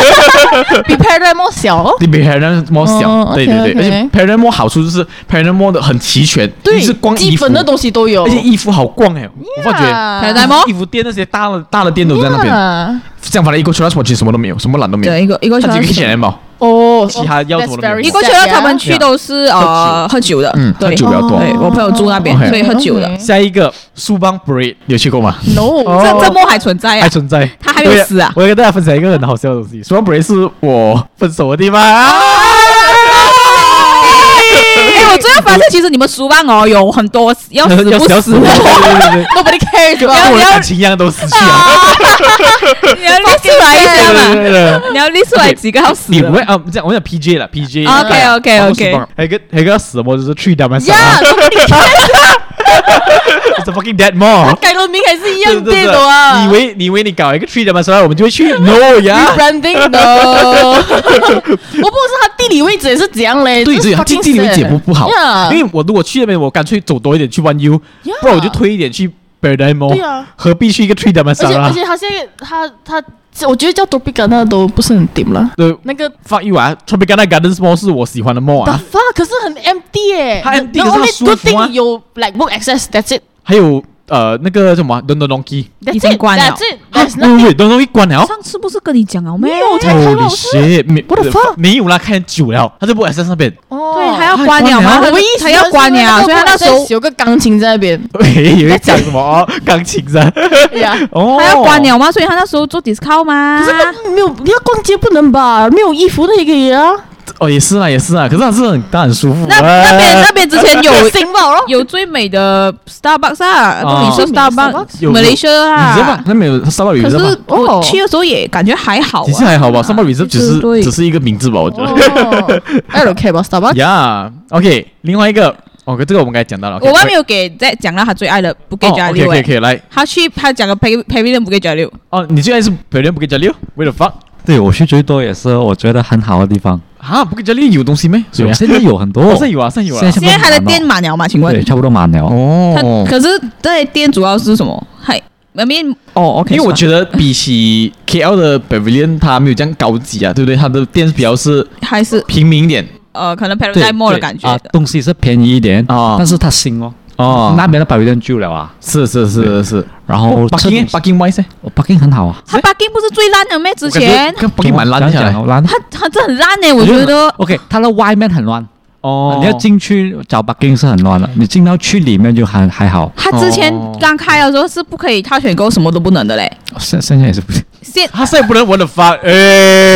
C: 比 Paradise Mall 小哦。
B: 你比 Paramore 小，
C: 哦
B: 对对对，而
C: OK，OK
B: 且 Paramore 好处就是 Paramore 的很齐全，
C: 对，
B: 就是光
C: 基
B: 衣服
C: 本的东西都有。
B: 而且衣服好逛哎，我发觉。
A: Paradise Mall
B: 衣服店那些大的大的店都在那边，
C: 边。
B: 相反的 Eco Trust 我其实什么都没有，什么懒都没有，
A: 对一个一个
B: 它只有一个
A: Cheras，
B: H&M 包，
C: 哦，
B: 其他要什么都没有
C: That's very
A: 一个 Cheras 他们去都是呃喝酒的，
B: 嗯，喝
A: 对
B: 酒比较多。哦
A: 对我朋友住那边，
B: OK
A: 所以喝酒的。
B: 下一个苏邦 Bread 有去过吗？
C: No，
B: 哦
A: 这这幕还存在
B: 还
A: 啊？
B: 存在，
A: 他还没有死啊
B: 我要跟大家分享一个很好笑的东西，苏邦 Bread 是我分手的地方啊。
A: 哎，我最后发现其实你们苏邦哦有很多要死
B: 要
A: 不
B: 要
A: 死
B: 死我，对对对对，
C: Nobody cares
B: 跟
C: 吧？
B: 我的感情一样都死去了。
A: 你要列出来一下
B: 对
A: 嘛，
B: 对对。
A: 你要列出来几个要死
B: 你不
A: 的
B: 会。啊？这样我讲 PJ 了，PJ。
A: OK，
B: 对
A: OK，
B: 我不是
A: OK
B: 帮还有一个还有一个要死的魔就是 Tree Down My s
C: Yeah，
B: It's a fucking dead mall。
C: 改了名还是一
B: 对
C: 样
B: 对哦对
C: 对的啊。
B: 你以为你以为你搞一个 Tree Down My s 我们就会去？No 呀。
C: branding 的？ 我不知道它地理位置是怎样嘞？
B: 对对，它地地理位置也不不好，因
C: 为
B: 为我如果去那边，我干脆走多一点去 One U，不然我就推一点去 Paradise
C: 对
B: Mall，
C: 啊。
B: 何必去一个啊 Tree Down My
C: 而
B: s
C: 且而
B: a
C: 且它现在它它，我觉得叫 Tropica 那都不是很顶了。
B: 对
C: 那个
B: ，fuck you 啊！Tropicana Gardens Mall 是我喜欢的 mall
C: the
B: 啊，
C: fuck，可是很 empty 耶。
B: 它 아. empty，可
C: The
B: 是它
C: only
B: 舒
C: good
B: 服啊
C: thing 有 like book access，that's it。
B: 还有呃那个叫什么 Don Don Donki，
A: 已
C: That's
A: 经
C: it，
A: 关了
C: that's it，that's
B: 对
C: nothing。
B: 对，Don Donki 关了。
A: 上次不是跟你讲了没
C: 没
A: 有？
C: 有，才开了
B: Holy
C: 是。
B: shit！没
C: What the fuck？
B: 没有啦，看久了，他就不 access 那边。
C: 哦
A: 对，还要关了吗？
B: 还关了
A: 他
C: 我一
A: 他要关了，所以他那时候
C: 有个钢琴在那边，
B: 以为讲什么哦钢琴 噻？
C: 对呀。
B: 哦，
A: 他要关。了吗？所以他那时候做 discount 吗？
C: 可是那没有，你要逛街不能吧？没有衣服那也可以啊。
B: 哦，也是啊，也是啊，可是还是很，但很舒服。啊
A: 那那边那边之前有
C: 新帽咯。
A: 有最美的 Starbucks 啊，
B: 哦
A: 跟你说
B: 有
A: Starbucks
B: 有
A: Malaysia
B: 你知道吧
A: 啊？，
B: 那边有 s u b
A: 可
B: r
A: 是
B: e 吗？
A: 我
C: 哦
A: 去的时候也感觉还好
B: 其实
A: 啊。
B: 还好吧 s u b r e 只是
A: 对
C: 어.
B: 只是一个名字吧，我觉得。
C: 哦，I don't care about Starbucks。
B: 呀，OK，另外一个哦，这个我们刚才讲到了。
A: 我外面有给在讲到他最爱的不给加六
B: 可以
A: 哎
B: 可，以来。
A: 他去他讲个 Pavil- Pavilion 不给加六，
B: 哦，你最爱是 Pavilion b u k j a l i w h e r e the fuck？
E: 对我去最多也是我觉得很好的地方，
B: 啊 b u k j a l i 有东西没？
E: 有现在有很 多，
B: 哦现在有啊，现在有啊
E: 现。
A: 现在他的店满
E: 满
A: 了嘛？请
E: 了，对，
A: 问
E: 差不多满了。
A: 他
B: 哦，
A: 可是这店主要是什么？还 I mean 哦，OK，
B: 因为我
A: 算
B: 觉得比起 KL 的 Pavilion，它没有这样高级啊，对不对？它的店比较是
A: 还是
B: 平民一点
A: 呃，可能
E: 对
A: Paradise Mall 的
E: 对
A: 感觉
E: 啊
A: 的，
E: 东西是便宜一点
B: 哦
E: 但是它新啊哦。
B: 哦
E: 那边的百威店旧了啊，哦
B: 是是是是。
E: 然后
B: Bucking
E: 吃
B: Bucking Wise，呢
E: 我 Bucking 很好啊。
A: 他 Bugging 不是最烂的咩？之前
B: 我感觉跟 Bucking 蛮烂的下来。
E: 烂
A: 他他这很烂呢，我觉得
E: OK，它的外面很乱，
B: 哦
E: 你要进去找 Bucking 是很乱的，你进到去里面就还还好。
A: 他之前
B: 哦
A: 刚开的时候是不可以挑选购什么都不能的嘞，
E: 现现在也是不行，
A: 现
B: 他现在不能我的发，
E: 现
B: 哎，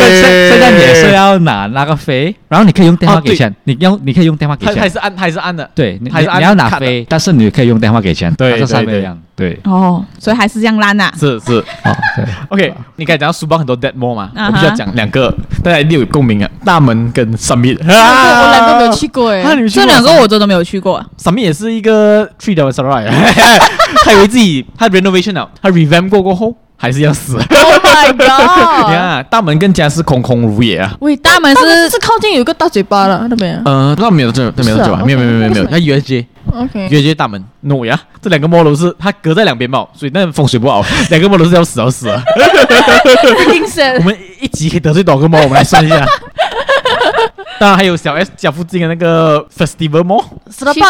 E: 在现在你也是要拿那个飞，然后你可以用电话给钱，你要你可以用电话给
B: 他他还
E: 钱，
B: 是按他还是按的，
E: 对，你你
B: 还是按
E: 你要拿
B: 看的
E: 飞，但是你可以用电话给钱，
B: 对
E: 它是上
B: 对
E: 面一样，对，
A: 哦，所以还是这样烂啊呐。
B: 是是。
E: 哦对，
B: OK，你刚才讲到书包很多 dead more 嘛，
A: 啊哈
B: 我必须要讲两个，大家一定有共鸣啊，大门跟 summit。
C: 我
B: 啊
C: 两个没有去过哎、
B: 啊你们去
A: 这
B: 过
A: 两个我真的没有去 过，
B: Summit 也是一个 tree 的 s u r r i 他以为自己他 renovation 了，他 revamp 过过后还是要死。
C: Oh my
B: 你
C: god！
B: 看，大门更加是空空如也啊。
C: 喂，
A: 大门
C: 大
A: 是
C: 是靠近有一个大嘴巴了那边。
B: 呃，那没有这这没有
C: 是啊
B: 这吧？没有没有没有没有，
C: OK，
B: 他 USJ
C: OK，
B: USJ 大门 no 呀，这两个 mall 都是它隔在两边嘛，所以那风水不好，两个 mall 都是要死要死啊。
C: 精
B: 我
C: 神。
B: 们一集可以得罪多少个猫？我们来算一 下。当然还有小 S 家附近的那个 Festival Mall，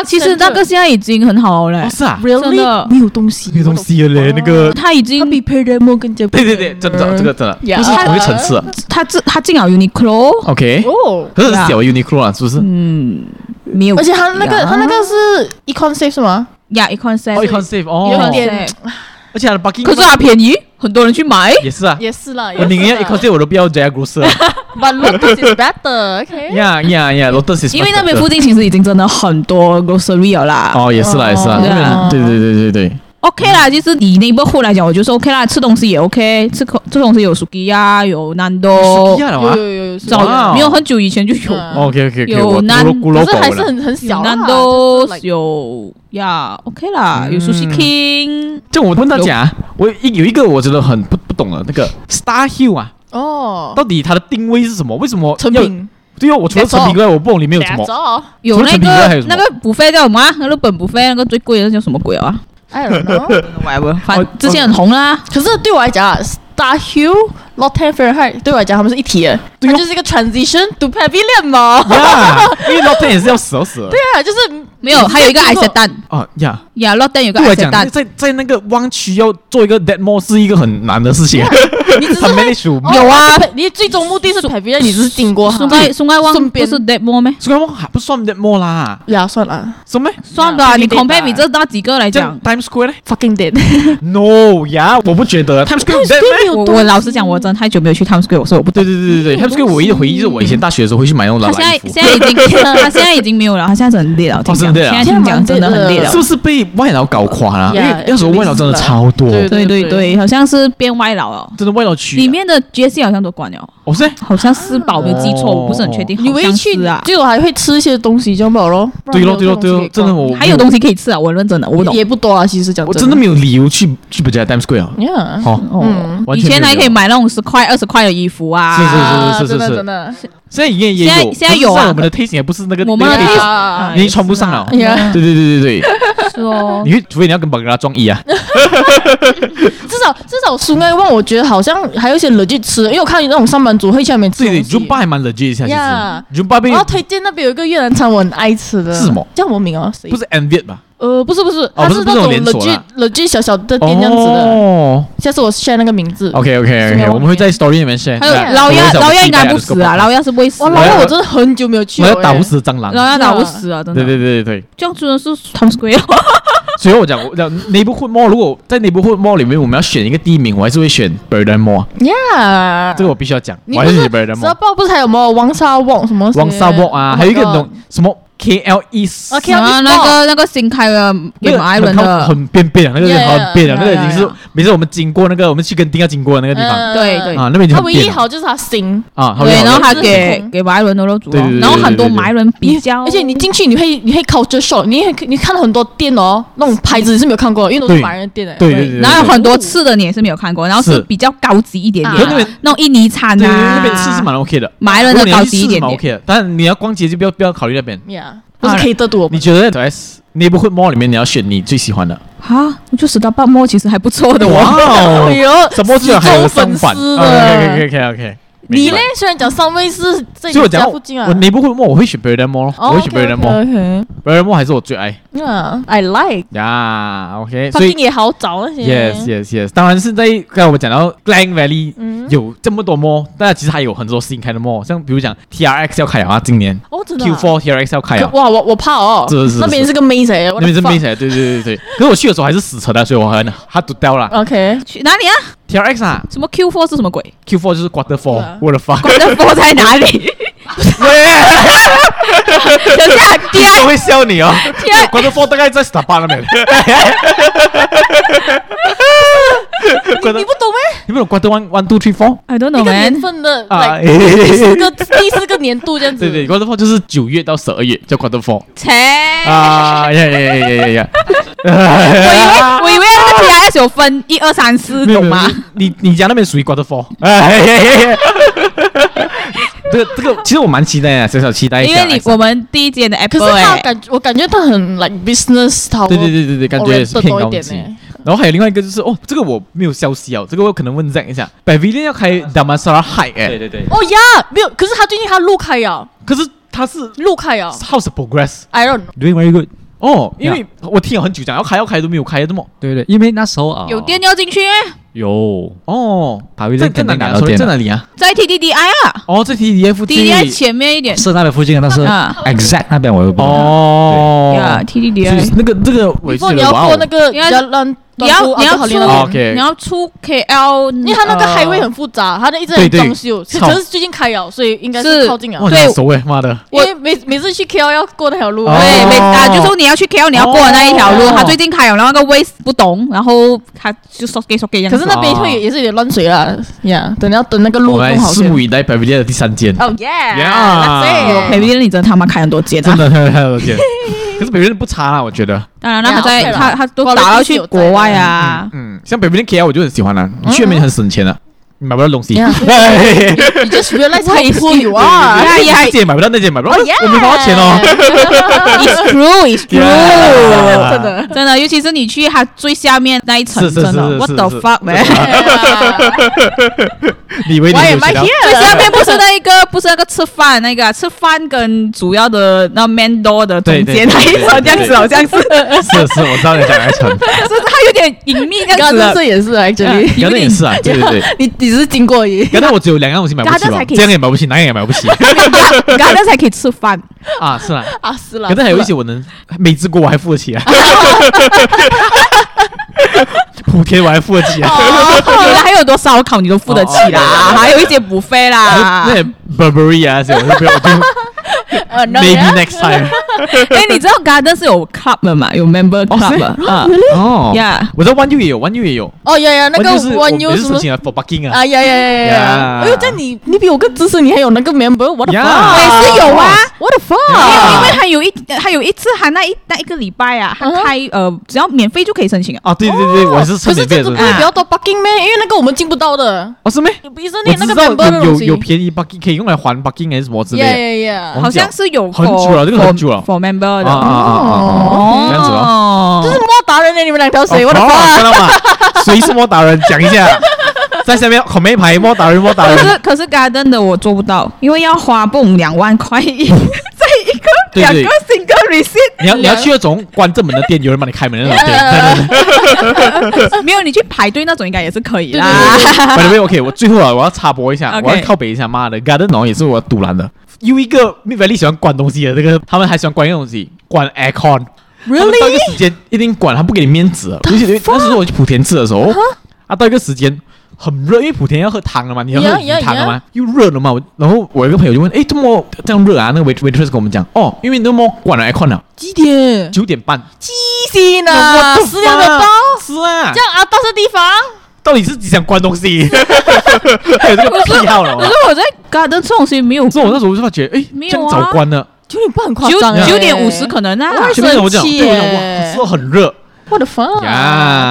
A: 其其实那个现在已经很好了嘞
B: 哦，是啊，
A: 真
C: really
A: 的
C: 没有东西，
B: 没有东西了嘞，那个，
A: 他已
C: 它
A: 经
C: 比 p a r a m o 更加。
B: 对对对，真的这个真的
C: Yeah
B: 不是同一个层次啊。
A: 他自他进了 Uniqlo，
B: OK，
C: 哦。
B: 可是小 Uniqlo 啊，是不是？
A: 嗯，没有，
C: 而且它那个
A: 呀
C: 它那个是 Econ Safe 是吗？
A: 呀 Econ s e
B: 哦
A: p
B: ，Econ
A: t
B: Safe
C: 有
B: 哦，
C: 点
B: 而且它的 Bucking
A: 可是啊它便宜，很多人去买。
B: 也是啊，
C: 也是啦，
B: 我宁愿 Econ Safe 我都不要 Jaya Grocer。
C: But Lotus is better. OK。
B: 呀呀呀，Lotus is
A: 因为那边
B: better
A: 附近其实已经真的很多 grocery 了啦。
B: 哦，也是啦，也是啦，
A: 对
B: 那
A: 啊
B: 边对对对对对。
A: OK 啦，其实以 neighborhood 来讲，我就是 OK 啦，吃东西也 OK，吃口吃东西有 Suki 啊，有 Nando，
B: 亚
C: 有有有有，是
B: 哇哦
A: 早没有很久以前就有，
C: 嗯
B: OK OK OK，
A: 有
B: 我
A: 南
B: 咕噜咕噜
C: 可是还
B: 狗
C: 是
B: 了。
C: 很很
A: 有
C: 小啦就是
A: Nando，
C: like-
A: 有呀 OK 啦，有 Sushi
B: 嗯
A: King，
B: 就我问大家啊，我一有一个我觉得很不不懂的那个 Star Hill 啊，
C: 哦，
B: 到底它的定位是什么？为什么
C: 成
B: 要？
C: 品
B: 对哦，我除了
C: That's
B: 成品以外，我不懂里面有什
C: That's
B: 么。
C: all.
A: 有
B: 除了
A: 那
B: 成品以外还有
A: 个
B: 什么
A: 那个补费叫什么啊？那个本补费那个最贵的那叫什么鬼啊
C: I don't know。
A: ？whatever，反
B: 哦
A: 之前很红啦。
C: 可是对我来讲啊，Star Hill、Lotte Fahrenheit 对我来讲，他们是一体的，它就是一个 transition to pavilion 嘛。 对
B: 呀，因为 Lotte 也是要死要死的。
C: 啊，就是
A: 没有，还有一个
C: 你
A: 艾
C: 知道
A: 塞蛋
B: 啊呀，
A: 呀，洛丹有个
B: 对我
A: 艾
B: 来
A: 塞
B: 讲，
A: 蛋，
B: 在在那个湾区要做一个 dead mall 是一个很难的事情。啊
C: 你只是
B: 他
C: 会
B: manage 不
C: 哦
A: 有啊
C: 你最终目的是 pavilion，你只是经过它
A: 松盖松盖旺
C: 顺
A: 不
C: 便
A: 是 dead more 咩？
B: 所以我还不算 dead mall 啦，
C: 呀，算了
B: 什么？
A: 算吧，啊你
C: Sunday 吧
A: compare 你这那几个来
B: 这
A: 讲
B: 样，Times Square 呢
C: ，fucking dead。
B: ？No 呀，我不觉得 Times Square dead 咩
A: 我我老实讲，我真的太久没有去 Times Square，所以我不
B: 对对对对对，Times Square 唯一的回忆就是我以前大学的时候会去买那种
A: 他
B: 喇
A: 现
B: 叭衣
A: 在
B: 服
A: 现。在已经 他现在已经没有了，他现在很累了，听
B: 真
A: 讲
B: 的累
A: 现
B: 啊
A: 在听讲真的很累了
B: 是。不是被外劳搞垮了？因
C: Yeah，
B: 为那时候外劳真的超多，
C: 对
B: 真
A: 对对对，好像是变歪了哦。
B: 的外劳区
A: 里面的 JC 好像都关了，
B: 哦是，
A: 好像是吧？我没有记错，
B: 哦
A: 我不是很确定。
C: 你唯
A: 好
C: 一
A: 像
C: 去
A: 是啊，
C: 最后还会吃一些东西，这样罢了咯。不
B: 对
C: 然没
B: 咯
C: 有
B: 对咯对咯，
C: 这
B: 真
C: 种
B: 的
C: 东西
B: 我
A: 还有东西可以吃啊！我认真的，我不
C: 可以逛
A: 懂。
C: 也不多啊，其实讲
B: 我真的没有理由去去不加 Times Square 啊，
C: Yeah，
B: 哦，
A: 哦，
B: 完
A: 以
B: 全没
A: 前
B: 有
A: 还可以买那种十块、二十块的衣服啊。
B: 是是哦
C: 啊
B: 是是是
C: 真的
B: 是
C: 真的，
B: 现在也也
A: 现在
B: 有，
A: 现在有啊
B: 可是我们的 taste 也不是那个
A: 我们的
B: 那个
A: taste-
C: 啊
B: 已经穿不上了
A: 哎呀是啊
B: 对对对对对，
A: 是 哦
B: 你。会除非你要跟本格拉装一啊，
C: 至少至少苏爱旺，我觉得好像还有一些人去吃，因为我看有那种上班族会去那边吃
B: 对对
C: 东西。
B: ，Jumba 还蛮 legit 一下，其
C: 呀
B: 实 Jumba 被
C: 然后推荐那边有一个越南餐，我很爱吃的，
B: 是什么？
C: 叫什么名啊？谁
B: 不是 envy 吧？
C: 呃，不是不是，它
B: 不是
C: 那
B: 不是有
C: 种
B: 连锁
C: legit
B: 啦
C: legit 小小的店这样子的。
B: 哦
C: 下次我 share 那个名字。
B: ，OK OK
C: 是没
B: OK，
C: 有
B: 我们会在 story 里面 share。
A: 还有
C: 对
A: 老鸭，
B: 啊我
A: 老鸭
B: 想
A: 应该不
B: 期待
A: 死啊，
B: 这个
A: 老鸭是不会死
C: 哇，
A: 的，
C: 老
B: 我
C: 外
B: 要
C: 我真的很久没有去
B: 我
C: 了欸。
B: 要打不死的蟑螂。
A: 老鸭打不死啊，真
B: 对
A: 的。
B: 对对对对。
A: 这样真的是 Times Square 哦。
B: 所以我讲，我讲 neighborhood mall，如果在 neighborhood mall 里面，我们要选一个第一名，我还是会选 Berlin Mall，
A: 啊
C: ，Yeah，
B: 这个我必须要讲，
C: 你
B: 我
C: 不
B: 还是
C: 是
B: 选 Berlin
C: 知道
B: Mall。
C: 不是还有什么王沙旺什么
B: 啊王沙 walk 啊，还有一个那种什么 K L E 四
C: 哦，K
A: 然后
C: L
A: 那个那个新开的给马来人的，
B: 很边边啊，那个是
C: Yeah,
B: 很边啊，
C: yeah,
B: 那个已经
C: yeah,
B: 是
C: yeah.
B: 每次我们经过那个我们去跟丁要经过的那个地方
A: 对对
B: 啊，那边已经
C: 它
B: 很
C: 呃唯
B: 扁
C: 一
B: 了
C: 好就是它新，
B: 啊，
A: 嗯
B: 好
A: 对，
B: 像
A: 然后还
C: 就是
A: 给
C: 普通
A: 给马来人牛肉煮
B: 对
A: 哦
B: 对对，
A: 然后很多
B: 对对对
A: 马来人比较，
C: 而且你进去你会你会 culture shock，你会你看到很多店哦，那种牌子你是没有看过的，因为都
B: 对
C: 是马来人店的。
B: 对对对，
A: 然后有
B: 对
A: 很多吃的你也是没有看过，然后是
B: 是
A: 比较高级一
C: 啊
A: 点
B: 可是那
A: 点
B: 边，
A: 那种印尼餐
B: 对对对
A: 啊，
B: 那边吃是蛮 OK 的，
A: 马来人
B: 如
A: 的
B: 果你
A: 高
B: 要去
A: 级一
B: 吃是
A: 点
B: 蛮
A: 点。
B: OK 的，但你要逛街就不要不要考虑那边。
C: ，Yeah，不是
A: 啊
C: 可以得赌我们
B: 你觉得在 S neighborhood mall 里面你要选你最喜欢的？
A: 啊，我就十到半末其实还不错的
B: 哇
A: 哦。
B: 哦
C: 哎呦，
B: 什么居然还有三哦版
C: 死忠粉丝的
B: ？OK OK OK OK。
C: 你嘞？虽然讲上位是
B: 所
C: 在
B: 以
C: 你
B: 我
C: 家
B: 讲
C: 附近啊，
B: 我 neighborhood mall 我会选 b e r r d a n mall，我
C: 哦
B: 会选 b e r r d a n mall。
C: OK，OK，OK
B: b e r r d a n mall 还是我最爱
C: Yeah, I like，
B: 呀。OK，
C: 附
B: 所以
C: 近也好找那些。
B: Yes, yes, yes。当然是在刚才我们讲到 Glen Valley、
C: 嗯
B: 有这么多 mall，但其实还有很多新开的 mall，像比如讲 TRX 要开了啊，今年、
C: 哦，真的啊。
B: Q4 TRX 要开
C: 可
B: 了。
C: 哇，我我怕哦，
B: 哎是是是
C: 那边是个妹欸仔，
B: 那
C: 那
B: 边是没起来，对对对对。可是我去的时候还是死城的，所以我很 hard to tell 啦。
C: OK，
A: 去哪里啊？
B: TRX 啊
A: 什么 Q four 是什么鬼？
B: ，Q4 就是 Quarter
C: 对啊
B: Four，我的 fuck！
A: 关的 four 在哪 里？等一 下，第
B: 我
A: 二
B: 会笑你哦。
A: 第二
B: Quarter Four 大概在 Star 那边。
C: 你你不懂咩？
B: 你们有 Quarter One One Two Three Four？
A: ，I don't know
C: 一个
A: man
C: 年。份的，
B: 啊，
C: like，第四个第四个年度这样子。
B: 对对，Quarter Four 就是九月到十二月叫 Quarter Four
A: 切，
B: 啊，呀呀呀呀呀呀！
A: 我以 为我以为那个 T R S 有分一二三四，
B: 没有
A: 懂吗？？
B: 没有你你家那边属于 quarter four。哎，这个这个，其实我蛮期待啊，小小期待一
A: 因
B: 下。
A: 为你我们第一间的 Apple，
C: 可是他
A: 哎，
C: 感觉我感觉他很 like business 头。
B: 对对对对对，感觉也是
C: oriented
B: 偏
C: 多一
B: 高
C: 点
B: 级
C: 呢。
B: 然后还有另外一个就是，哦，这个我没有消息哦，这个我可能问 Zack 一下。Pavilion 要开 Damansara High 哎，
E: 对对对，
C: 哦呀，没有，可是他最近他路开呀，
B: 可是它是
C: 路开啊呀
B: House Progress
C: ，I don't know。
E: doing very good。
B: 哦，因为我听了很久讲要开要开都没有开，这么
E: 对对，因为那时候啊，
A: 有店要进去，
E: 有
B: 哦，
E: Pavilion
B: 在在
E: 肯
B: 哪里
E: 定拿
B: 啊？
E: 到
B: sorry，
E: 店
B: 在
E: 了
B: 哪里啊？
A: 在 T D D I 啊
B: 哦，在 TDF
A: ，T D D I
B: T
A: 前面一点
E: 是那边附近的，但是
A: 啊
E: exact 那边我又不懂。
B: 哦，
A: 呀，T D D
B: 所
A: I
B: 以。那个这个我
C: 不
B: 也
C: 过
B: 觉
C: 你
B: 得
C: 要
B: 哇
C: 过那
B: 哦。
C: 个
A: 因为
C: 比较乱，
A: 你要你要出，
B: 哦，OK
A: 你要出 KL，因
C: 因为他那个海位很复杂，他那一直很装修，
B: 对对
C: 可是最近开了，所以应该是
A: 是
C: 靠近了啊
B: 哇，。你
A: 对
B: 很熟哎，妈的！
C: 因为每每次去 KL 要过那条路，
B: 哦
A: 对，每啊，
B: 哦
A: 就说你要去 KL，你要过的那一条路，
B: 哦
A: 他最近开了，然后那个 w a s 不懂，然后他就说给说给样
C: 可
A: 子。
C: 是那边会也是有点乱水啦，呀，等要等那个
B: 我
C: 路
B: 们
C: 弄好
B: 拭
C: 先
B: 目。以待 Pavilion 的第三间，
C: 哦耶
B: Yeah
A: k 你真的他妈开很多间啊
B: 真！的 太太有见。可是 Pavilion 不差啦，我觉得。
A: 当然，那他在
C: Yeah，OK 啦
A: 他他都打到去国外啊，
B: 嗯，像 Pavilion KL 我就很喜欢啦，你去那边很省钱啊，你买不到东西。
C: Yeah
B: 哎
C: You just realize how
A: Wait,
C: poor you
A: 对
C: are。
A: 对对
B: 这间也买不到，那间也买不到，我没花到钱 哦。
A: ，It's true，It's
B: Yeah
A: true，
C: Oh, 真 的。
A: 真的，尤其是你去他最下面那一层，
B: 是是
A: 真
B: 是
A: 的
B: 是
A: ，What
B: 是
A: the
B: 是
A: fuck man？
B: 你以为你
C: Why
B: 有
C: am I
B: 钱
A: 最
B: 啊？
C: here？
A: 下面不是那一个，不是那个吃饭那个啊，吃饭跟主要的那 main door 的中
B: 对对
A: 间那一
B: 对对
A: 层，这样子好像是，
B: 是是，我知道你讲哪一层，
A: 就是他有点隐秘这样
C: 刚
A: 子
C: 刚
A: 的
C: 这。也是 actually，
B: 刚才也是啊，对对对。
C: 你你只是经过而 已。
B: 刚才我只有两样东西买不起
C: 刚才
B: 吧，
C: 才可以
B: 这样也买不起，那样也买不 起
A: 你刚刚才可以吃饭，
B: 啊，是啊。
C: 啊，是啦。
B: 可是还有一些我能美之国我还付得起啊，莆田我还付得起
C: 哦
B: 啊，
A: 有啦，还有很多烧烤你都付得起
B: 哦
A: 啦，还有一些补费啦。
B: 那 Burberry 啊，所以我就不要，我就
C: 呃 no
B: maybe next time。
A: 哎，你知道 Garden 是有 club 的嘛？有 member club 的啊
B: 哦
A: ，Yeah，
B: 我在 One U 也有，One U 也有，
C: 哦呀呀，那个
B: One U 是我
C: One U
B: 也是
C: 什
B: 申
C: 么？
B: 请了 for parking 啊
C: 啊，呀呀呀呀呀！
B: Yeah
C: 哎呦，但你你比我更资深，你还有那个 member，我的
B: Yeah
A: 我
C: fuck，
A: 也是有啊。
C: 我的
A: 因
B: 哦
C: fuck，
A: 为因为他有一他有一次，他那一那一个礼拜啊，他
C: 嗯哼
A: 开呃，只要免费就可以申请啊。
B: 啊，对对对，我是
C: 哦可
B: 申
C: 是
B: 免
C: 这
B: 费
C: 样子
B: 的
C: 不
A: 啊，
C: 会比较多 bugging 咩？因为那个我们进不到的，
B: 哦是没，
C: 不是
B: 我
C: 那那
B: 知
C: 个
B: 道
C: member 的
B: 有
C: 东
B: 有
C: 西。
B: 有便宜 parking 可以用来还 parking 还是什么之类
C: Yeah, yeah,
B: 我
C: yeah
B: 们
A: 好像是有
B: 很久
A: for-
B: 了这个很久了
A: for for member
B: 的
A: 的
B: 啊啊啊啊啊啊，
A: 哦
B: 这样子啊咯。
A: 哦
C: 这是摸达人呢，你们两条水，
B: 哦
C: 我的
B: 好
C: fuck。
B: 看到吗？谁是摸达人？讲一下，在下面 comment 牌摸达人摸达
A: 可
B: 人
A: 是。可是 Garden 的我做不到，因为要花蹦两万块 一在一个
B: 对
A: 两
B: 对
A: 个 single receipt。
B: 你要你要
C: 两
B: 去那种关正门的店，有人帮你开门的那种 店。
A: 没有，你去排队那种应该也是可以啦。
B: By the way，OK，我最后啊，我要插播一下，
A: OK
B: 我要靠北一下，妈的，Garden 哦也是我堵拦的，因为一个 m i d v a l l y 喜欢关东西的这个，他们还喜欢关一个东西，关 aircon。他 们到一个啊时间一定管，他不给你面子的。尤其那时候我去莆田吃的时候，啊，到一个时间很热，因为莆田要喝汤了嘛，你要喝
C: Yeah,
B: 鱼
C: yeah,
B: 汤了嘛又热了嘛。我然后我有一个朋友就问，诶，这么这样热啊？那个 wait waitress 跟我们讲，哦，因为那么关了 aircon 了，
C: 几点？
B: 九点半。
C: 七点
B: 我
C: 啊，
B: 的妈
C: 十点的包，
B: 是啊
C: 这，样啊，到这地方，
B: 到底是你想关东西， 还有这个癖好了
A: 可
B: 嘛
A: 是？我在 garden 这种东西没有
B: 所以我那时候就发觉，诶，
A: 没有
B: 这样
A: 啊
B: 早关了。
C: 九点半很夸张
A: 九
C: 欸，
A: 九点五十可能啊。
C: 我会
B: 前面我讲，
C: 生气
B: 对我讲，
C: 耶
B: 哇，是很热，
C: 我的哎 fuck，
B: 呀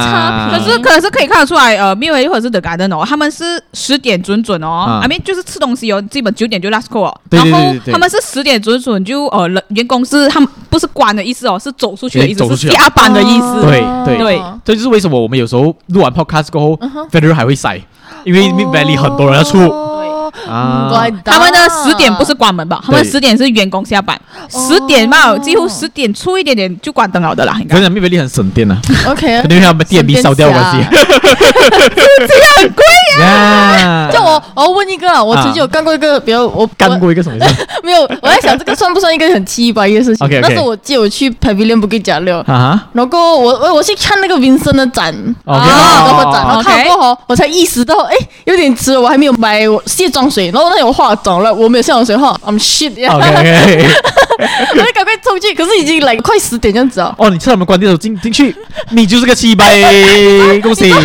C: 差评
A: 可
B: 嗯
A: 是可是可以看得出来，呃 m i r a 或者是 The Garden 哦，他们是十点准准哦
B: 啊
A: ，I mean 就是吃东西哦，基本九点就 last call 哦，
B: 对
A: 然
B: 对
A: 后
B: 对对对
A: 他们是十点准准就呃人员工是他们不是关的意思哦，是走出去的意
B: 走出
A: 思，
B: 去啊
A: 是
B: 了
A: 下班的意思。
B: 对对
A: 对
B: 这就是为什么我们有时候录完 podcast 过后
C: 嗯哼
B: f e d e r 还会塞，因
A: 哦
B: 为 Mid Valley 很多人要出
C: 哦
A: 嗯
B: 啊
C: 怪。不得
A: 他们的十点不是关门吧？他们
B: 对
A: 十点是员工下班，十点吧，几乎十点出一点点就关灯了的啦，应
B: 我
A: 该
B: 跟你讲，Mid Valley 很省 电啊，
C: OK，
B: 肯定他们电
C: 顺便
B: 力烧掉的啊关
C: 下
B: 系。
A: 啊
B: 这样贵
C: 就我，我要问一个啊，我曾经有干过一个，比如我
B: 干过一个什么事？
C: 我没有，我在想这个算不算一个很奇葩的事情
B: OK，OK
C: 那是我记得我去 Pavilion Bukit Jalil，
B: 啊
C: 然后过后我我我去看那个云生的展，
B: OK
C: 啊，然后
B: 哦
C: 展，然后看
A: OK
C: 过后，我才意识到，哎，有点迟了，我还没有买我卸妆水，然后那有化妆了，我没有卸妆水哈，I'm shit，呀
B: ？OK OK。
C: 我就赶快冲去，可是已经来快十点这样子哦。
B: 哦，你趁他们关店的时候进进去，你就是个七百，恭喜！
C: 你知道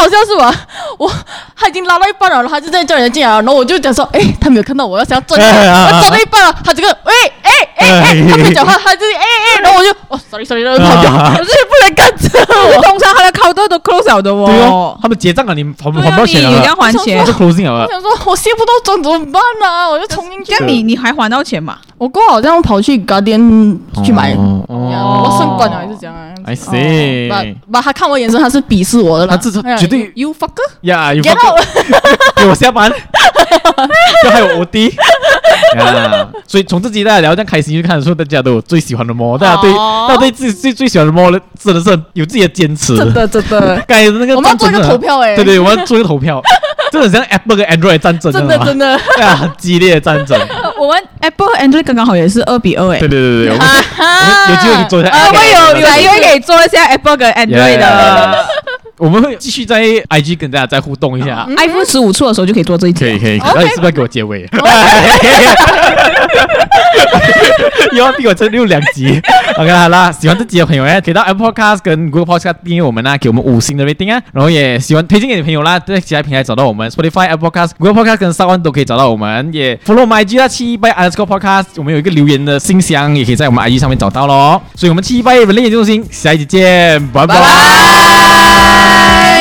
C: 好像是吧？我他已经拉到一半了，然后他就在叫人家进来了，然后我就讲说，哎，他没有看到我，要想要转，
B: 哎啊
C: 我转到一半了，他这个，哎哎哎哎，他 没有讲话，他就是哎哎，然后我就，哦，sorry sorry，然后跑掉，
B: 啊
C: 我就是不能跟着。
A: 通常他的 counter 都 close 了的
B: 对哦
A: 哦，。
B: 他们结账了，你还
A: 对
B: 还不
A: 啊，
B: 到
A: 你
B: 钱
A: 有要
B: 了，
A: 还钱
B: 就，closing 了哦
C: 我。想说，我卸不到妆怎么办呢？我就冲进去
A: 这。样你你还还到钱嘛？
C: 我过后好像跑去 Guardian 去买，
B: 哦
C: 呀
B: 哦
C: 我升官了还是怎样啊
B: I see
C: 把把他看我眼神，他是鄙视我的啦。
B: 他这是
C: 哎呀
B: 绝对
C: you fucker。
B: 呀，有
C: Get out！
B: 给哎我下 班，就还有我弟。啊，所以从这集大家聊得这样开心，就看得出大家都有最喜欢的猫，大家对
C: 哦
B: 大家对自己最最喜欢的猫呢，真的是有自 己的坚持。
C: 真的真的，
B: 刚才那个
C: 我们要做一个
B: 战争啊
C: 投票欸
B: 对对，我们要做一个投票， 这很像 Apple 跟 Android 的战争，
C: 真的
B: 知道吗
C: 真的。
B: 对啊，很激烈的战 争。
A: 呃我们 Apple 和 Android 刚刚好也是二比二哎
B: 对对。对对，我
C: 啊
B: 们我们有机会你做
A: 啊，我有
B: 一下 Apple 跟
A: 有
B: Android
A: 因为可以做一下 Apple 跟 Android 的
B: Yeah，我们会继续在 IG 跟大家再互动一下。
A: iPhone 十五出的时候就可以做这一
B: 可
A: 题。
B: 以可以，可以
C: OK
B: 那你是不是要给我结尾？又要逼我这六两集。OK 啦好啦，喜欢这集的朋友呢，可以到 Apple Podcast 跟 Google Podcast 订阅我们啦，给我们五星的 rating 啊。然后也喜欢推荐给你朋友啦，在其他平台找到我们 Spotify、Apple Podcast、Google Podcast 跟 s o u n 都可以找到我们。也 follow 我们 IG 啦，七一八 underscore podcast，我们有一个留言的信箱，也可以在我们 IG 上面找到咯。所以我们七一八人类研究中心，下一集见，拜拜
C: 拜